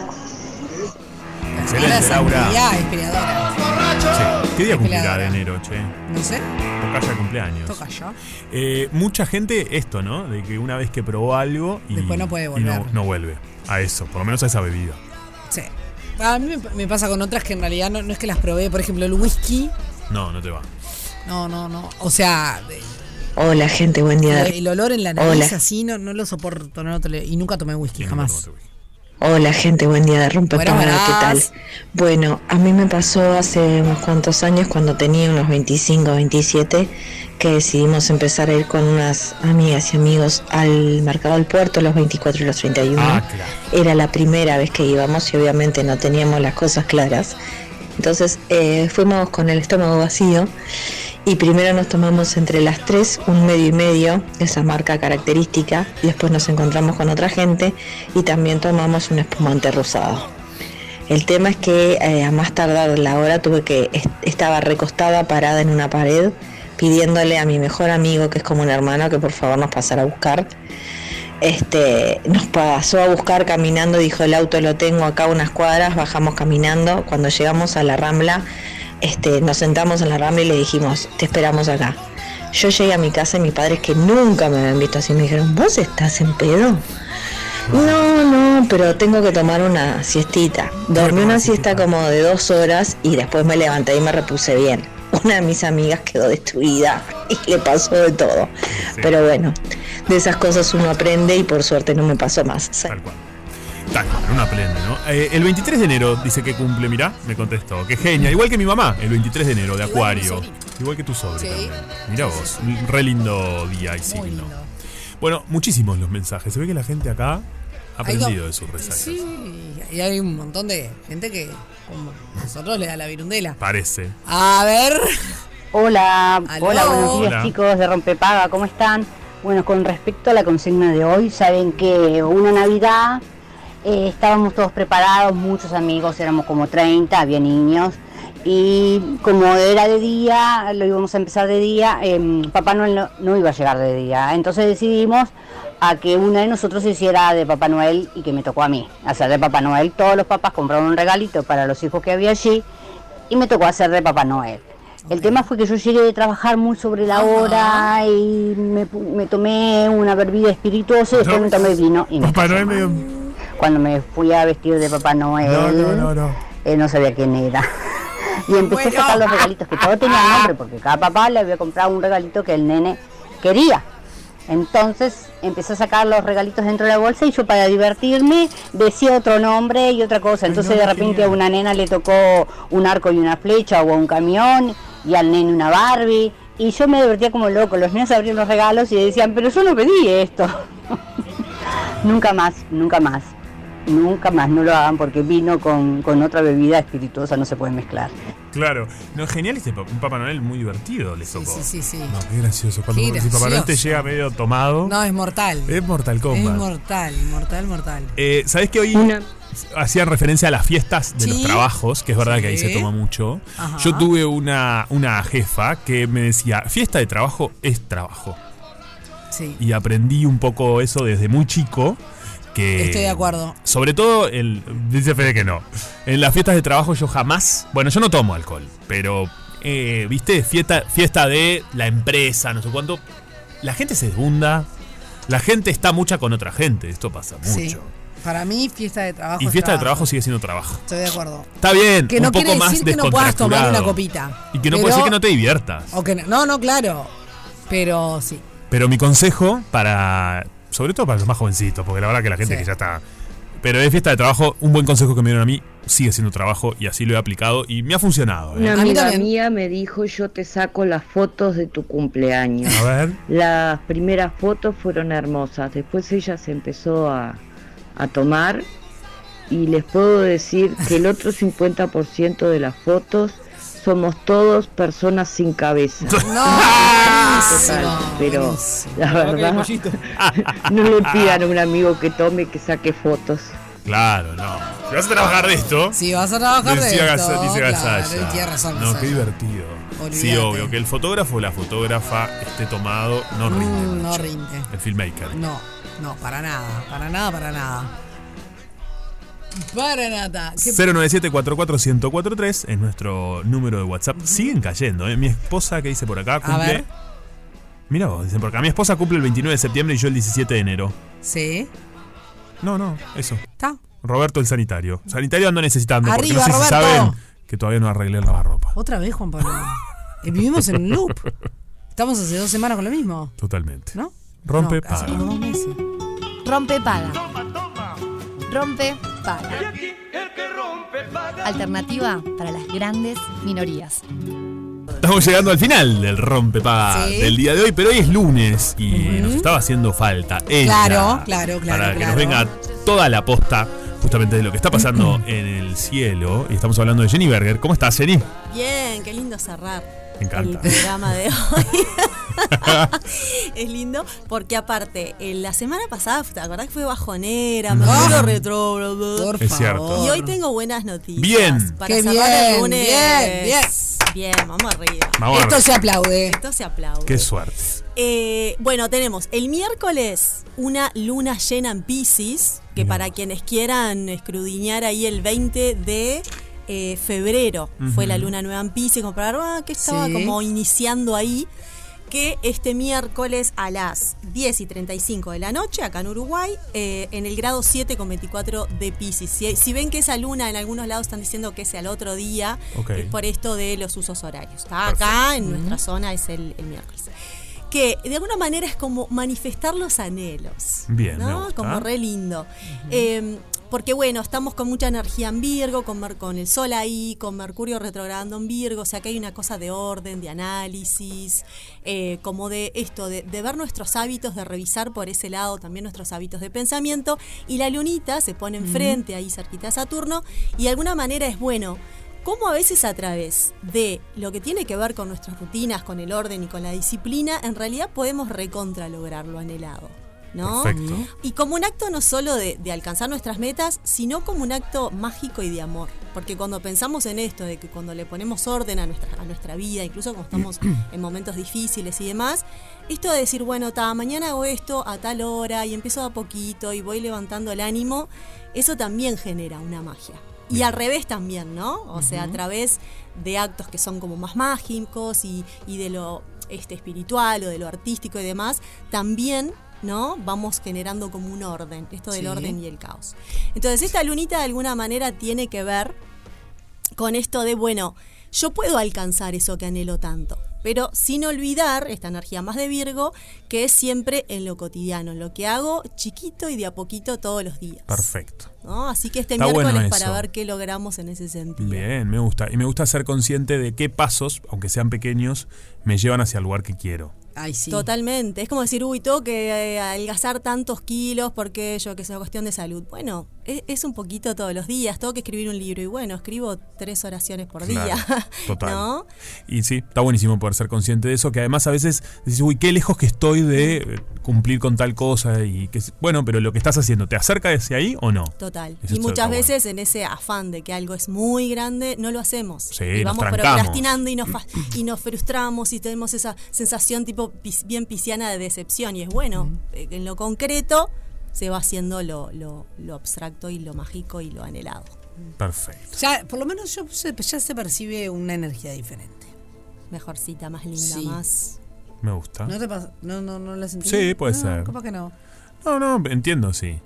S2: Excelente,
S1: Ya,
S2: Laura.
S1: inspiradora.
S2: Sí. ¿Qué día cumplirá
S1: Empleadora.
S2: de enero, che?
S1: No sé,
S2: Toca ya cumpleaños.
S1: toca yo.
S2: Eh, mucha gente, esto, ¿no? De que una vez que probó algo y,
S1: Después no puede
S2: y no,
S1: volver.
S2: no vuelve a eso, por lo menos a esa bebida.
S1: Sí. A mí me- me pasa con otras que en realidad no, no es que las probé, por ejemplo, el whisky.
S2: No, no te va.
S1: No, no, no. O sea,
S19: Hola gente, buen día.
S1: el olor en la nariz
S19: Hola.
S1: así no, no lo soporto. no lo tolero. y nunca tomé whisky, jamás.
S19: Hola gente, buen día de Rompepágalo, ¿qué tal? Bueno, a mí me pasó hace unos cuantos años, cuando tenía unos 25, 27, que decidimos empezar a ir con unas amigas y amigos al mercado del puerto los 24 y los 31.
S9: Ah, claro.
S19: Era la primera vez que íbamos y obviamente no teníamos las cosas claras. Entonces eh, fuimos con el estómago vacío y primero nos tomamos entre las tres un medio y medio, esa marca característica, y después nos encontramos con otra gente y también tomamos un espumante rosado. El tema es que eh, a más tardar la hora tuve que est- estaba recostada parada en una pared pidiéndole a mi mejor amigo, que es como un hermano, que por favor nos pasara a buscar. Este, nos pasó a buscar caminando, dijo el auto lo tengo acá a unas cuadras, bajamos caminando. Cuando llegamos a la Rambla, este, nos sentamos en la Rambla y le dijimos, te esperamos acá. Yo llegué a mi casa y mis padres que nunca me habían visto así me dijeron, ¿vos estás en pedo? No, no, pero tengo que tomar una siestita. Dormí una siesta como de dos horas y después me levanté y me repuse bien. Una de mis amigas quedó destruida y le pasó de todo. Pero bueno, de esas cosas uno aprende y por suerte no me pasó más.
S2: Tal cual, una plena, ¿no? Eh, el 23 de enero dice que cumple, mirá, me contestó. Qué genia, igual que mi mamá, el 23 de enero, de Acuario. Igual que tu sobre también. Mirá vos, un re lindo día y signo. Bueno, muchísimos los mensajes. Se ve que la gente acá ha aprendido de sus resacas.
S1: Sí, y hay un montón de gente que, como nosotros, le da la virundela.
S2: Parece.
S1: A ver.
S20: Hola,
S1: Aló.
S20: hola, buenos días
S2: Hola.
S20: chicos de Rompepaga, ¿cómo están? Bueno, con respecto a la consigna de hoy, saben que una Navidad eh, estábamos todos preparados, muchos amigos, éramos como 30, había niños, y como era de día, lo íbamos a empezar de día, em, Papá Noel no, no iba a llegar de día, entonces decidimos a que uno de nosotros se hiciera de Papá Noel y que me tocó a mí, hacer de Papá Noel, todos los papás compraron un regalito para los hijos que había allí, y me tocó hacer de Papá Noel. El tema fue que yo llegué de trabajar muy sobre la hora y me, pu- me tomé una bebida espirituosa y después me tomé vino. Y me cayó mal. Cuando me fui a vestir de Papá Noel,
S9: No, no, no,
S20: eh, no sabía quién era. Y empecé a sacar los regalitos, que todos tenían nombre, porque cada papá le había comprado un regalito que el nene quería. Entonces empecé a sacar los regalitos dentro de la bolsa y yo para divertirme decía otro nombre y otra cosa. Entonces de repente a una nena le tocó un arco y una flecha o a un camión y al nene una Barbie. Y yo me divertía como loco. Los niños abrían los regalos y decían, pero yo no pedí esto. nunca más, nunca más. Nunca más, no lo hagan porque vino con, con otra bebida espirituosa, no se puede mezclar.
S2: Claro. No, genial este pa- un Papá Noel muy divertido le tocó.
S1: Sí, sí, sí.
S2: No, qué gracioso. Cuando
S1: Qué
S2: si Papá Noel te
S1: gracioso.
S2: llega medio tomado.
S1: No, es mortal.
S2: Es Mortal
S1: Es
S2: Kombat.
S1: mortal, mortal, mortal.
S2: Eh, ¿Sabes que hoy hacían referencia a las fiestas de los
S1: Sí.
S2: trabajos? Que es verdad que ahí
S1: Sí.
S2: se toma mucho.
S1: Ajá.
S2: Yo tuve una, una jefa que me decía, fiesta de trabajo es trabajo.
S1: Sí.
S2: Y aprendí un poco eso desde muy chico. Que
S1: Estoy de acuerdo.
S2: Sobre todo, el, dice Fede que no. En las fiestas de trabajo yo jamás... Bueno, yo no tomo alcohol, pero, eh, viste, fiesta, fiesta de la empresa, no sé cuánto. La gente se desbunda. La gente está mucha con otra gente. Esto pasa mucho.
S1: Sí. Para mí, fiesta de trabajo.
S2: Y
S1: es
S2: fiesta de trabajo sigue siendo trabajo.
S1: Estoy de acuerdo.
S2: Está bien,
S1: Que
S2: un
S1: no
S2: poco
S1: quiere
S2: más
S1: decir que no puedas tomar una
S2: descontracturado.
S1: copita.
S2: Y que no
S1: Pero-
S2: puede ser que no te diviertas.
S1: O que no, no, no, claro. Pero sí.
S2: Pero mi consejo para. Sobre todo para los más jovencitos, porque la verdad que la gente
S1: Sí.
S2: que ya está. Pero de fiesta de trabajo, un buen consejo que me dieron a mí sigue siendo trabajo y así lo he aplicado y me ha funcionado. ¿eh?
S17: Una amiga mía me dijo, yo te saco las fotos de tu cumpleaños.
S2: A ver.
S17: Las primeras fotos fueron hermosas, después ella se empezó a, a tomar y les puedo decir que el otro 50% de las fotos somos todos personas sin cabeza.
S2: Ah,
S17: Total, pero la
S2: Igual que el
S17: verdad no le pidan a un amigo que tome que saque fotos.
S2: Claro, no. Si vas a trabajar de esto.
S1: Si vas a trabajar de
S2: decía
S1: esto,
S2: Gasa- dice
S1: claro,
S2: Gasalla.
S1: tiene razón,
S2: No, qué
S1: Gasalla.
S2: divertido. Sí,
S1: Olvídate.
S2: obvio, que el fotógrafo o la fotógrafa esté tomado no
S1: Mm,
S2: rinde.
S1: no
S2: mucho.
S1: rinde.
S2: El filmmaker.
S1: No, no, para nada. Para nada, para nada. Para nada. ¿Qué-
S2: 097-44-1043 es nuestro número de WhatsApp. Siguen cayendo, ¿eh? Mi esposa que dice por acá cumple.
S1: ver.
S2: Mira vos, dicen por acá. Mi esposa cumple el 29 de septiembre y yo el 17 de enero.
S1: Sí.
S2: No, no, eso.
S1: Está.
S2: Roberto el sanitario. Sanitario ando necesitando. porque
S1: Arriba,
S2: no sé si
S1: Roberto.
S2: saben que todavía no arreglé el lavarropa.
S1: Otra vez, Juan Pablo. Eh, Vivimos en un loop. Estamos hace dos semanas con lo mismo.
S2: Totalmente.
S1: ¿No?
S2: Rompe
S1: No, hace
S2: paga.
S1: como dos meses.
S8: Rompe paga. Rompe paga. Alternativa para las grandes minorías.
S2: Estamos llegando al final del rompepaga
S8: Sí.
S2: del día de hoy, pero hoy es lunes y nos estaba haciendo falta ella
S1: Claro, claro, claro.
S2: para que
S1: claro.
S2: nos venga toda la posta justamente de lo que está pasando en el cielo. Y estamos hablando de Jenny Berger. ¿Cómo estás, Jenny?
S21: Bien, qué lindo cerrar
S2: Me
S21: el
S2: encanta.
S21: programa de hoy. es lindo porque aparte, eh, la semana pasada, ¿te acordás que fue bajonera? Me acuerdo retro, bla, bla?
S2: Por Es Mm. cierto. favor.
S21: Y hoy tengo buenas noticias.
S2: Bien.
S21: Para
S1: Qué
S21: cerrar
S1: bien,
S21: el lunes.
S1: bien, bien.
S21: Bien, vamos arriba.
S2: Vamos Esto arriba. se
S1: aplaude.
S21: Esto se aplaude.
S2: Qué suerte.
S21: Eh, bueno, tenemos el miércoles una luna llena en Pisces, que para quienes quieran escrudiñar ahí el 20 de eh, febrero fue la
S22: Ujú.
S21: luna nueva en Pisces, como para, ah, que estaba
S22: Sí.
S21: como iniciando ahí, que este miércoles a las 10 y 35 de la noche, acá en Uruguay, eh, en el grado 7,24 de Pisces. Si, si ven que esa luna en algunos lados están diciendo que es al otro día,
S23: Ok.
S21: es por esto de los usos horarios. Está acá en nuestra zona, es el- el miércoles que de alguna manera es como manifestar los anhelos.
S23: Bien, me
S21: ¿no?
S23: gusta.
S21: Como re lindo. Eh, porque bueno, estamos con mucha energía en Virgo, con, Mer- con el Sol ahí, con Mercurio retrogradando en Virgo, o sea que hay una cosa de orden, de análisis, eh, como de esto, de, de ver nuestros hábitos, de revisar por ese lado también nuestros hábitos de pensamiento, y la lunita se pone enfrente ahí cerquita a Saturno, y de alguna manera es bueno, cómo a veces a través de lo que tiene que ver con nuestras rutinas, con el orden y con la disciplina, en realidad podemos recontra lograr lo anhelado. ¿no?
S23: Perfecto.
S21: Y como un acto no solo de, de alcanzar nuestras metas, sino como un acto mágico y de amor. Porque cuando pensamos en esto, de que cuando le ponemos orden a nuestra, a nuestra vida, incluso cuando estamos en momentos difíciles y demás, esto de decir, bueno, ta, mañana hago esto a tal hora y empiezo de a poquito y voy levantando el ánimo, eso también genera una magia. Y al revés también, ¿no? O sea, a
S23: Ujú.
S21: través de actos que son como más mágicos y, y de lo este, espiritual o de lo artístico y demás, también, ¿no? Vamos generando como un orden, esto del
S23: Sí.
S21: orden y el caos. Entonces, esta lunita de alguna manera tiene que ver con esto de, bueno, yo puedo alcanzar eso que anhelo tanto, pero sin olvidar esta energía más de Virgo, que es siempre en lo cotidiano, en lo que hago chiquito y de a poquito todos los días.
S2: Perfecto.
S21: ¿no? Así que este
S2: Está bueno
S21: miércoles para
S2: eso.
S21: ver qué logramos en ese sentido.
S2: Bien, me gusta. Y me gusta ser consciente de qué pasos, aunque sean pequeños, me llevan hacia el lugar que quiero.
S21: Totalmente. Es como decir, uy, tengo que eh, adelgazar tantos kilos porque yo, que es una cuestión de salud. Bueno, es, es un poquito todos los días. Tengo que escribir un libro y bueno, escribo tres oraciones por
S2: Claro,
S21: día.
S2: Total.
S21: ¿No?
S2: Y sí, está buenísimo poder ser consciente de eso, que además a veces dices, uy, qué lejos que estoy de eh, cumplir con tal cosa y que es-". bueno, pero lo que estás haciendo, ¿te acerca hacia ahí o no?
S21: Total.
S2: Eso
S21: y
S2: está-
S21: muchas
S2: está bueno.
S21: veces en ese afán de que algo es muy grande, no lo hacemos.
S2: Sí,
S21: y
S2: nos
S21: vamos
S2: trancamos.
S21: procrastinando y nos, fa- y nos frustramos y tenemos esa sensación tipo pis- bien pisciana de decepción. Y es bueno, eh, en lo concreto se va haciendo lo, lo- lo abstracto y lo mágico y lo anhelado.
S2: Perfecto.
S1: Ya, por lo menos yo se- ya se percibe una energía diferente.
S21: Mejorcita, más linda,
S1: Sí.
S21: más.
S2: Me gusta.
S1: ¿No te pasa? No, no, no la sentí.
S2: Sí, puede
S1: No,
S2: ser.
S1: capaz que no.
S2: No, no, entiendo, sí.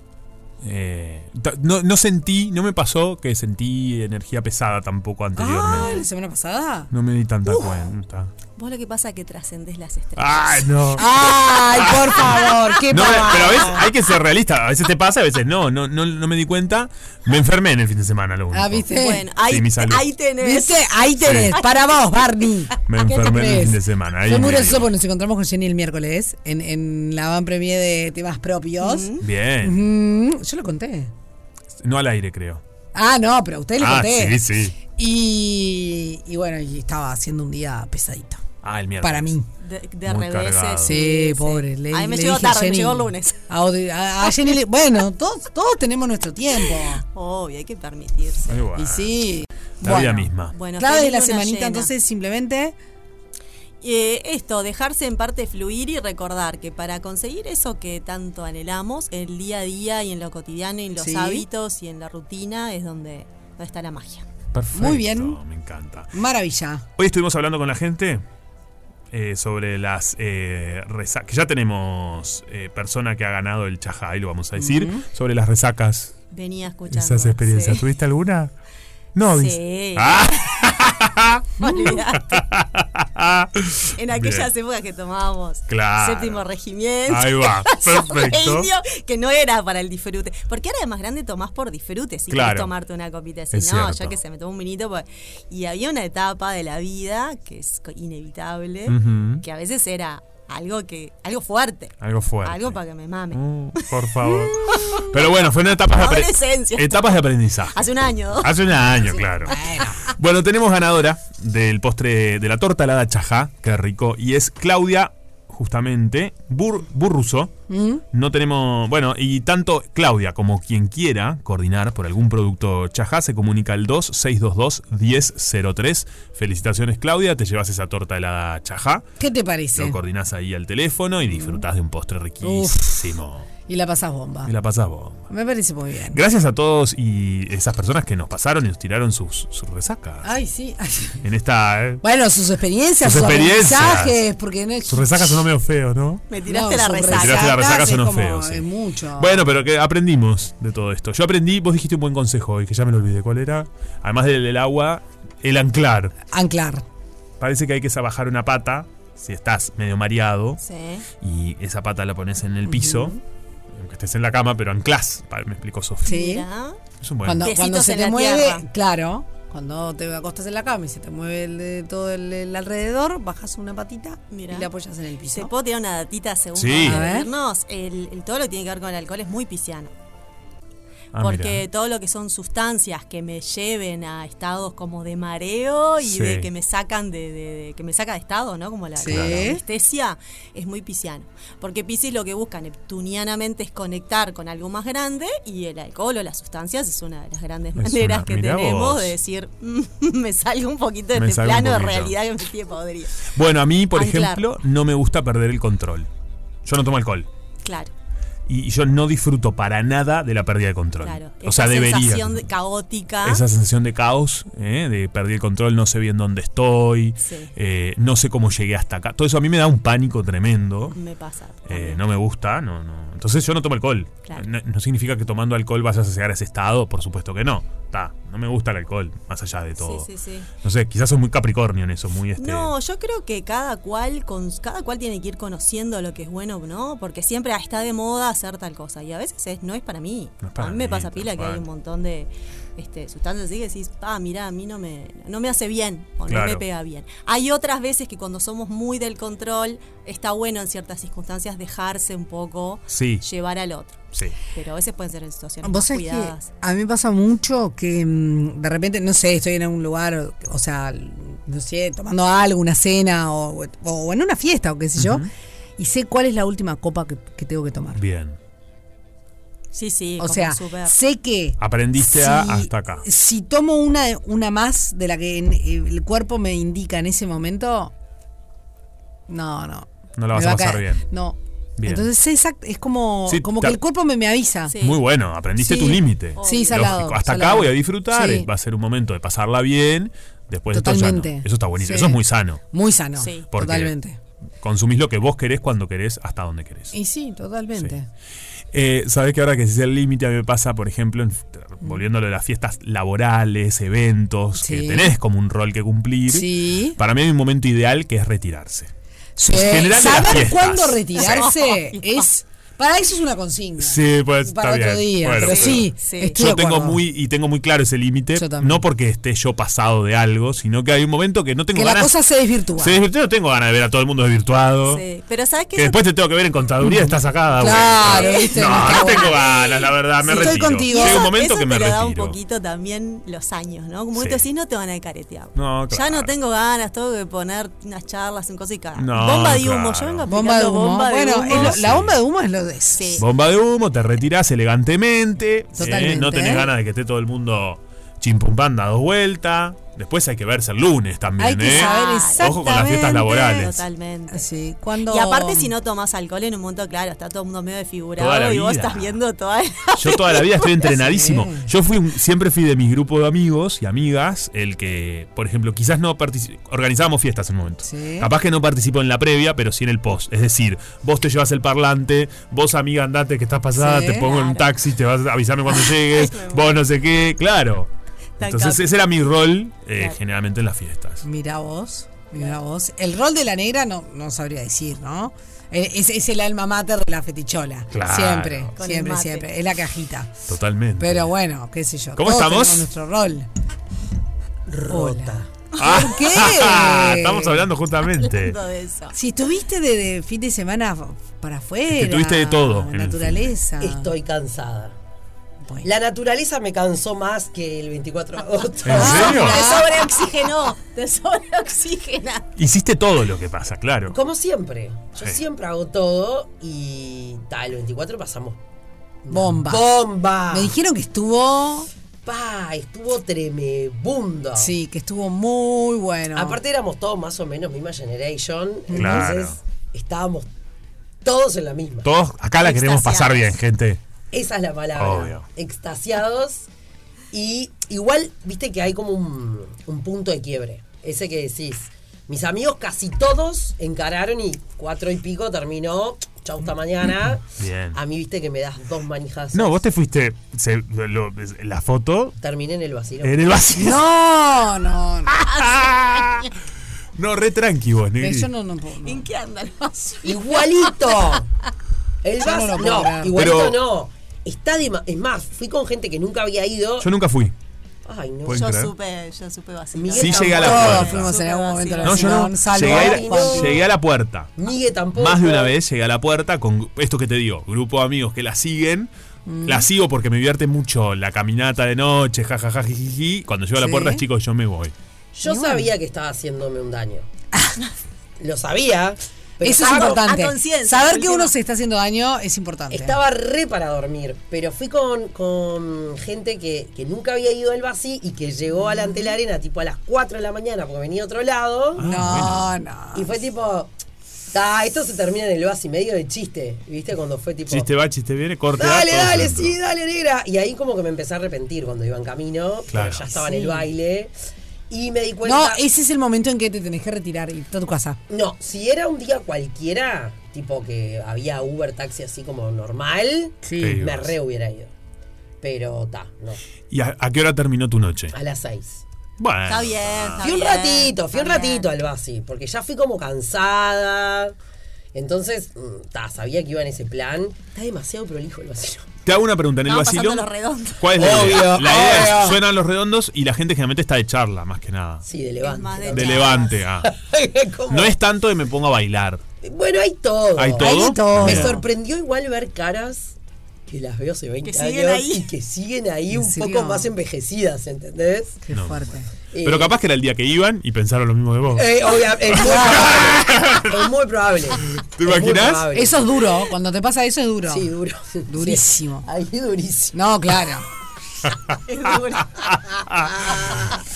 S2: Eh, ta- no, no sentí, no me pasó que sentí energía pesada tampoco
S1: Ah,
S2: anteriormente.
S1: la semana pasada.
S2: No me di tanta cuenta.
S21: Vos lo que pasa es que trascendés las estrellas.
S2: ¡Ay, no!
S21: Ah,
S1: Ay, por favor, qué
S2: No,
S1: pavada.
S2: pero a veces hay que ser realista. A veces te pasa, a veces no. No, no, no me di cuenta. Me enfermé en el fin de semana, lo único.
S1: Ah, ¿viste?
S2: Bueno, ahí- Sí, mi salud. ahí
S21: tenés.
S1: ¿Viste? Ahí tenés.
S2: Sí.
S1: Para vos, Barney.
S2: Me
S1: ¿Qué te
S2: enfermé en el
S1: crees?
S2: fin de semana. Ahí
S1: Fue muy
S2: me dio.
S1: gracioso porque nos encontramos con Jenny el miércoles en, en la van premier de temas propios.
S2: Bien.
S1: Mm, yo lo conté.
S2: No al aire, creo.
S1: Ah, no, pero a ustedes lo
S2: ah,
S1: conté.
S2: sí, sí.
S1: Y, y bueno, y estaba haciendo un día pesadito.
S2: Ah, el miércoles.
S1: Para mí.
S21: De, de revés.
S1: Sí, pobre. Le,
S21: Ay, me
S1: le
S21: llegó
S1: dije a
S21: tarde, me
S1: Jenny-
S21: llegó el lunes.
S1: A, Audi- a- a Jenny le- bueno, todos, todos tenemos nuestro tiempo.
S21: Obvio, hay que permitirse.
S2: Ay, bueno.
S1: Y sí.
S2: La vida misma.
S21: Bueno,
S1: clave de
S21: feliz
S1: la
S21: luna
S1: semanita,
S21: llena.
S1: entonces, simplemente.
S21: Eh, esto, dejarse en parte fluir y recordar que para conseguir eso que tanto anhelamos, el día a día y en lo cotidiano y en los
S1: Sí.
S21: hábitos y en la rutina es donde, donde está la magia.
S2: Perfecto.
S1: Muy bien.
S2: Me encanta.
S1: Maravilla.
S2: Hoy estuvimos hablando con la gente eh, sobre las eh, resacas. Ya tenemos eh, persona que ha ganado el Chajá, y lo vamos a decir.
S21: Ujú.
S2: Sobre las resacas.
S21: Venía escuchando.
S2: Esas experiencias.
S21: sí.
S2: ¿Tuviste alguna? No,
S21: Sí.
S2: dice. Ah.
S21: Olvídate. en aquellas
S2: Bien.
S21: épocas que tomábamos
S2: Claro.
S21: séptimo regimiento.
S2: Ahí va,
S21: Vaso
S2: perfecto.
S21: de indio, que no era para el disfrute. Porque ahora de más grande tomás por disfrute, si
S2: Claro.
S21: querés tomarte una copita así.
S2: Es
S21: no,
S2: cierto.
S21: yo que se me tomó un vinito. pues- Y había una etapa de la vida que es co- inevitable,
S2: Ujú.
S21: que a veces era algo que algo fuerte.
S2: Algo fuerte.
S21: Algo para que me mame.
S2: Mm, por favor. Pero bueno, fueron etapas de, apre-
S21: Adolescencia.
S2: etapas de aprendizaje.
S21: Hace un año. dos.
S2: Hace un año, claro. Bueno, tenemos ganadora del postre de la torta helada chajá, qué rico, y es Claudia, justamente, Bur Burruso.
S1: ¿Mm?
S2: No tenemos. Bueno, y tanto Claudia como quien quiera coordinar por algún producto chajá se comunica al 2622-1003. Felicitaciones, Claudia. Te llevas esa torta helada chajá.
S1: ¿Qué te parece?
S2: Lo coordinás ahí al teléfono y disfrutás de un postre riquísimo.
S1: Y la pasás bomba.
S2: Y la pasás vos.
S1: Me parece muy bien.
S2: Gracias a todos y esas personas que nos pasaron y nos tiraron sus, sus resacas.
S1: Ay, sí. Ay.
S2: En esta. eh,
S1: Bueno, sus experiencias,
S2: Sus
S1: sus,
S2: experiencias.
S1: aprendizajes, porque no es-
S2: Sus resacas son medio feos, ¿no?
S21: Me
S1: tiraste la resaca.
S2: Me tiraste la resaca,
S1: es
S2: sonó
S1: como,
S2: feo, sí.
S1: es mucho.
S2: Bueno, pero que aprendimos de todo esto. Yo aprendí, vos dijiste un buen consejo hoy, que ya me lo olvidé. ¿Cuál era? Además del, del agua, el anclar.
S1: Anclar.
S2: Parece que hay que sa- bajar una pata si estás medio mareado
S1: Sí.
S2: y esa pata la pones en el piso, aunque estés en la cama, pero anclas. Pa- Me explicó Sofía.
S1: Sí.
S2: Es un buen
S1: Cuando,
S2: Piecitos
S1: cuando se
S2: en
S1: te
S2: la
S1: mueve,
S2: tierra.
S1: claro, cuando te acostas en la cama y se te mueve el de- todo el, el alrededor, bajas una patita y la apoyas en el piso.
S21: ¿Te puedo tirar una datita según
S1: Sí.
S21: para
S1: A ver.
S21: dormirnos? El, el- todo lo que tiene que ver con el alcohol es muy pisciano.
S2: Ah,
S21: porque
S2: mirá.
S21: todo lo que son sustancias que me lleven a estados como de mareo y
S2: Sí.
S21: de que me sacan de, de- de- que me saca de estado, ¿no? Como la,
S1: Sí.
S21: la anestesia es muy pisciano, porque Piscis lo que busca neptunianamente es conectar con algo más grande y el alcohol o las sustancias es una de las grandes
S2: Es
S21: maneras
S2: una-
S21: que
S2: mirá
S21: tenemos
S2: vos.
S21: de decir, "Mm, me salgo un poquito de
S2: Me
S21: este
S2: salgo un
S21: plano de
S2: poquito.
S21: realidad que me tiene podrido.
S2: Bueno, a mí, por
S21: Anclar.
S2: ejemplo, no me gusta perder el control. Yo no tomo alcohol.
S21: Claro.
S2: Y yo no disfruto para nada de la pérdida de control.
S21: Claro,
S2: o sea,
S21: esa
S2: debería.
S21: sensación de- caótica.
S2: Esa sensación de caos, ¿eh? de perdí el control, no sé bien dónde estoy,
S21: Sí.
S2: eh, no sé cómo llegué hasta acá. Todo eso a mí me da un pánico tremendo.
S21: Me pasa.
S2: eh, no me gusta, no, no. Entonces yo no tomo alcohol.
S21: Claro.
S2: No, no significa que tomando alcohol vayas a llegar a ese estado, por supuesto que no. Está, no me gusta el alcohol, más allá de todo.
S21: sí, sí.
S2: No sé, quizás soy muy capricornio en eso, muy este.
S21: No, yo creo que cada cual, con, cada cual tiene que ir conociendo lo que es bueno, ¿no? Porque siempre ah, está de moda hacer tal cosa. Y a veces es- no es para mí.
S2: No es para
S21: a mí me
S2: mí,
S21: pasa
S2: tal
S21: pila que hay
S2: cual.
S21: un montón de este, sustancias así que decís, ah, mira, a mí no me, no me hace bien o no me
S2: Claro.
S21: pega bien. Hay otras veces que cuando somos muy del control, está bueno en ciertas circunstancias dejarse un poco
S1: Sí.
S21: llevar al otro.
S2: Sí.
S21: Pero a veces pueden ser en situaciones
S1: Vos
S21: más
S1: sabés que
S21: cuidadas.
S1: a mí me pasa mucho que mm, de repente, no sé, estoy en algún lugar, o, o sea, no sé, tomando algo, una cena o, o en una fiesta o qué sé yo, y sé cuál es la última copa que, que tengo que tomar.
S2: este, Bien.
S21: Sí, sí.
S1: O
S21: como
S1: sea,
S21: súper.
S1: sé que
S2: Ah. Aprendiste a hasta acá.
S1: si tomo una, una más de la que en- el cuerpo me indica en ese momento, no, no.
S2: No la vas
S1: Me va
S2: a pasar
S1: caer.
S2: bien.
S1: No.
S2: Bien.
S1: Entonces sé exact- es como,
S2: Sí,
S1: como
S2: ta-
S1: que el cuerpo me, me avisa.
S2: Muy bueno, aprendiste
S1: Sí.
S2: tu límite.
S1: Sí, salado.
S2: Lógico. Hasta acá
S1: salado.
S2: voy a disfrutar,
S1: Sí.
S2: va a ser un momento de pasarla bien, después de esto ya no.
S1: Totalmente.
S2: Eso está buenísimo,
S1: Sí.
S2: eso es muy sano.
S1: Muy sano.
S2: Sí. Porque-
S1: Totalmente.
S2: Consumís lo que vos querés, cuando querés, hasta donde querés.
S1: Y sí, totalmente.
S2: Eh, Sabés que ahora que se el límite, a mí me pasa, por ejemplo, en- volviendo a lo de las fiestas laborales, eventos,
S1: Sí.
S2: que tenés como un rol que cumplir.
S1: Sí.
S2: Para mí hay un momento ideal que es retirarse.
S1: Sí,
S2: En general, de las
S1: Saber
S2: fiestas.
S1: Eh, cuándo retirarse es. Para eso es una consigna.
S2: Sí, pues
S1: Para
S2: está
S1: otro
S2: bien.
S1: día,
S2: Bueno,
S1: pero sí, estoy de
S2: yo tengo
S1: acuerdo.
S2: muy y tengo muy claro ese límite, no porque esté yo pasado de algo, sino que hay un momento que no tengo
S1: que la
S2: ganas.
S1: cosa se desvirtúa.
S2: se desvirtió, no tengo ganas de ver a todo el mundo desvirtuado.
S21: Sí, pero sabes que
S2: Que después te tengo que ver en contaduría, está sacada. güey.
S21: Claro, viste,
S2: No,
S21: me
S2: no
S21: cago en-
S2: tengo ganas, la verdad, Ah, me
S21: Estoy
S2: retiro.
S21: contigo.
S2: Llega
S21: Eso-
S2: un momento
S21: eso
S2: que me
S21: te lo da un
S2: retiro.
S21: poquito también los años, ¿no? Como
S2: Sí.
S21: que tú decís, no te van a caretear.
S2: No,
S21: Ya
S2: claro.
S21: no tengo ganas, tengo que poner unas charlas, un cosa y cada.
S2: No,
S21: bomba de
S2: Ah, claro.
S21: humo, yo vengo
S1: Bomba de
S21: aplicando
S1: humo.
S21: bomba de
S1: bueno,
S21: humo.
S1: es lo- la bomba de humo es lo de. Sí.
S2: Bomba de humo, te retirás elegantemente. ¿eh?
S1: Totalmente,
S2: No tenés
S1: ¿eh?
S2: ganas de que esté todo el mundo chimpumpando a dos vueltas. Después hay que verse el lunes también,
S1: Hay que
S2: ¿eh?
S1: saber
S2: Ojo con las fiestas
S1: exactamente.
S2: laborales.
S21: Totalmente.
S1: Sí, cuando...
S21: Y aparte, si no tomas alcohol en un momento, claro, está todo el mundo medio desfigurado
S2: Toda la
S21: y vos
S2: vida.
S21: estás viendo toda la
S2: Yo toda la vida estoy entrenadísimo. Yo fui un- siempre fui de mi grupo de amigos y amigas el que, por ejemplo, quizás no partici- organizábamos fiestas en un momento. Capaz que no participó en la previa, pero sí en el post. Es decir, vos te llevas el parlante, vos amiga andate que estás pasada,
S1: Sí,
S2: te pongo en un taxi, te vas a avisarme cuando llegues, vos no sé qué, claro. Entonces ese era mi rol eh, generalmente en las fiestas.
S1: Mira vos, mira vos. El rol de la negra no, no sabría decir, ¿no? Eh, Es, es el alma mater de la fetichola.
S2: Claro.
S1: Siempre,
S2: Con
S21: el
S1: siempre,
S21: mate.
S1: siempre. Es la cajita.
S2: Totalmente.
S1: Pero bueno, qué sé yo.
S2: ¿Cómo
S1: todos
S2: estamos?
S1: tenemos nuestro rol. Rota. ¿Por qué?
S2: Estamos hablando justamente.
S1: Si estuviste de, de fin de semana f- para afuera.
S2: Que tuviste de todo. en el fin.
S1: Naturaleza.
S4: Estoy cansada. La naturaleza me cansó más que el 24 de agosto.
S2: ¿En serio? Ah.
S4: Me sobreoxigenó. Te sobreoxigena.
S2: Hiciste todo lo que pasa, claro.
S4: Como siempre. Yo
S2: Sí.
S4: siempre hago todo y tal, el 24 pasamos.
S1: Bomba.
S4: Bomba.
S1: Me dijeron que estuvo.
S4: Pa, estuvo tremebundo.
S1: Sí, que estuvo muy bueno.
S4: Aparte éramos todos más o menos misma generation.
S2: Claro.
S4: Entonces estábamos todos en la misma.
S2: Todos acá la queremos pasar bien, gente.
S4: Esa es la palabra.
S2: Obvio.
S4: Extasiados. Y igual, viste que hay como un, un punto de quiebre. Ese que decís. Mis amigos casi todos encararon y cuatro y pico terminó. Chau hasta mañana.
S2: Bien.
S4: A mí viste que me das dos manijas.
S2: No, vos te fuiste. se- lo- la foto.
S4: Terminé en el vacío.
S2: En el vacío.
S1: No, no, no.
S2: No, re tranqui vos, negri.
S1: no, no puedo.
S4: ¿En qué andan ¡Igualito! El
S1: Yo no
S4: vas-
S1: lo
S4: no,
S1: puedo creer.
S4: igualito
S2: Pero-
S4: no. Está de ma- Es más, fui con gente que nunca había ido.
S2: Yo nunca fui.
S4: Ay, no.
S2: ¿Pueden Yo creer?
S4: supe, yo supe
S21: vacilar.
S2: Sí llegué a la
S1: Todos
S2: puerta.
S1: fuimos en algún momento a la
S2: No, yo
S1: vecindad,
S2: no.
S1: salvo
S2: Llegué a, ir-
S1: Juan.
S2: llegué a la puerta.
S4: Migue tampoco.
S2: Más de una vez llegué a la puerta con esto que te digo, grupo de amigos que la siguen.
S4: Mm.
S2: La sigo porque me divierte mucho la caminata de noche, jajaja, jijiji. Cuando llego a la
S4: Sí.
S2: puerta, chicos, yo me voy.
S4: Yo sabía que estaba haciéndome un daño. Lo sabía. pero
S1: Eso es
S4: estaba-
S1: importante. Saber que uno se está haciendo daño es importante.
S4: Estaba re para dormir, pero fui con, con gente que, que nunca había ido al Basi y que llegó alante
S2: Mm.
S4: la arena tipo a las 4 de la mañana porque venía de otro lado.
S1: No,
S2: Ah,
S1: no.
S4: Y fue tipo, "Ta, esto se termina en el Basi, medio de chiste, ¿viste? Cuando fue tipo,
S2: Chiste va, chiste viene, corte. va,
S4: dale,
S2: todo
S4: dale,
S2: junto.
S4: sí, dale, negra. Y ahí como que me empecé a arrepentir cuando iba en camino,
S2: Claro.
S4: porque ya estaba en
S1: Sí.
S4: el baile. Y me di cuenta...
S1: No, ese es el momento en que te tenés que retirar y irte a tu casa.
S4: No, si era un día cualquiera, tipo que había Uber taxi así como normal,
S2: Sí.
S4: me re hubiera ido. Pero está, no.
S2: ¿Y a, a qué hora terminó tu noche?
S4: A las seis.
S2: Bueno.
S4: Fui un ratito, fui un ratito al Basi, porque ya fui como cansada. Entonces, mm, ta, sabía que iba en ese plan. Está demasiado prolijo el vacío.
S2: Te hago una pregunta. ¿En el
S4: Estamos pasando
S2: vacilón?
S4: los redondos.
S2: ¿Cuál es la idea?
S4: Obvio,
S2: La idea es,
S4: obvio.
S2: suenan los redondos y la gente generalmente está de charla, más que nada.
S4: Sí, de levante.
S2: de levante, ah. No es tanto de me pongo a bailar.
S4: Bueno, hay todo.
S2: ¿Hay todo? Hay de todo.
S4: Me
S2: Mira.
S4: sorprendió igual ver caras que las veo hace 20
S1: Que
S4: años
S1: siguen ahí.
S4: y que siguen ahí
S1: ¿En
S4: un
S1: serio?
S4: poco más envejecidas, ¿entendés?
S1: Qué
S2: No.
S1: fuerte.
S2: Pero capaz que era el día que iban y pensaron lo mismo de vos.
S4: Eh, obvia- es, muy probable, es muy probable.
S2: ¿Te
S4: oh, Es muy
S2: imaginas?
S4: probable.
S1: Eso es duro. Cuando te pasa eso es duro.
S4: Sí, duro.
S1: Durísimo.
S4: Ahí durísimo.
S1: No, claro.
S4: Es duro.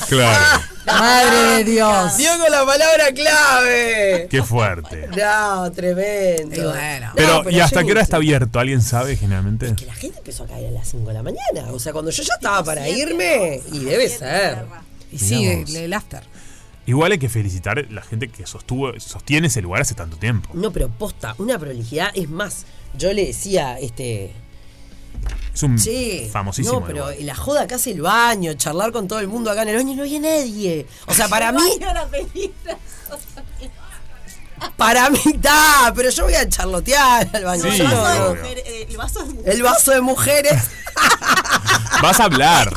S2: Claro.
S1: Madre de Dios.
S4: Dio con la palabra clave.
S2: Qué fuerte.
S4: No, tremendo. No,
S2: Pero, ¿y hasta
S4: yo
S2: qué hora
S4: ni-
S2: está abierto? ¿Alguien sabe generalmente?
S4: La gente empezó a caer a las 5 de la mañana. O sea, cuando yo ya estaba para irme, y debe ser.
S1: Y
S2: sí, Mirá vos.
S1: el after.
S2: Igual hay que felicitar a la gente que sostuvo, sostiene ese lugar hace tanto tiempo.
S4: No, pero posta, una prolijidad. Es más, yo le decía, este.
S2: Es un
S4: Che,
S2: famosísimo.
S4: No, pero
S2: lugar.
S4: la joda que hace el baño, charlar con todo el mundo acá en el baño, no había nadie. O sea, para mí, para mí está, pero yo voy a charlotear al baño.
S2: Sí,
S4: Yo no-
S2: obvio.
S21: eh, El vaso
S4: El vaso de mujeres.
S2: Vas a hablar.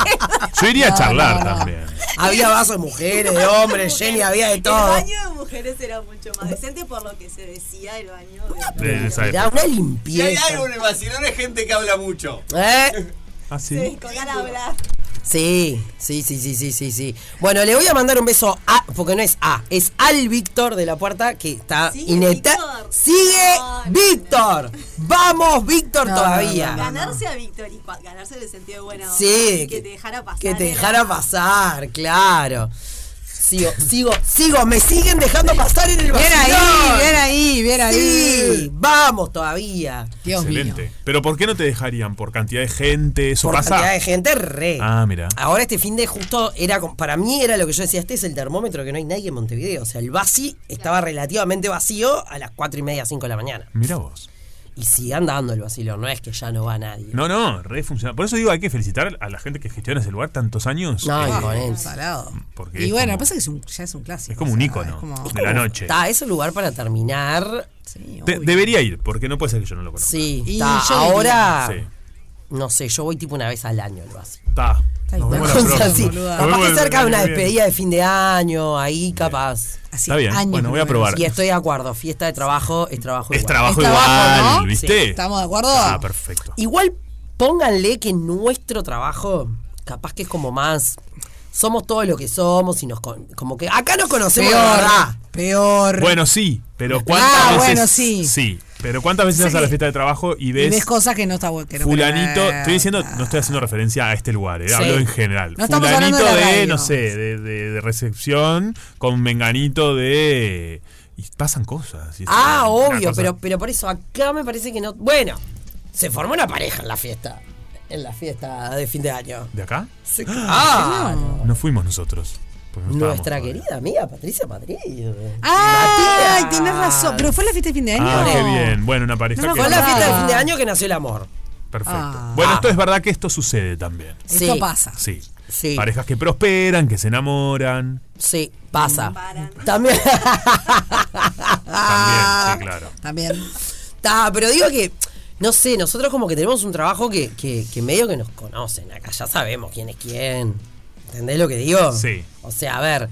S2: Yo iría a
S4: No,
S2: charlar
S4: no, no.
S2: también.
S4: había vaso de mujeres, de hombres, Jenny, había de
S21: El
S4: todo.
S21: baño de mujeres era mucho más decente por lo que se decía el baño. de-
S2: De esa
S4: Mirá,
S2: época.
S4: una limpieza.
S6: Si hay algo en el vacilón es gente que habla mucho.
S4: ¿Eh?
S2: ¿Ah,
S21: Sí, con ganas de hablar.
S4: Sí, sí, sí, sí, sí, sí, sí. Bueno, le voy a mandar un beso a, porque no es a, es al Víctor de la Puerta que está ineta. Sigue Víctor. Vamos, Víctor, todavía.
S21: Ganarse a Víctor y cua- ganarse en el sentido de buena onda.
S4: Sí,
S21: y que te dejara pasar. eh.
S4: Que te
S21: era-
S4: dejara pasar, claro. Sigo, sigo, sigo, me siguen dejando pasar en el
S1: Bien
S4: vacilón.
S1: ahí, bien ahí, bien
S4: Sí,
S1: ahí.
S4: vamos todavía.
S2: Excelente. Pero ¿por qué no te dejarían? ¿Por cantidad de gente? ¿Eso
S4: Por
S2: pasa?
S4: cantidad de gente, re.
S2: Ah, mira.
S4: Ahora este fin de justo era como- para mí era lo que yo decía, este es el termómetro que no hay nadie en Montevideo. O sea, el Basi estaba relativamente vacío a las cuatro y media, 5 de la mañana.
S2: Mira vos.
S4: y sigan dando el vacilón, no es que ya no va nadie.
S2: No, no, re funciona. Por eso digo, hay que felicitar a la gente que gestiona ese lugar tantos años.
S4: No, pues,
S2: eh,
S4: imponente.
S2: Porque
S1: Y
S2: es
S1: bueno,
S2: como-
S1: pasa que es un, ya es un clásico.
S2: es como un ícono de la noche.
S4: Está, es un lugar para terminar.
S2: De- debería ir, porque no puede ser que yo no lo conozca.
S4: Sí,
S1: Y
S4: está,
S1: yo
S4: ahora.
S2: diría-
S4: No sé, yo voy tipo una vez al año al vacilón.
S2: Está. Nos
S4: Una
S2: vemos la
S4: cosa
S2: próxima,
S4: así.
S2: boluda. Nos
S4: Capaz
S2: vemos
S4: que
S2: el
S4: cerca de
S2: año
S4: una
S2: que viene.
S4: despedida de fin de año, ahí capaz.
S2: Está bien. años Bueno, voy a que no probar. vemos.
S4: Y estoy de acuerdo, fiesta de trabajo es trabajo
S2: Es
S4: igual.
S2: trabajo Es trabajo, igual, ¿no? ¿viste?
S4: Sí.
S1: ¿Estamos de acuerdo?
S2: Ah, perfecto.
S4: Igual pónganle que nuestro trabajo capaz que es como más... Somos todo lo que somos y nos... con- como que acá nos conocemos de
S1: Peor,
S4: verdad.
S1: peor.
S2: Bueno, sí, pero ¿cuántas
S1: Ah,
S2: veces?
S1: bueno, sí.
S2: Sí, pero ¿cuántas veces
S1: Sí.
S2: vas a la fiesta de trabajo y
S1: Y
S2: ves,
S1: ves cosas que no está bueno. que no-
S2: fulanito? Estoy diciendo, no estoy haciendo referencia a este lugar, eh,
S1: Sí.
S2: hablo en general.
S1: No estamos hablando
S2: fulanito
S1: de la
S2: de,
S1: radio.
S2: no sé, de, de- de recepción con menganito de... Y pasan cosas. y es
S4: Ah,
S2: una
S4: obvio,
S2: cosa-
S4: pero, pero por eso acá me parece que no... Bueno, se formó una pareja en la fiesta. En la fiesta de fin de año.
S2: ¿De acá?
S4: Sí, ah,
S2: No fuimos nosotros. porque no
S4: Nuestra
S2: estábamos.
S4: querida amiga Patricia Madrid.
S1: Ah,
S4: Matías.
S1: tenés razón. Pero fue la fiesta de fin de año.
S2: Ah, qué bien. Bueno, una pareja que...
S4: Fue la fiesta de fin de año que nació el amor.
S2: Perfecto.
S1: Ah.
S2: Bueno, esto es verdad que esto sucede también.
S4: Sí. Esto pasa.
S2: Sí.
S4: Ah, Sí.
S2: Parejas que prosperan, que se enamoran.
S4: Sí, pasa. También. Ah.
S2: También, sí, claro.
S4: También. Ta, pero digo que, no sé, nosotros como que tenemos un trabajo que, que, que medio que nos conocen acá, ya sabemos quién es quién. ¿Entendés lo que digo?
S2: Sí.
S4: O sea, a ver,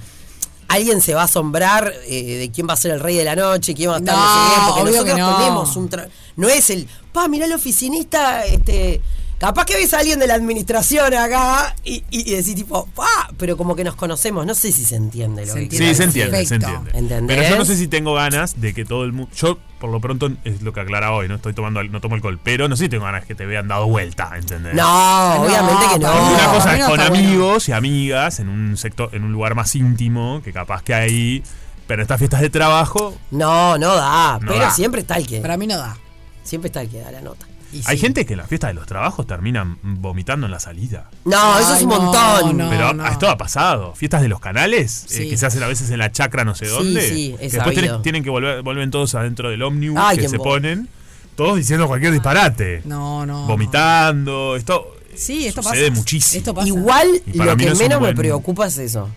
S4: alguien se va a asombrar eh, de quién va a ser el rey de la noche, quién va a estar
S1: No,
S4: sé qué, porque
S1: obvio que
S4: nosotros
S1: no.
S4: tenemos un tra- No es el, pa, mirá el oficinista, este. Capaz que ves a alguien de la administración acá y, y, y decís tipo, pa, pero como que nos conocemos, no sé si se entiende lo que
S2: Sí, se entiende, se
S4: Perfecto.
S2: entiende.
S4: ¿Entendés?
S2: Pero yo no sé si tengo ganas de que todo el mundo. Yo, por lo pronto, es lo que aclara hoy, no estoy tomando, al- no tomo alcohol, pero no sé si tengo ganas que te vean dado vuelta, ¿entendés?
S4: No, No, obviamente que no. para mí
S2: Una
S4: no,
S2: cosa
S4: para
S2: es
S4: mí no
S2: con
S4: está bueno.
S2: amigos y amigas en un sector, en un lugar más íntimo, que capaz que ahí. Pero en estas fiestas de trabajo.
S4: No, no da.
S2: No
S4: pero
S2: da.
S4: siempre está el que. Para
S1: mí no da.
S4: Siempre está el que da la nota.
S2: Hay gente que en las fiestas de los trabajos terminan vomitando en la salida.
S4: No, eso es un montón.
S2: pero esto ha pasado. Fiestas de los canales, eh,
S4: Sí.
S2: que se hacen a veces en la chacra no sé
S4: Sí,
S2: dónde.
S4: sí,
S2: que
S4: es
S2: después tenés-
S4: sabido.
S2: tienen que volver, vuelven todos adentro del ómnibus
S4: Ay,
S2: que
S4: qué
S2: se
S4: embo-
S2: ponen, todos diciendo cualquier disparate.
S1: No, no.
S2: Vomitando, esto
S1: Sí, esto pasa.
S2: sucede muchísimo.
S4: Igual
S2: Y para
S4: lo
S2: mí
S4: que
S2: no es un
S4: menos
S2: buen-
S4: me preocupa es eso.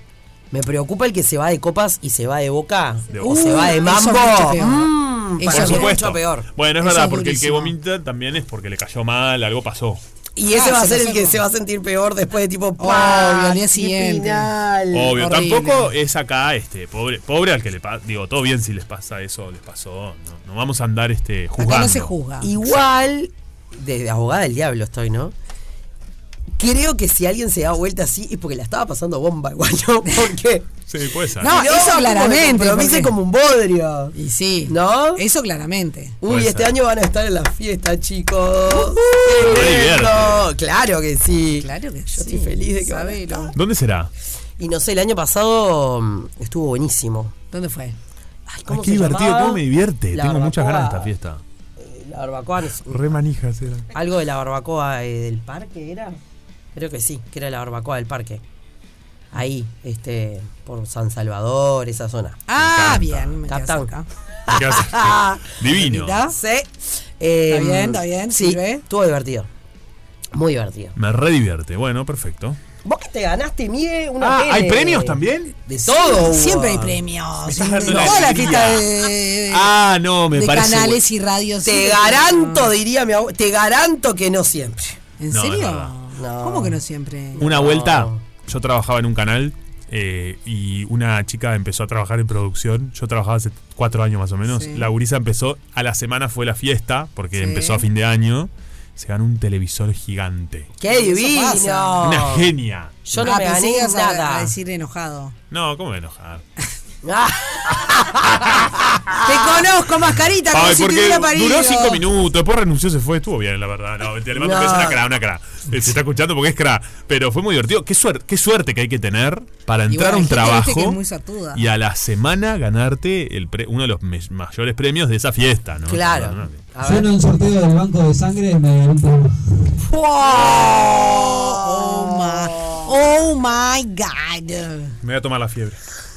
S4: Me preocupa el que se va de copas y se va de boca.
S2: De
S4: o
S2: boca.
S4: se va de
S2: Uy, eso es
S4: mambo.
S2: mucho peor.
S4: Mm,
S2: Por
S4: para mí es
S2: supuesto.
S4: mucho peor.
S2: Bueno, es
S4: Eso
S2: verdad, porque
S4: durísimo.
S2: el que vomita también es porque le cayó mal, algo pasó.
S4: Y ese
S1: Ah,
S4: va a
S1: se
S4: ser
S1: lo
S4: el que
S1: saco.
S4: se va a sentir peor después de tipo.
S1: Obvio, al día siguiente.
S2: Obvio,
S4: Obvio,
S2: tampoco es acá este pobre pobre al que le pasa. Digo, todo bien si les pasa eso, les pasó. No, no vamos a andar este juzgando.
S4: Igual, de abogada del diablo estoy, ¿no? Creo que si alguien se da vuelta así es porque la estaba pasando bomba el guayo, porque...
S2: Sí, puede ser.
S1: No, eso claramente,
S4: Pero me
S1: porque-
S4: hice como un bodrio.
S1: Y sí.
S4: ¿No?
S1: Eso claramente.
S4: Uy, este año van a estar en la fiesta, chicos.
S2: Re
S4: ¡Qué lindo!
S2: divierte.
S4: Claro que sí.
S1: Claro que
S4: Yo estoy feliz de que van a estar.
S2: ¿Dónde será?
S4: Y no sé, el año pasado mm, estuvo buenísimo.
S1: ¿Dónde fue?
S4: Ay, ¿cómo
S2: Qué
S4: se
S2: divertido,
S4: llamaba?
S2: cómo me divierte.
S4: La
S2: Tengo muchas
S4: barbacoa. Eh,
S2: ganas de esta fiesta.
S4: La barbacoa, no sé,
S2: Re manijas
S4: algo de la barbacoa eh, del parque era. Creo que sí, que era la barbacoa del parque. Ahí, este, por San Salvador, esa zona.
S1: Ah, bien. me quedo
S4: Capitán.
S1: cerca.
S2: Divino.
S4: Sí. Eh,
S1: Está bien, está bien,
S4: Sí, estuvo divertido. Muy divertido.
S2: Me re divierte. Bueno, perfecto.
S4: Vos que te ganaste, mire, una
S2: Ah,
S4: tele.
S2: ¿hay premios también?
S4: eh, De todo. hubo.
S1: Siempre hay premios.
S4: Me estás dando
S1: Toda
S4: una
S1: la
S4: alegría.
S1: fiesta de,
S2: Ah, no, me
S1: de
S2: parece.
S1: canales y radios.
S4: Te
S1: Sí,
S4: garanto,
S1: no.
S4: diría mi abuelo, te garanto que no siempre.
S1: ¿En
S2: No,
S1: serio?
S2: es verdad.
S1: ¿Cómo que no siempre?
S2: Una vuelta, yo trabajaba en un canal eh, y una chica empezó a trabajar en producción. Yo trabajaba hace cuatro años más o menos.
S1: Sí.
S2: La gurisa empezó, a la semana fue la fiesta, porque
S1: Sí.
S2: empezó a fin de año. Se ganó un televisor gigante.
S4: ¡Qué divino!
S1: pasa.
S2: Una genia.
S4: Yo no
S1: Ah,
S4: me
S1: pensé que
S4: gané
S1: ibas a-
S4: nada.
S1: A decir enojado.
S2: No, ¿cómo me enojar?
S4: Ah.
S1: Te conozco, mascarita, como
S2: Ay,
S1: si te
S2: porque
S1: hubiera parido.
S2: duró cinco minutos, después renunció, se fue, estuvo bien, la verdad. No, mentira, le mando un
S1: No.
S2: beso, una cra, una cra. Eh, Se está escuchando porque es cra. Pero fue muy divertido. Qué suerte, qué suerte que hay que tener para
S1: Y bueno,
S2: entrar a
S1: hay
S2: un
S1: gente,
S2: trabajo.
S1: viste, que es muy sortuda.
S2: Y a la semana ganarte el pre- uno de los me- mayores premios de esa fiesta, ¿no?
S4: Claro.
S2: No, no, no.
S5: Yo en un sorteo del banco de sangre me gané un premio.
S1: Oh, oh my, oh my God.
S2: Me voy a tomar la fiebre.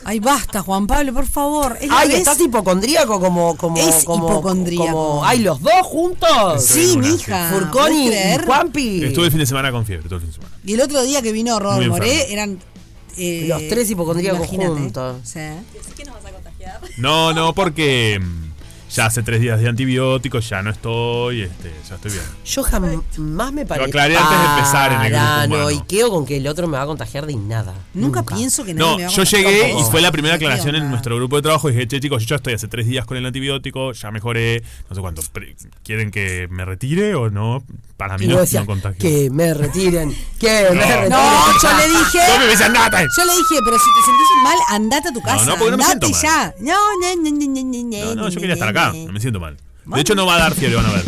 S1: Ay, basta, Juan Pablo, por favor. Es la
S4: Ay,
S1: vez-
S4: estás hipocondríaco como. como
S1: Es
S4: como,
S1: hipocondríaco.
S4: como- ay, los dos juntos.
S2: Estoy Sí, en una, mija, sí.
S4: Furcón y, y
S1: ¿puedes creer?
S4: Juanpi.
S2: Estuve el fin de semana con fiebre, todo el fin de semana.
S1: Y el otro día que vino
S2: Muy
S1: Robert
S2: enfermo.
S1: Moré eran. eh,
S4: Los tres hipocondríacos
S1: imagínate.
S4: juntos.
S1: Sí.
S2: No, no, porque mm, ya hace tres días de antibióticos, ya no estoy, este, ya estoy bien.
S4: Yo jamás me paré.
S2: aclaré antes de empezar en el grupo
S4: Pará, no,
S2: humano.
S4: y queo con que el otro me va a contagiar de nada.
S1: Nunca, pienso que nadie
S2: No,
S1: me va a
S2: yo
S1: contar.
S2: llegué y
S1: Tampoco.
S2: fue la primera aclaración en nuestro grupo de trabajo. y Dije, che, chicos, yo ya estoy hace tres días con el antibiótico, ya mejoré, no sé cuánto. pre- ¿Quieren que me retire o no? Para mí
S4: Y
S2: no,
S4: vos decías,
S2: no contagio.
S4: que me retiren, que me retiren.
S1: No, yo le dije.
S2: No me dicen nada.
S1: Yo le dije, pero si te sentís mal, andate a tu casa.
S2: no, porque no me
S1: andate
S2: siento
S1: ya. No, no, no, no, no, no,
S2: No, no,
S1: no,
S2: yo quería estar acá,
S4: eh".
S2: no me siento mal. De hecho, no va a dar fiebre, van a ver.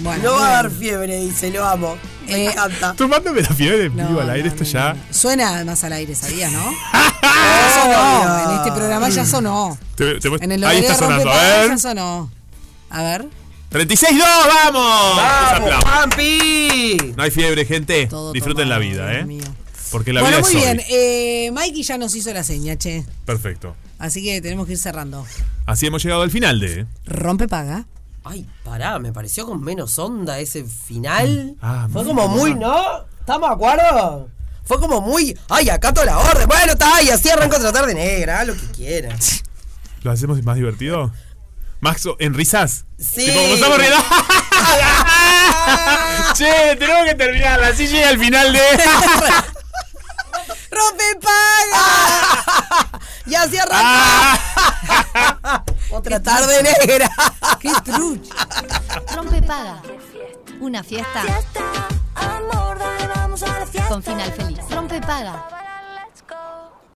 S1: Bueno,
S4: no va a dar
S1: bueno.
S4: fiebre, dice, lo amo. Eh, Me encanta.
S2: Tomándome la fiebre vivo al aire, esto ya.
S1: Suena más al aire, ¿sabías, no? Ya sonó. En este programa ya sonó.
S2: Te- te-
S1: En el
S2: ahí
S1: horario
S2: está
S1: de
S2: sonando, ¿eh? a
S1: Rompepagas
S2: ver.
S1: ya sonó. A ver.
S2: 36-2, vamos. Los aplausos.
S4: ¡Juanpi!
S2: No hay fiebre, gente. Disfruten la vida, ¿eh? Porque la
S1: bueno,
S2: vida
S1: muy
S2: es hoy.
S1: bien. Eh, Mikey ya nos hizo la seña, che.
S2: Perfecto.
S1: Así que tenemos que ir cerrando.
S2: Así hemos llegado al final de.
S1: Rompe paga.
S4: Ay, pará, me pareció con menos onda ese final.
S2: Ah,
S4: Fue
S2: me-
S4: como muy, ¿no? ¿Estamos de acuerdo? Fue como muy, ay, acato la orden. Bueno, está ahí, así arranco otra tarde negra, haz lo que quieras.
S2: ¿Lo hacemos más divertido? Más o- en risas.
S4: Sí.
S2: Tipo, como estamos riendo. che, tenemos que terminarla. Así llega el final de.
S1: ¡Rompe paga!
S4: y así arranca.
S1: Otra
S4: tarde negra.
S1: ¡Qué trucha!
S8: Rompe paga. Una fiesta. Amor, vamos a la fiesta. Con final feliz. Rompe paga.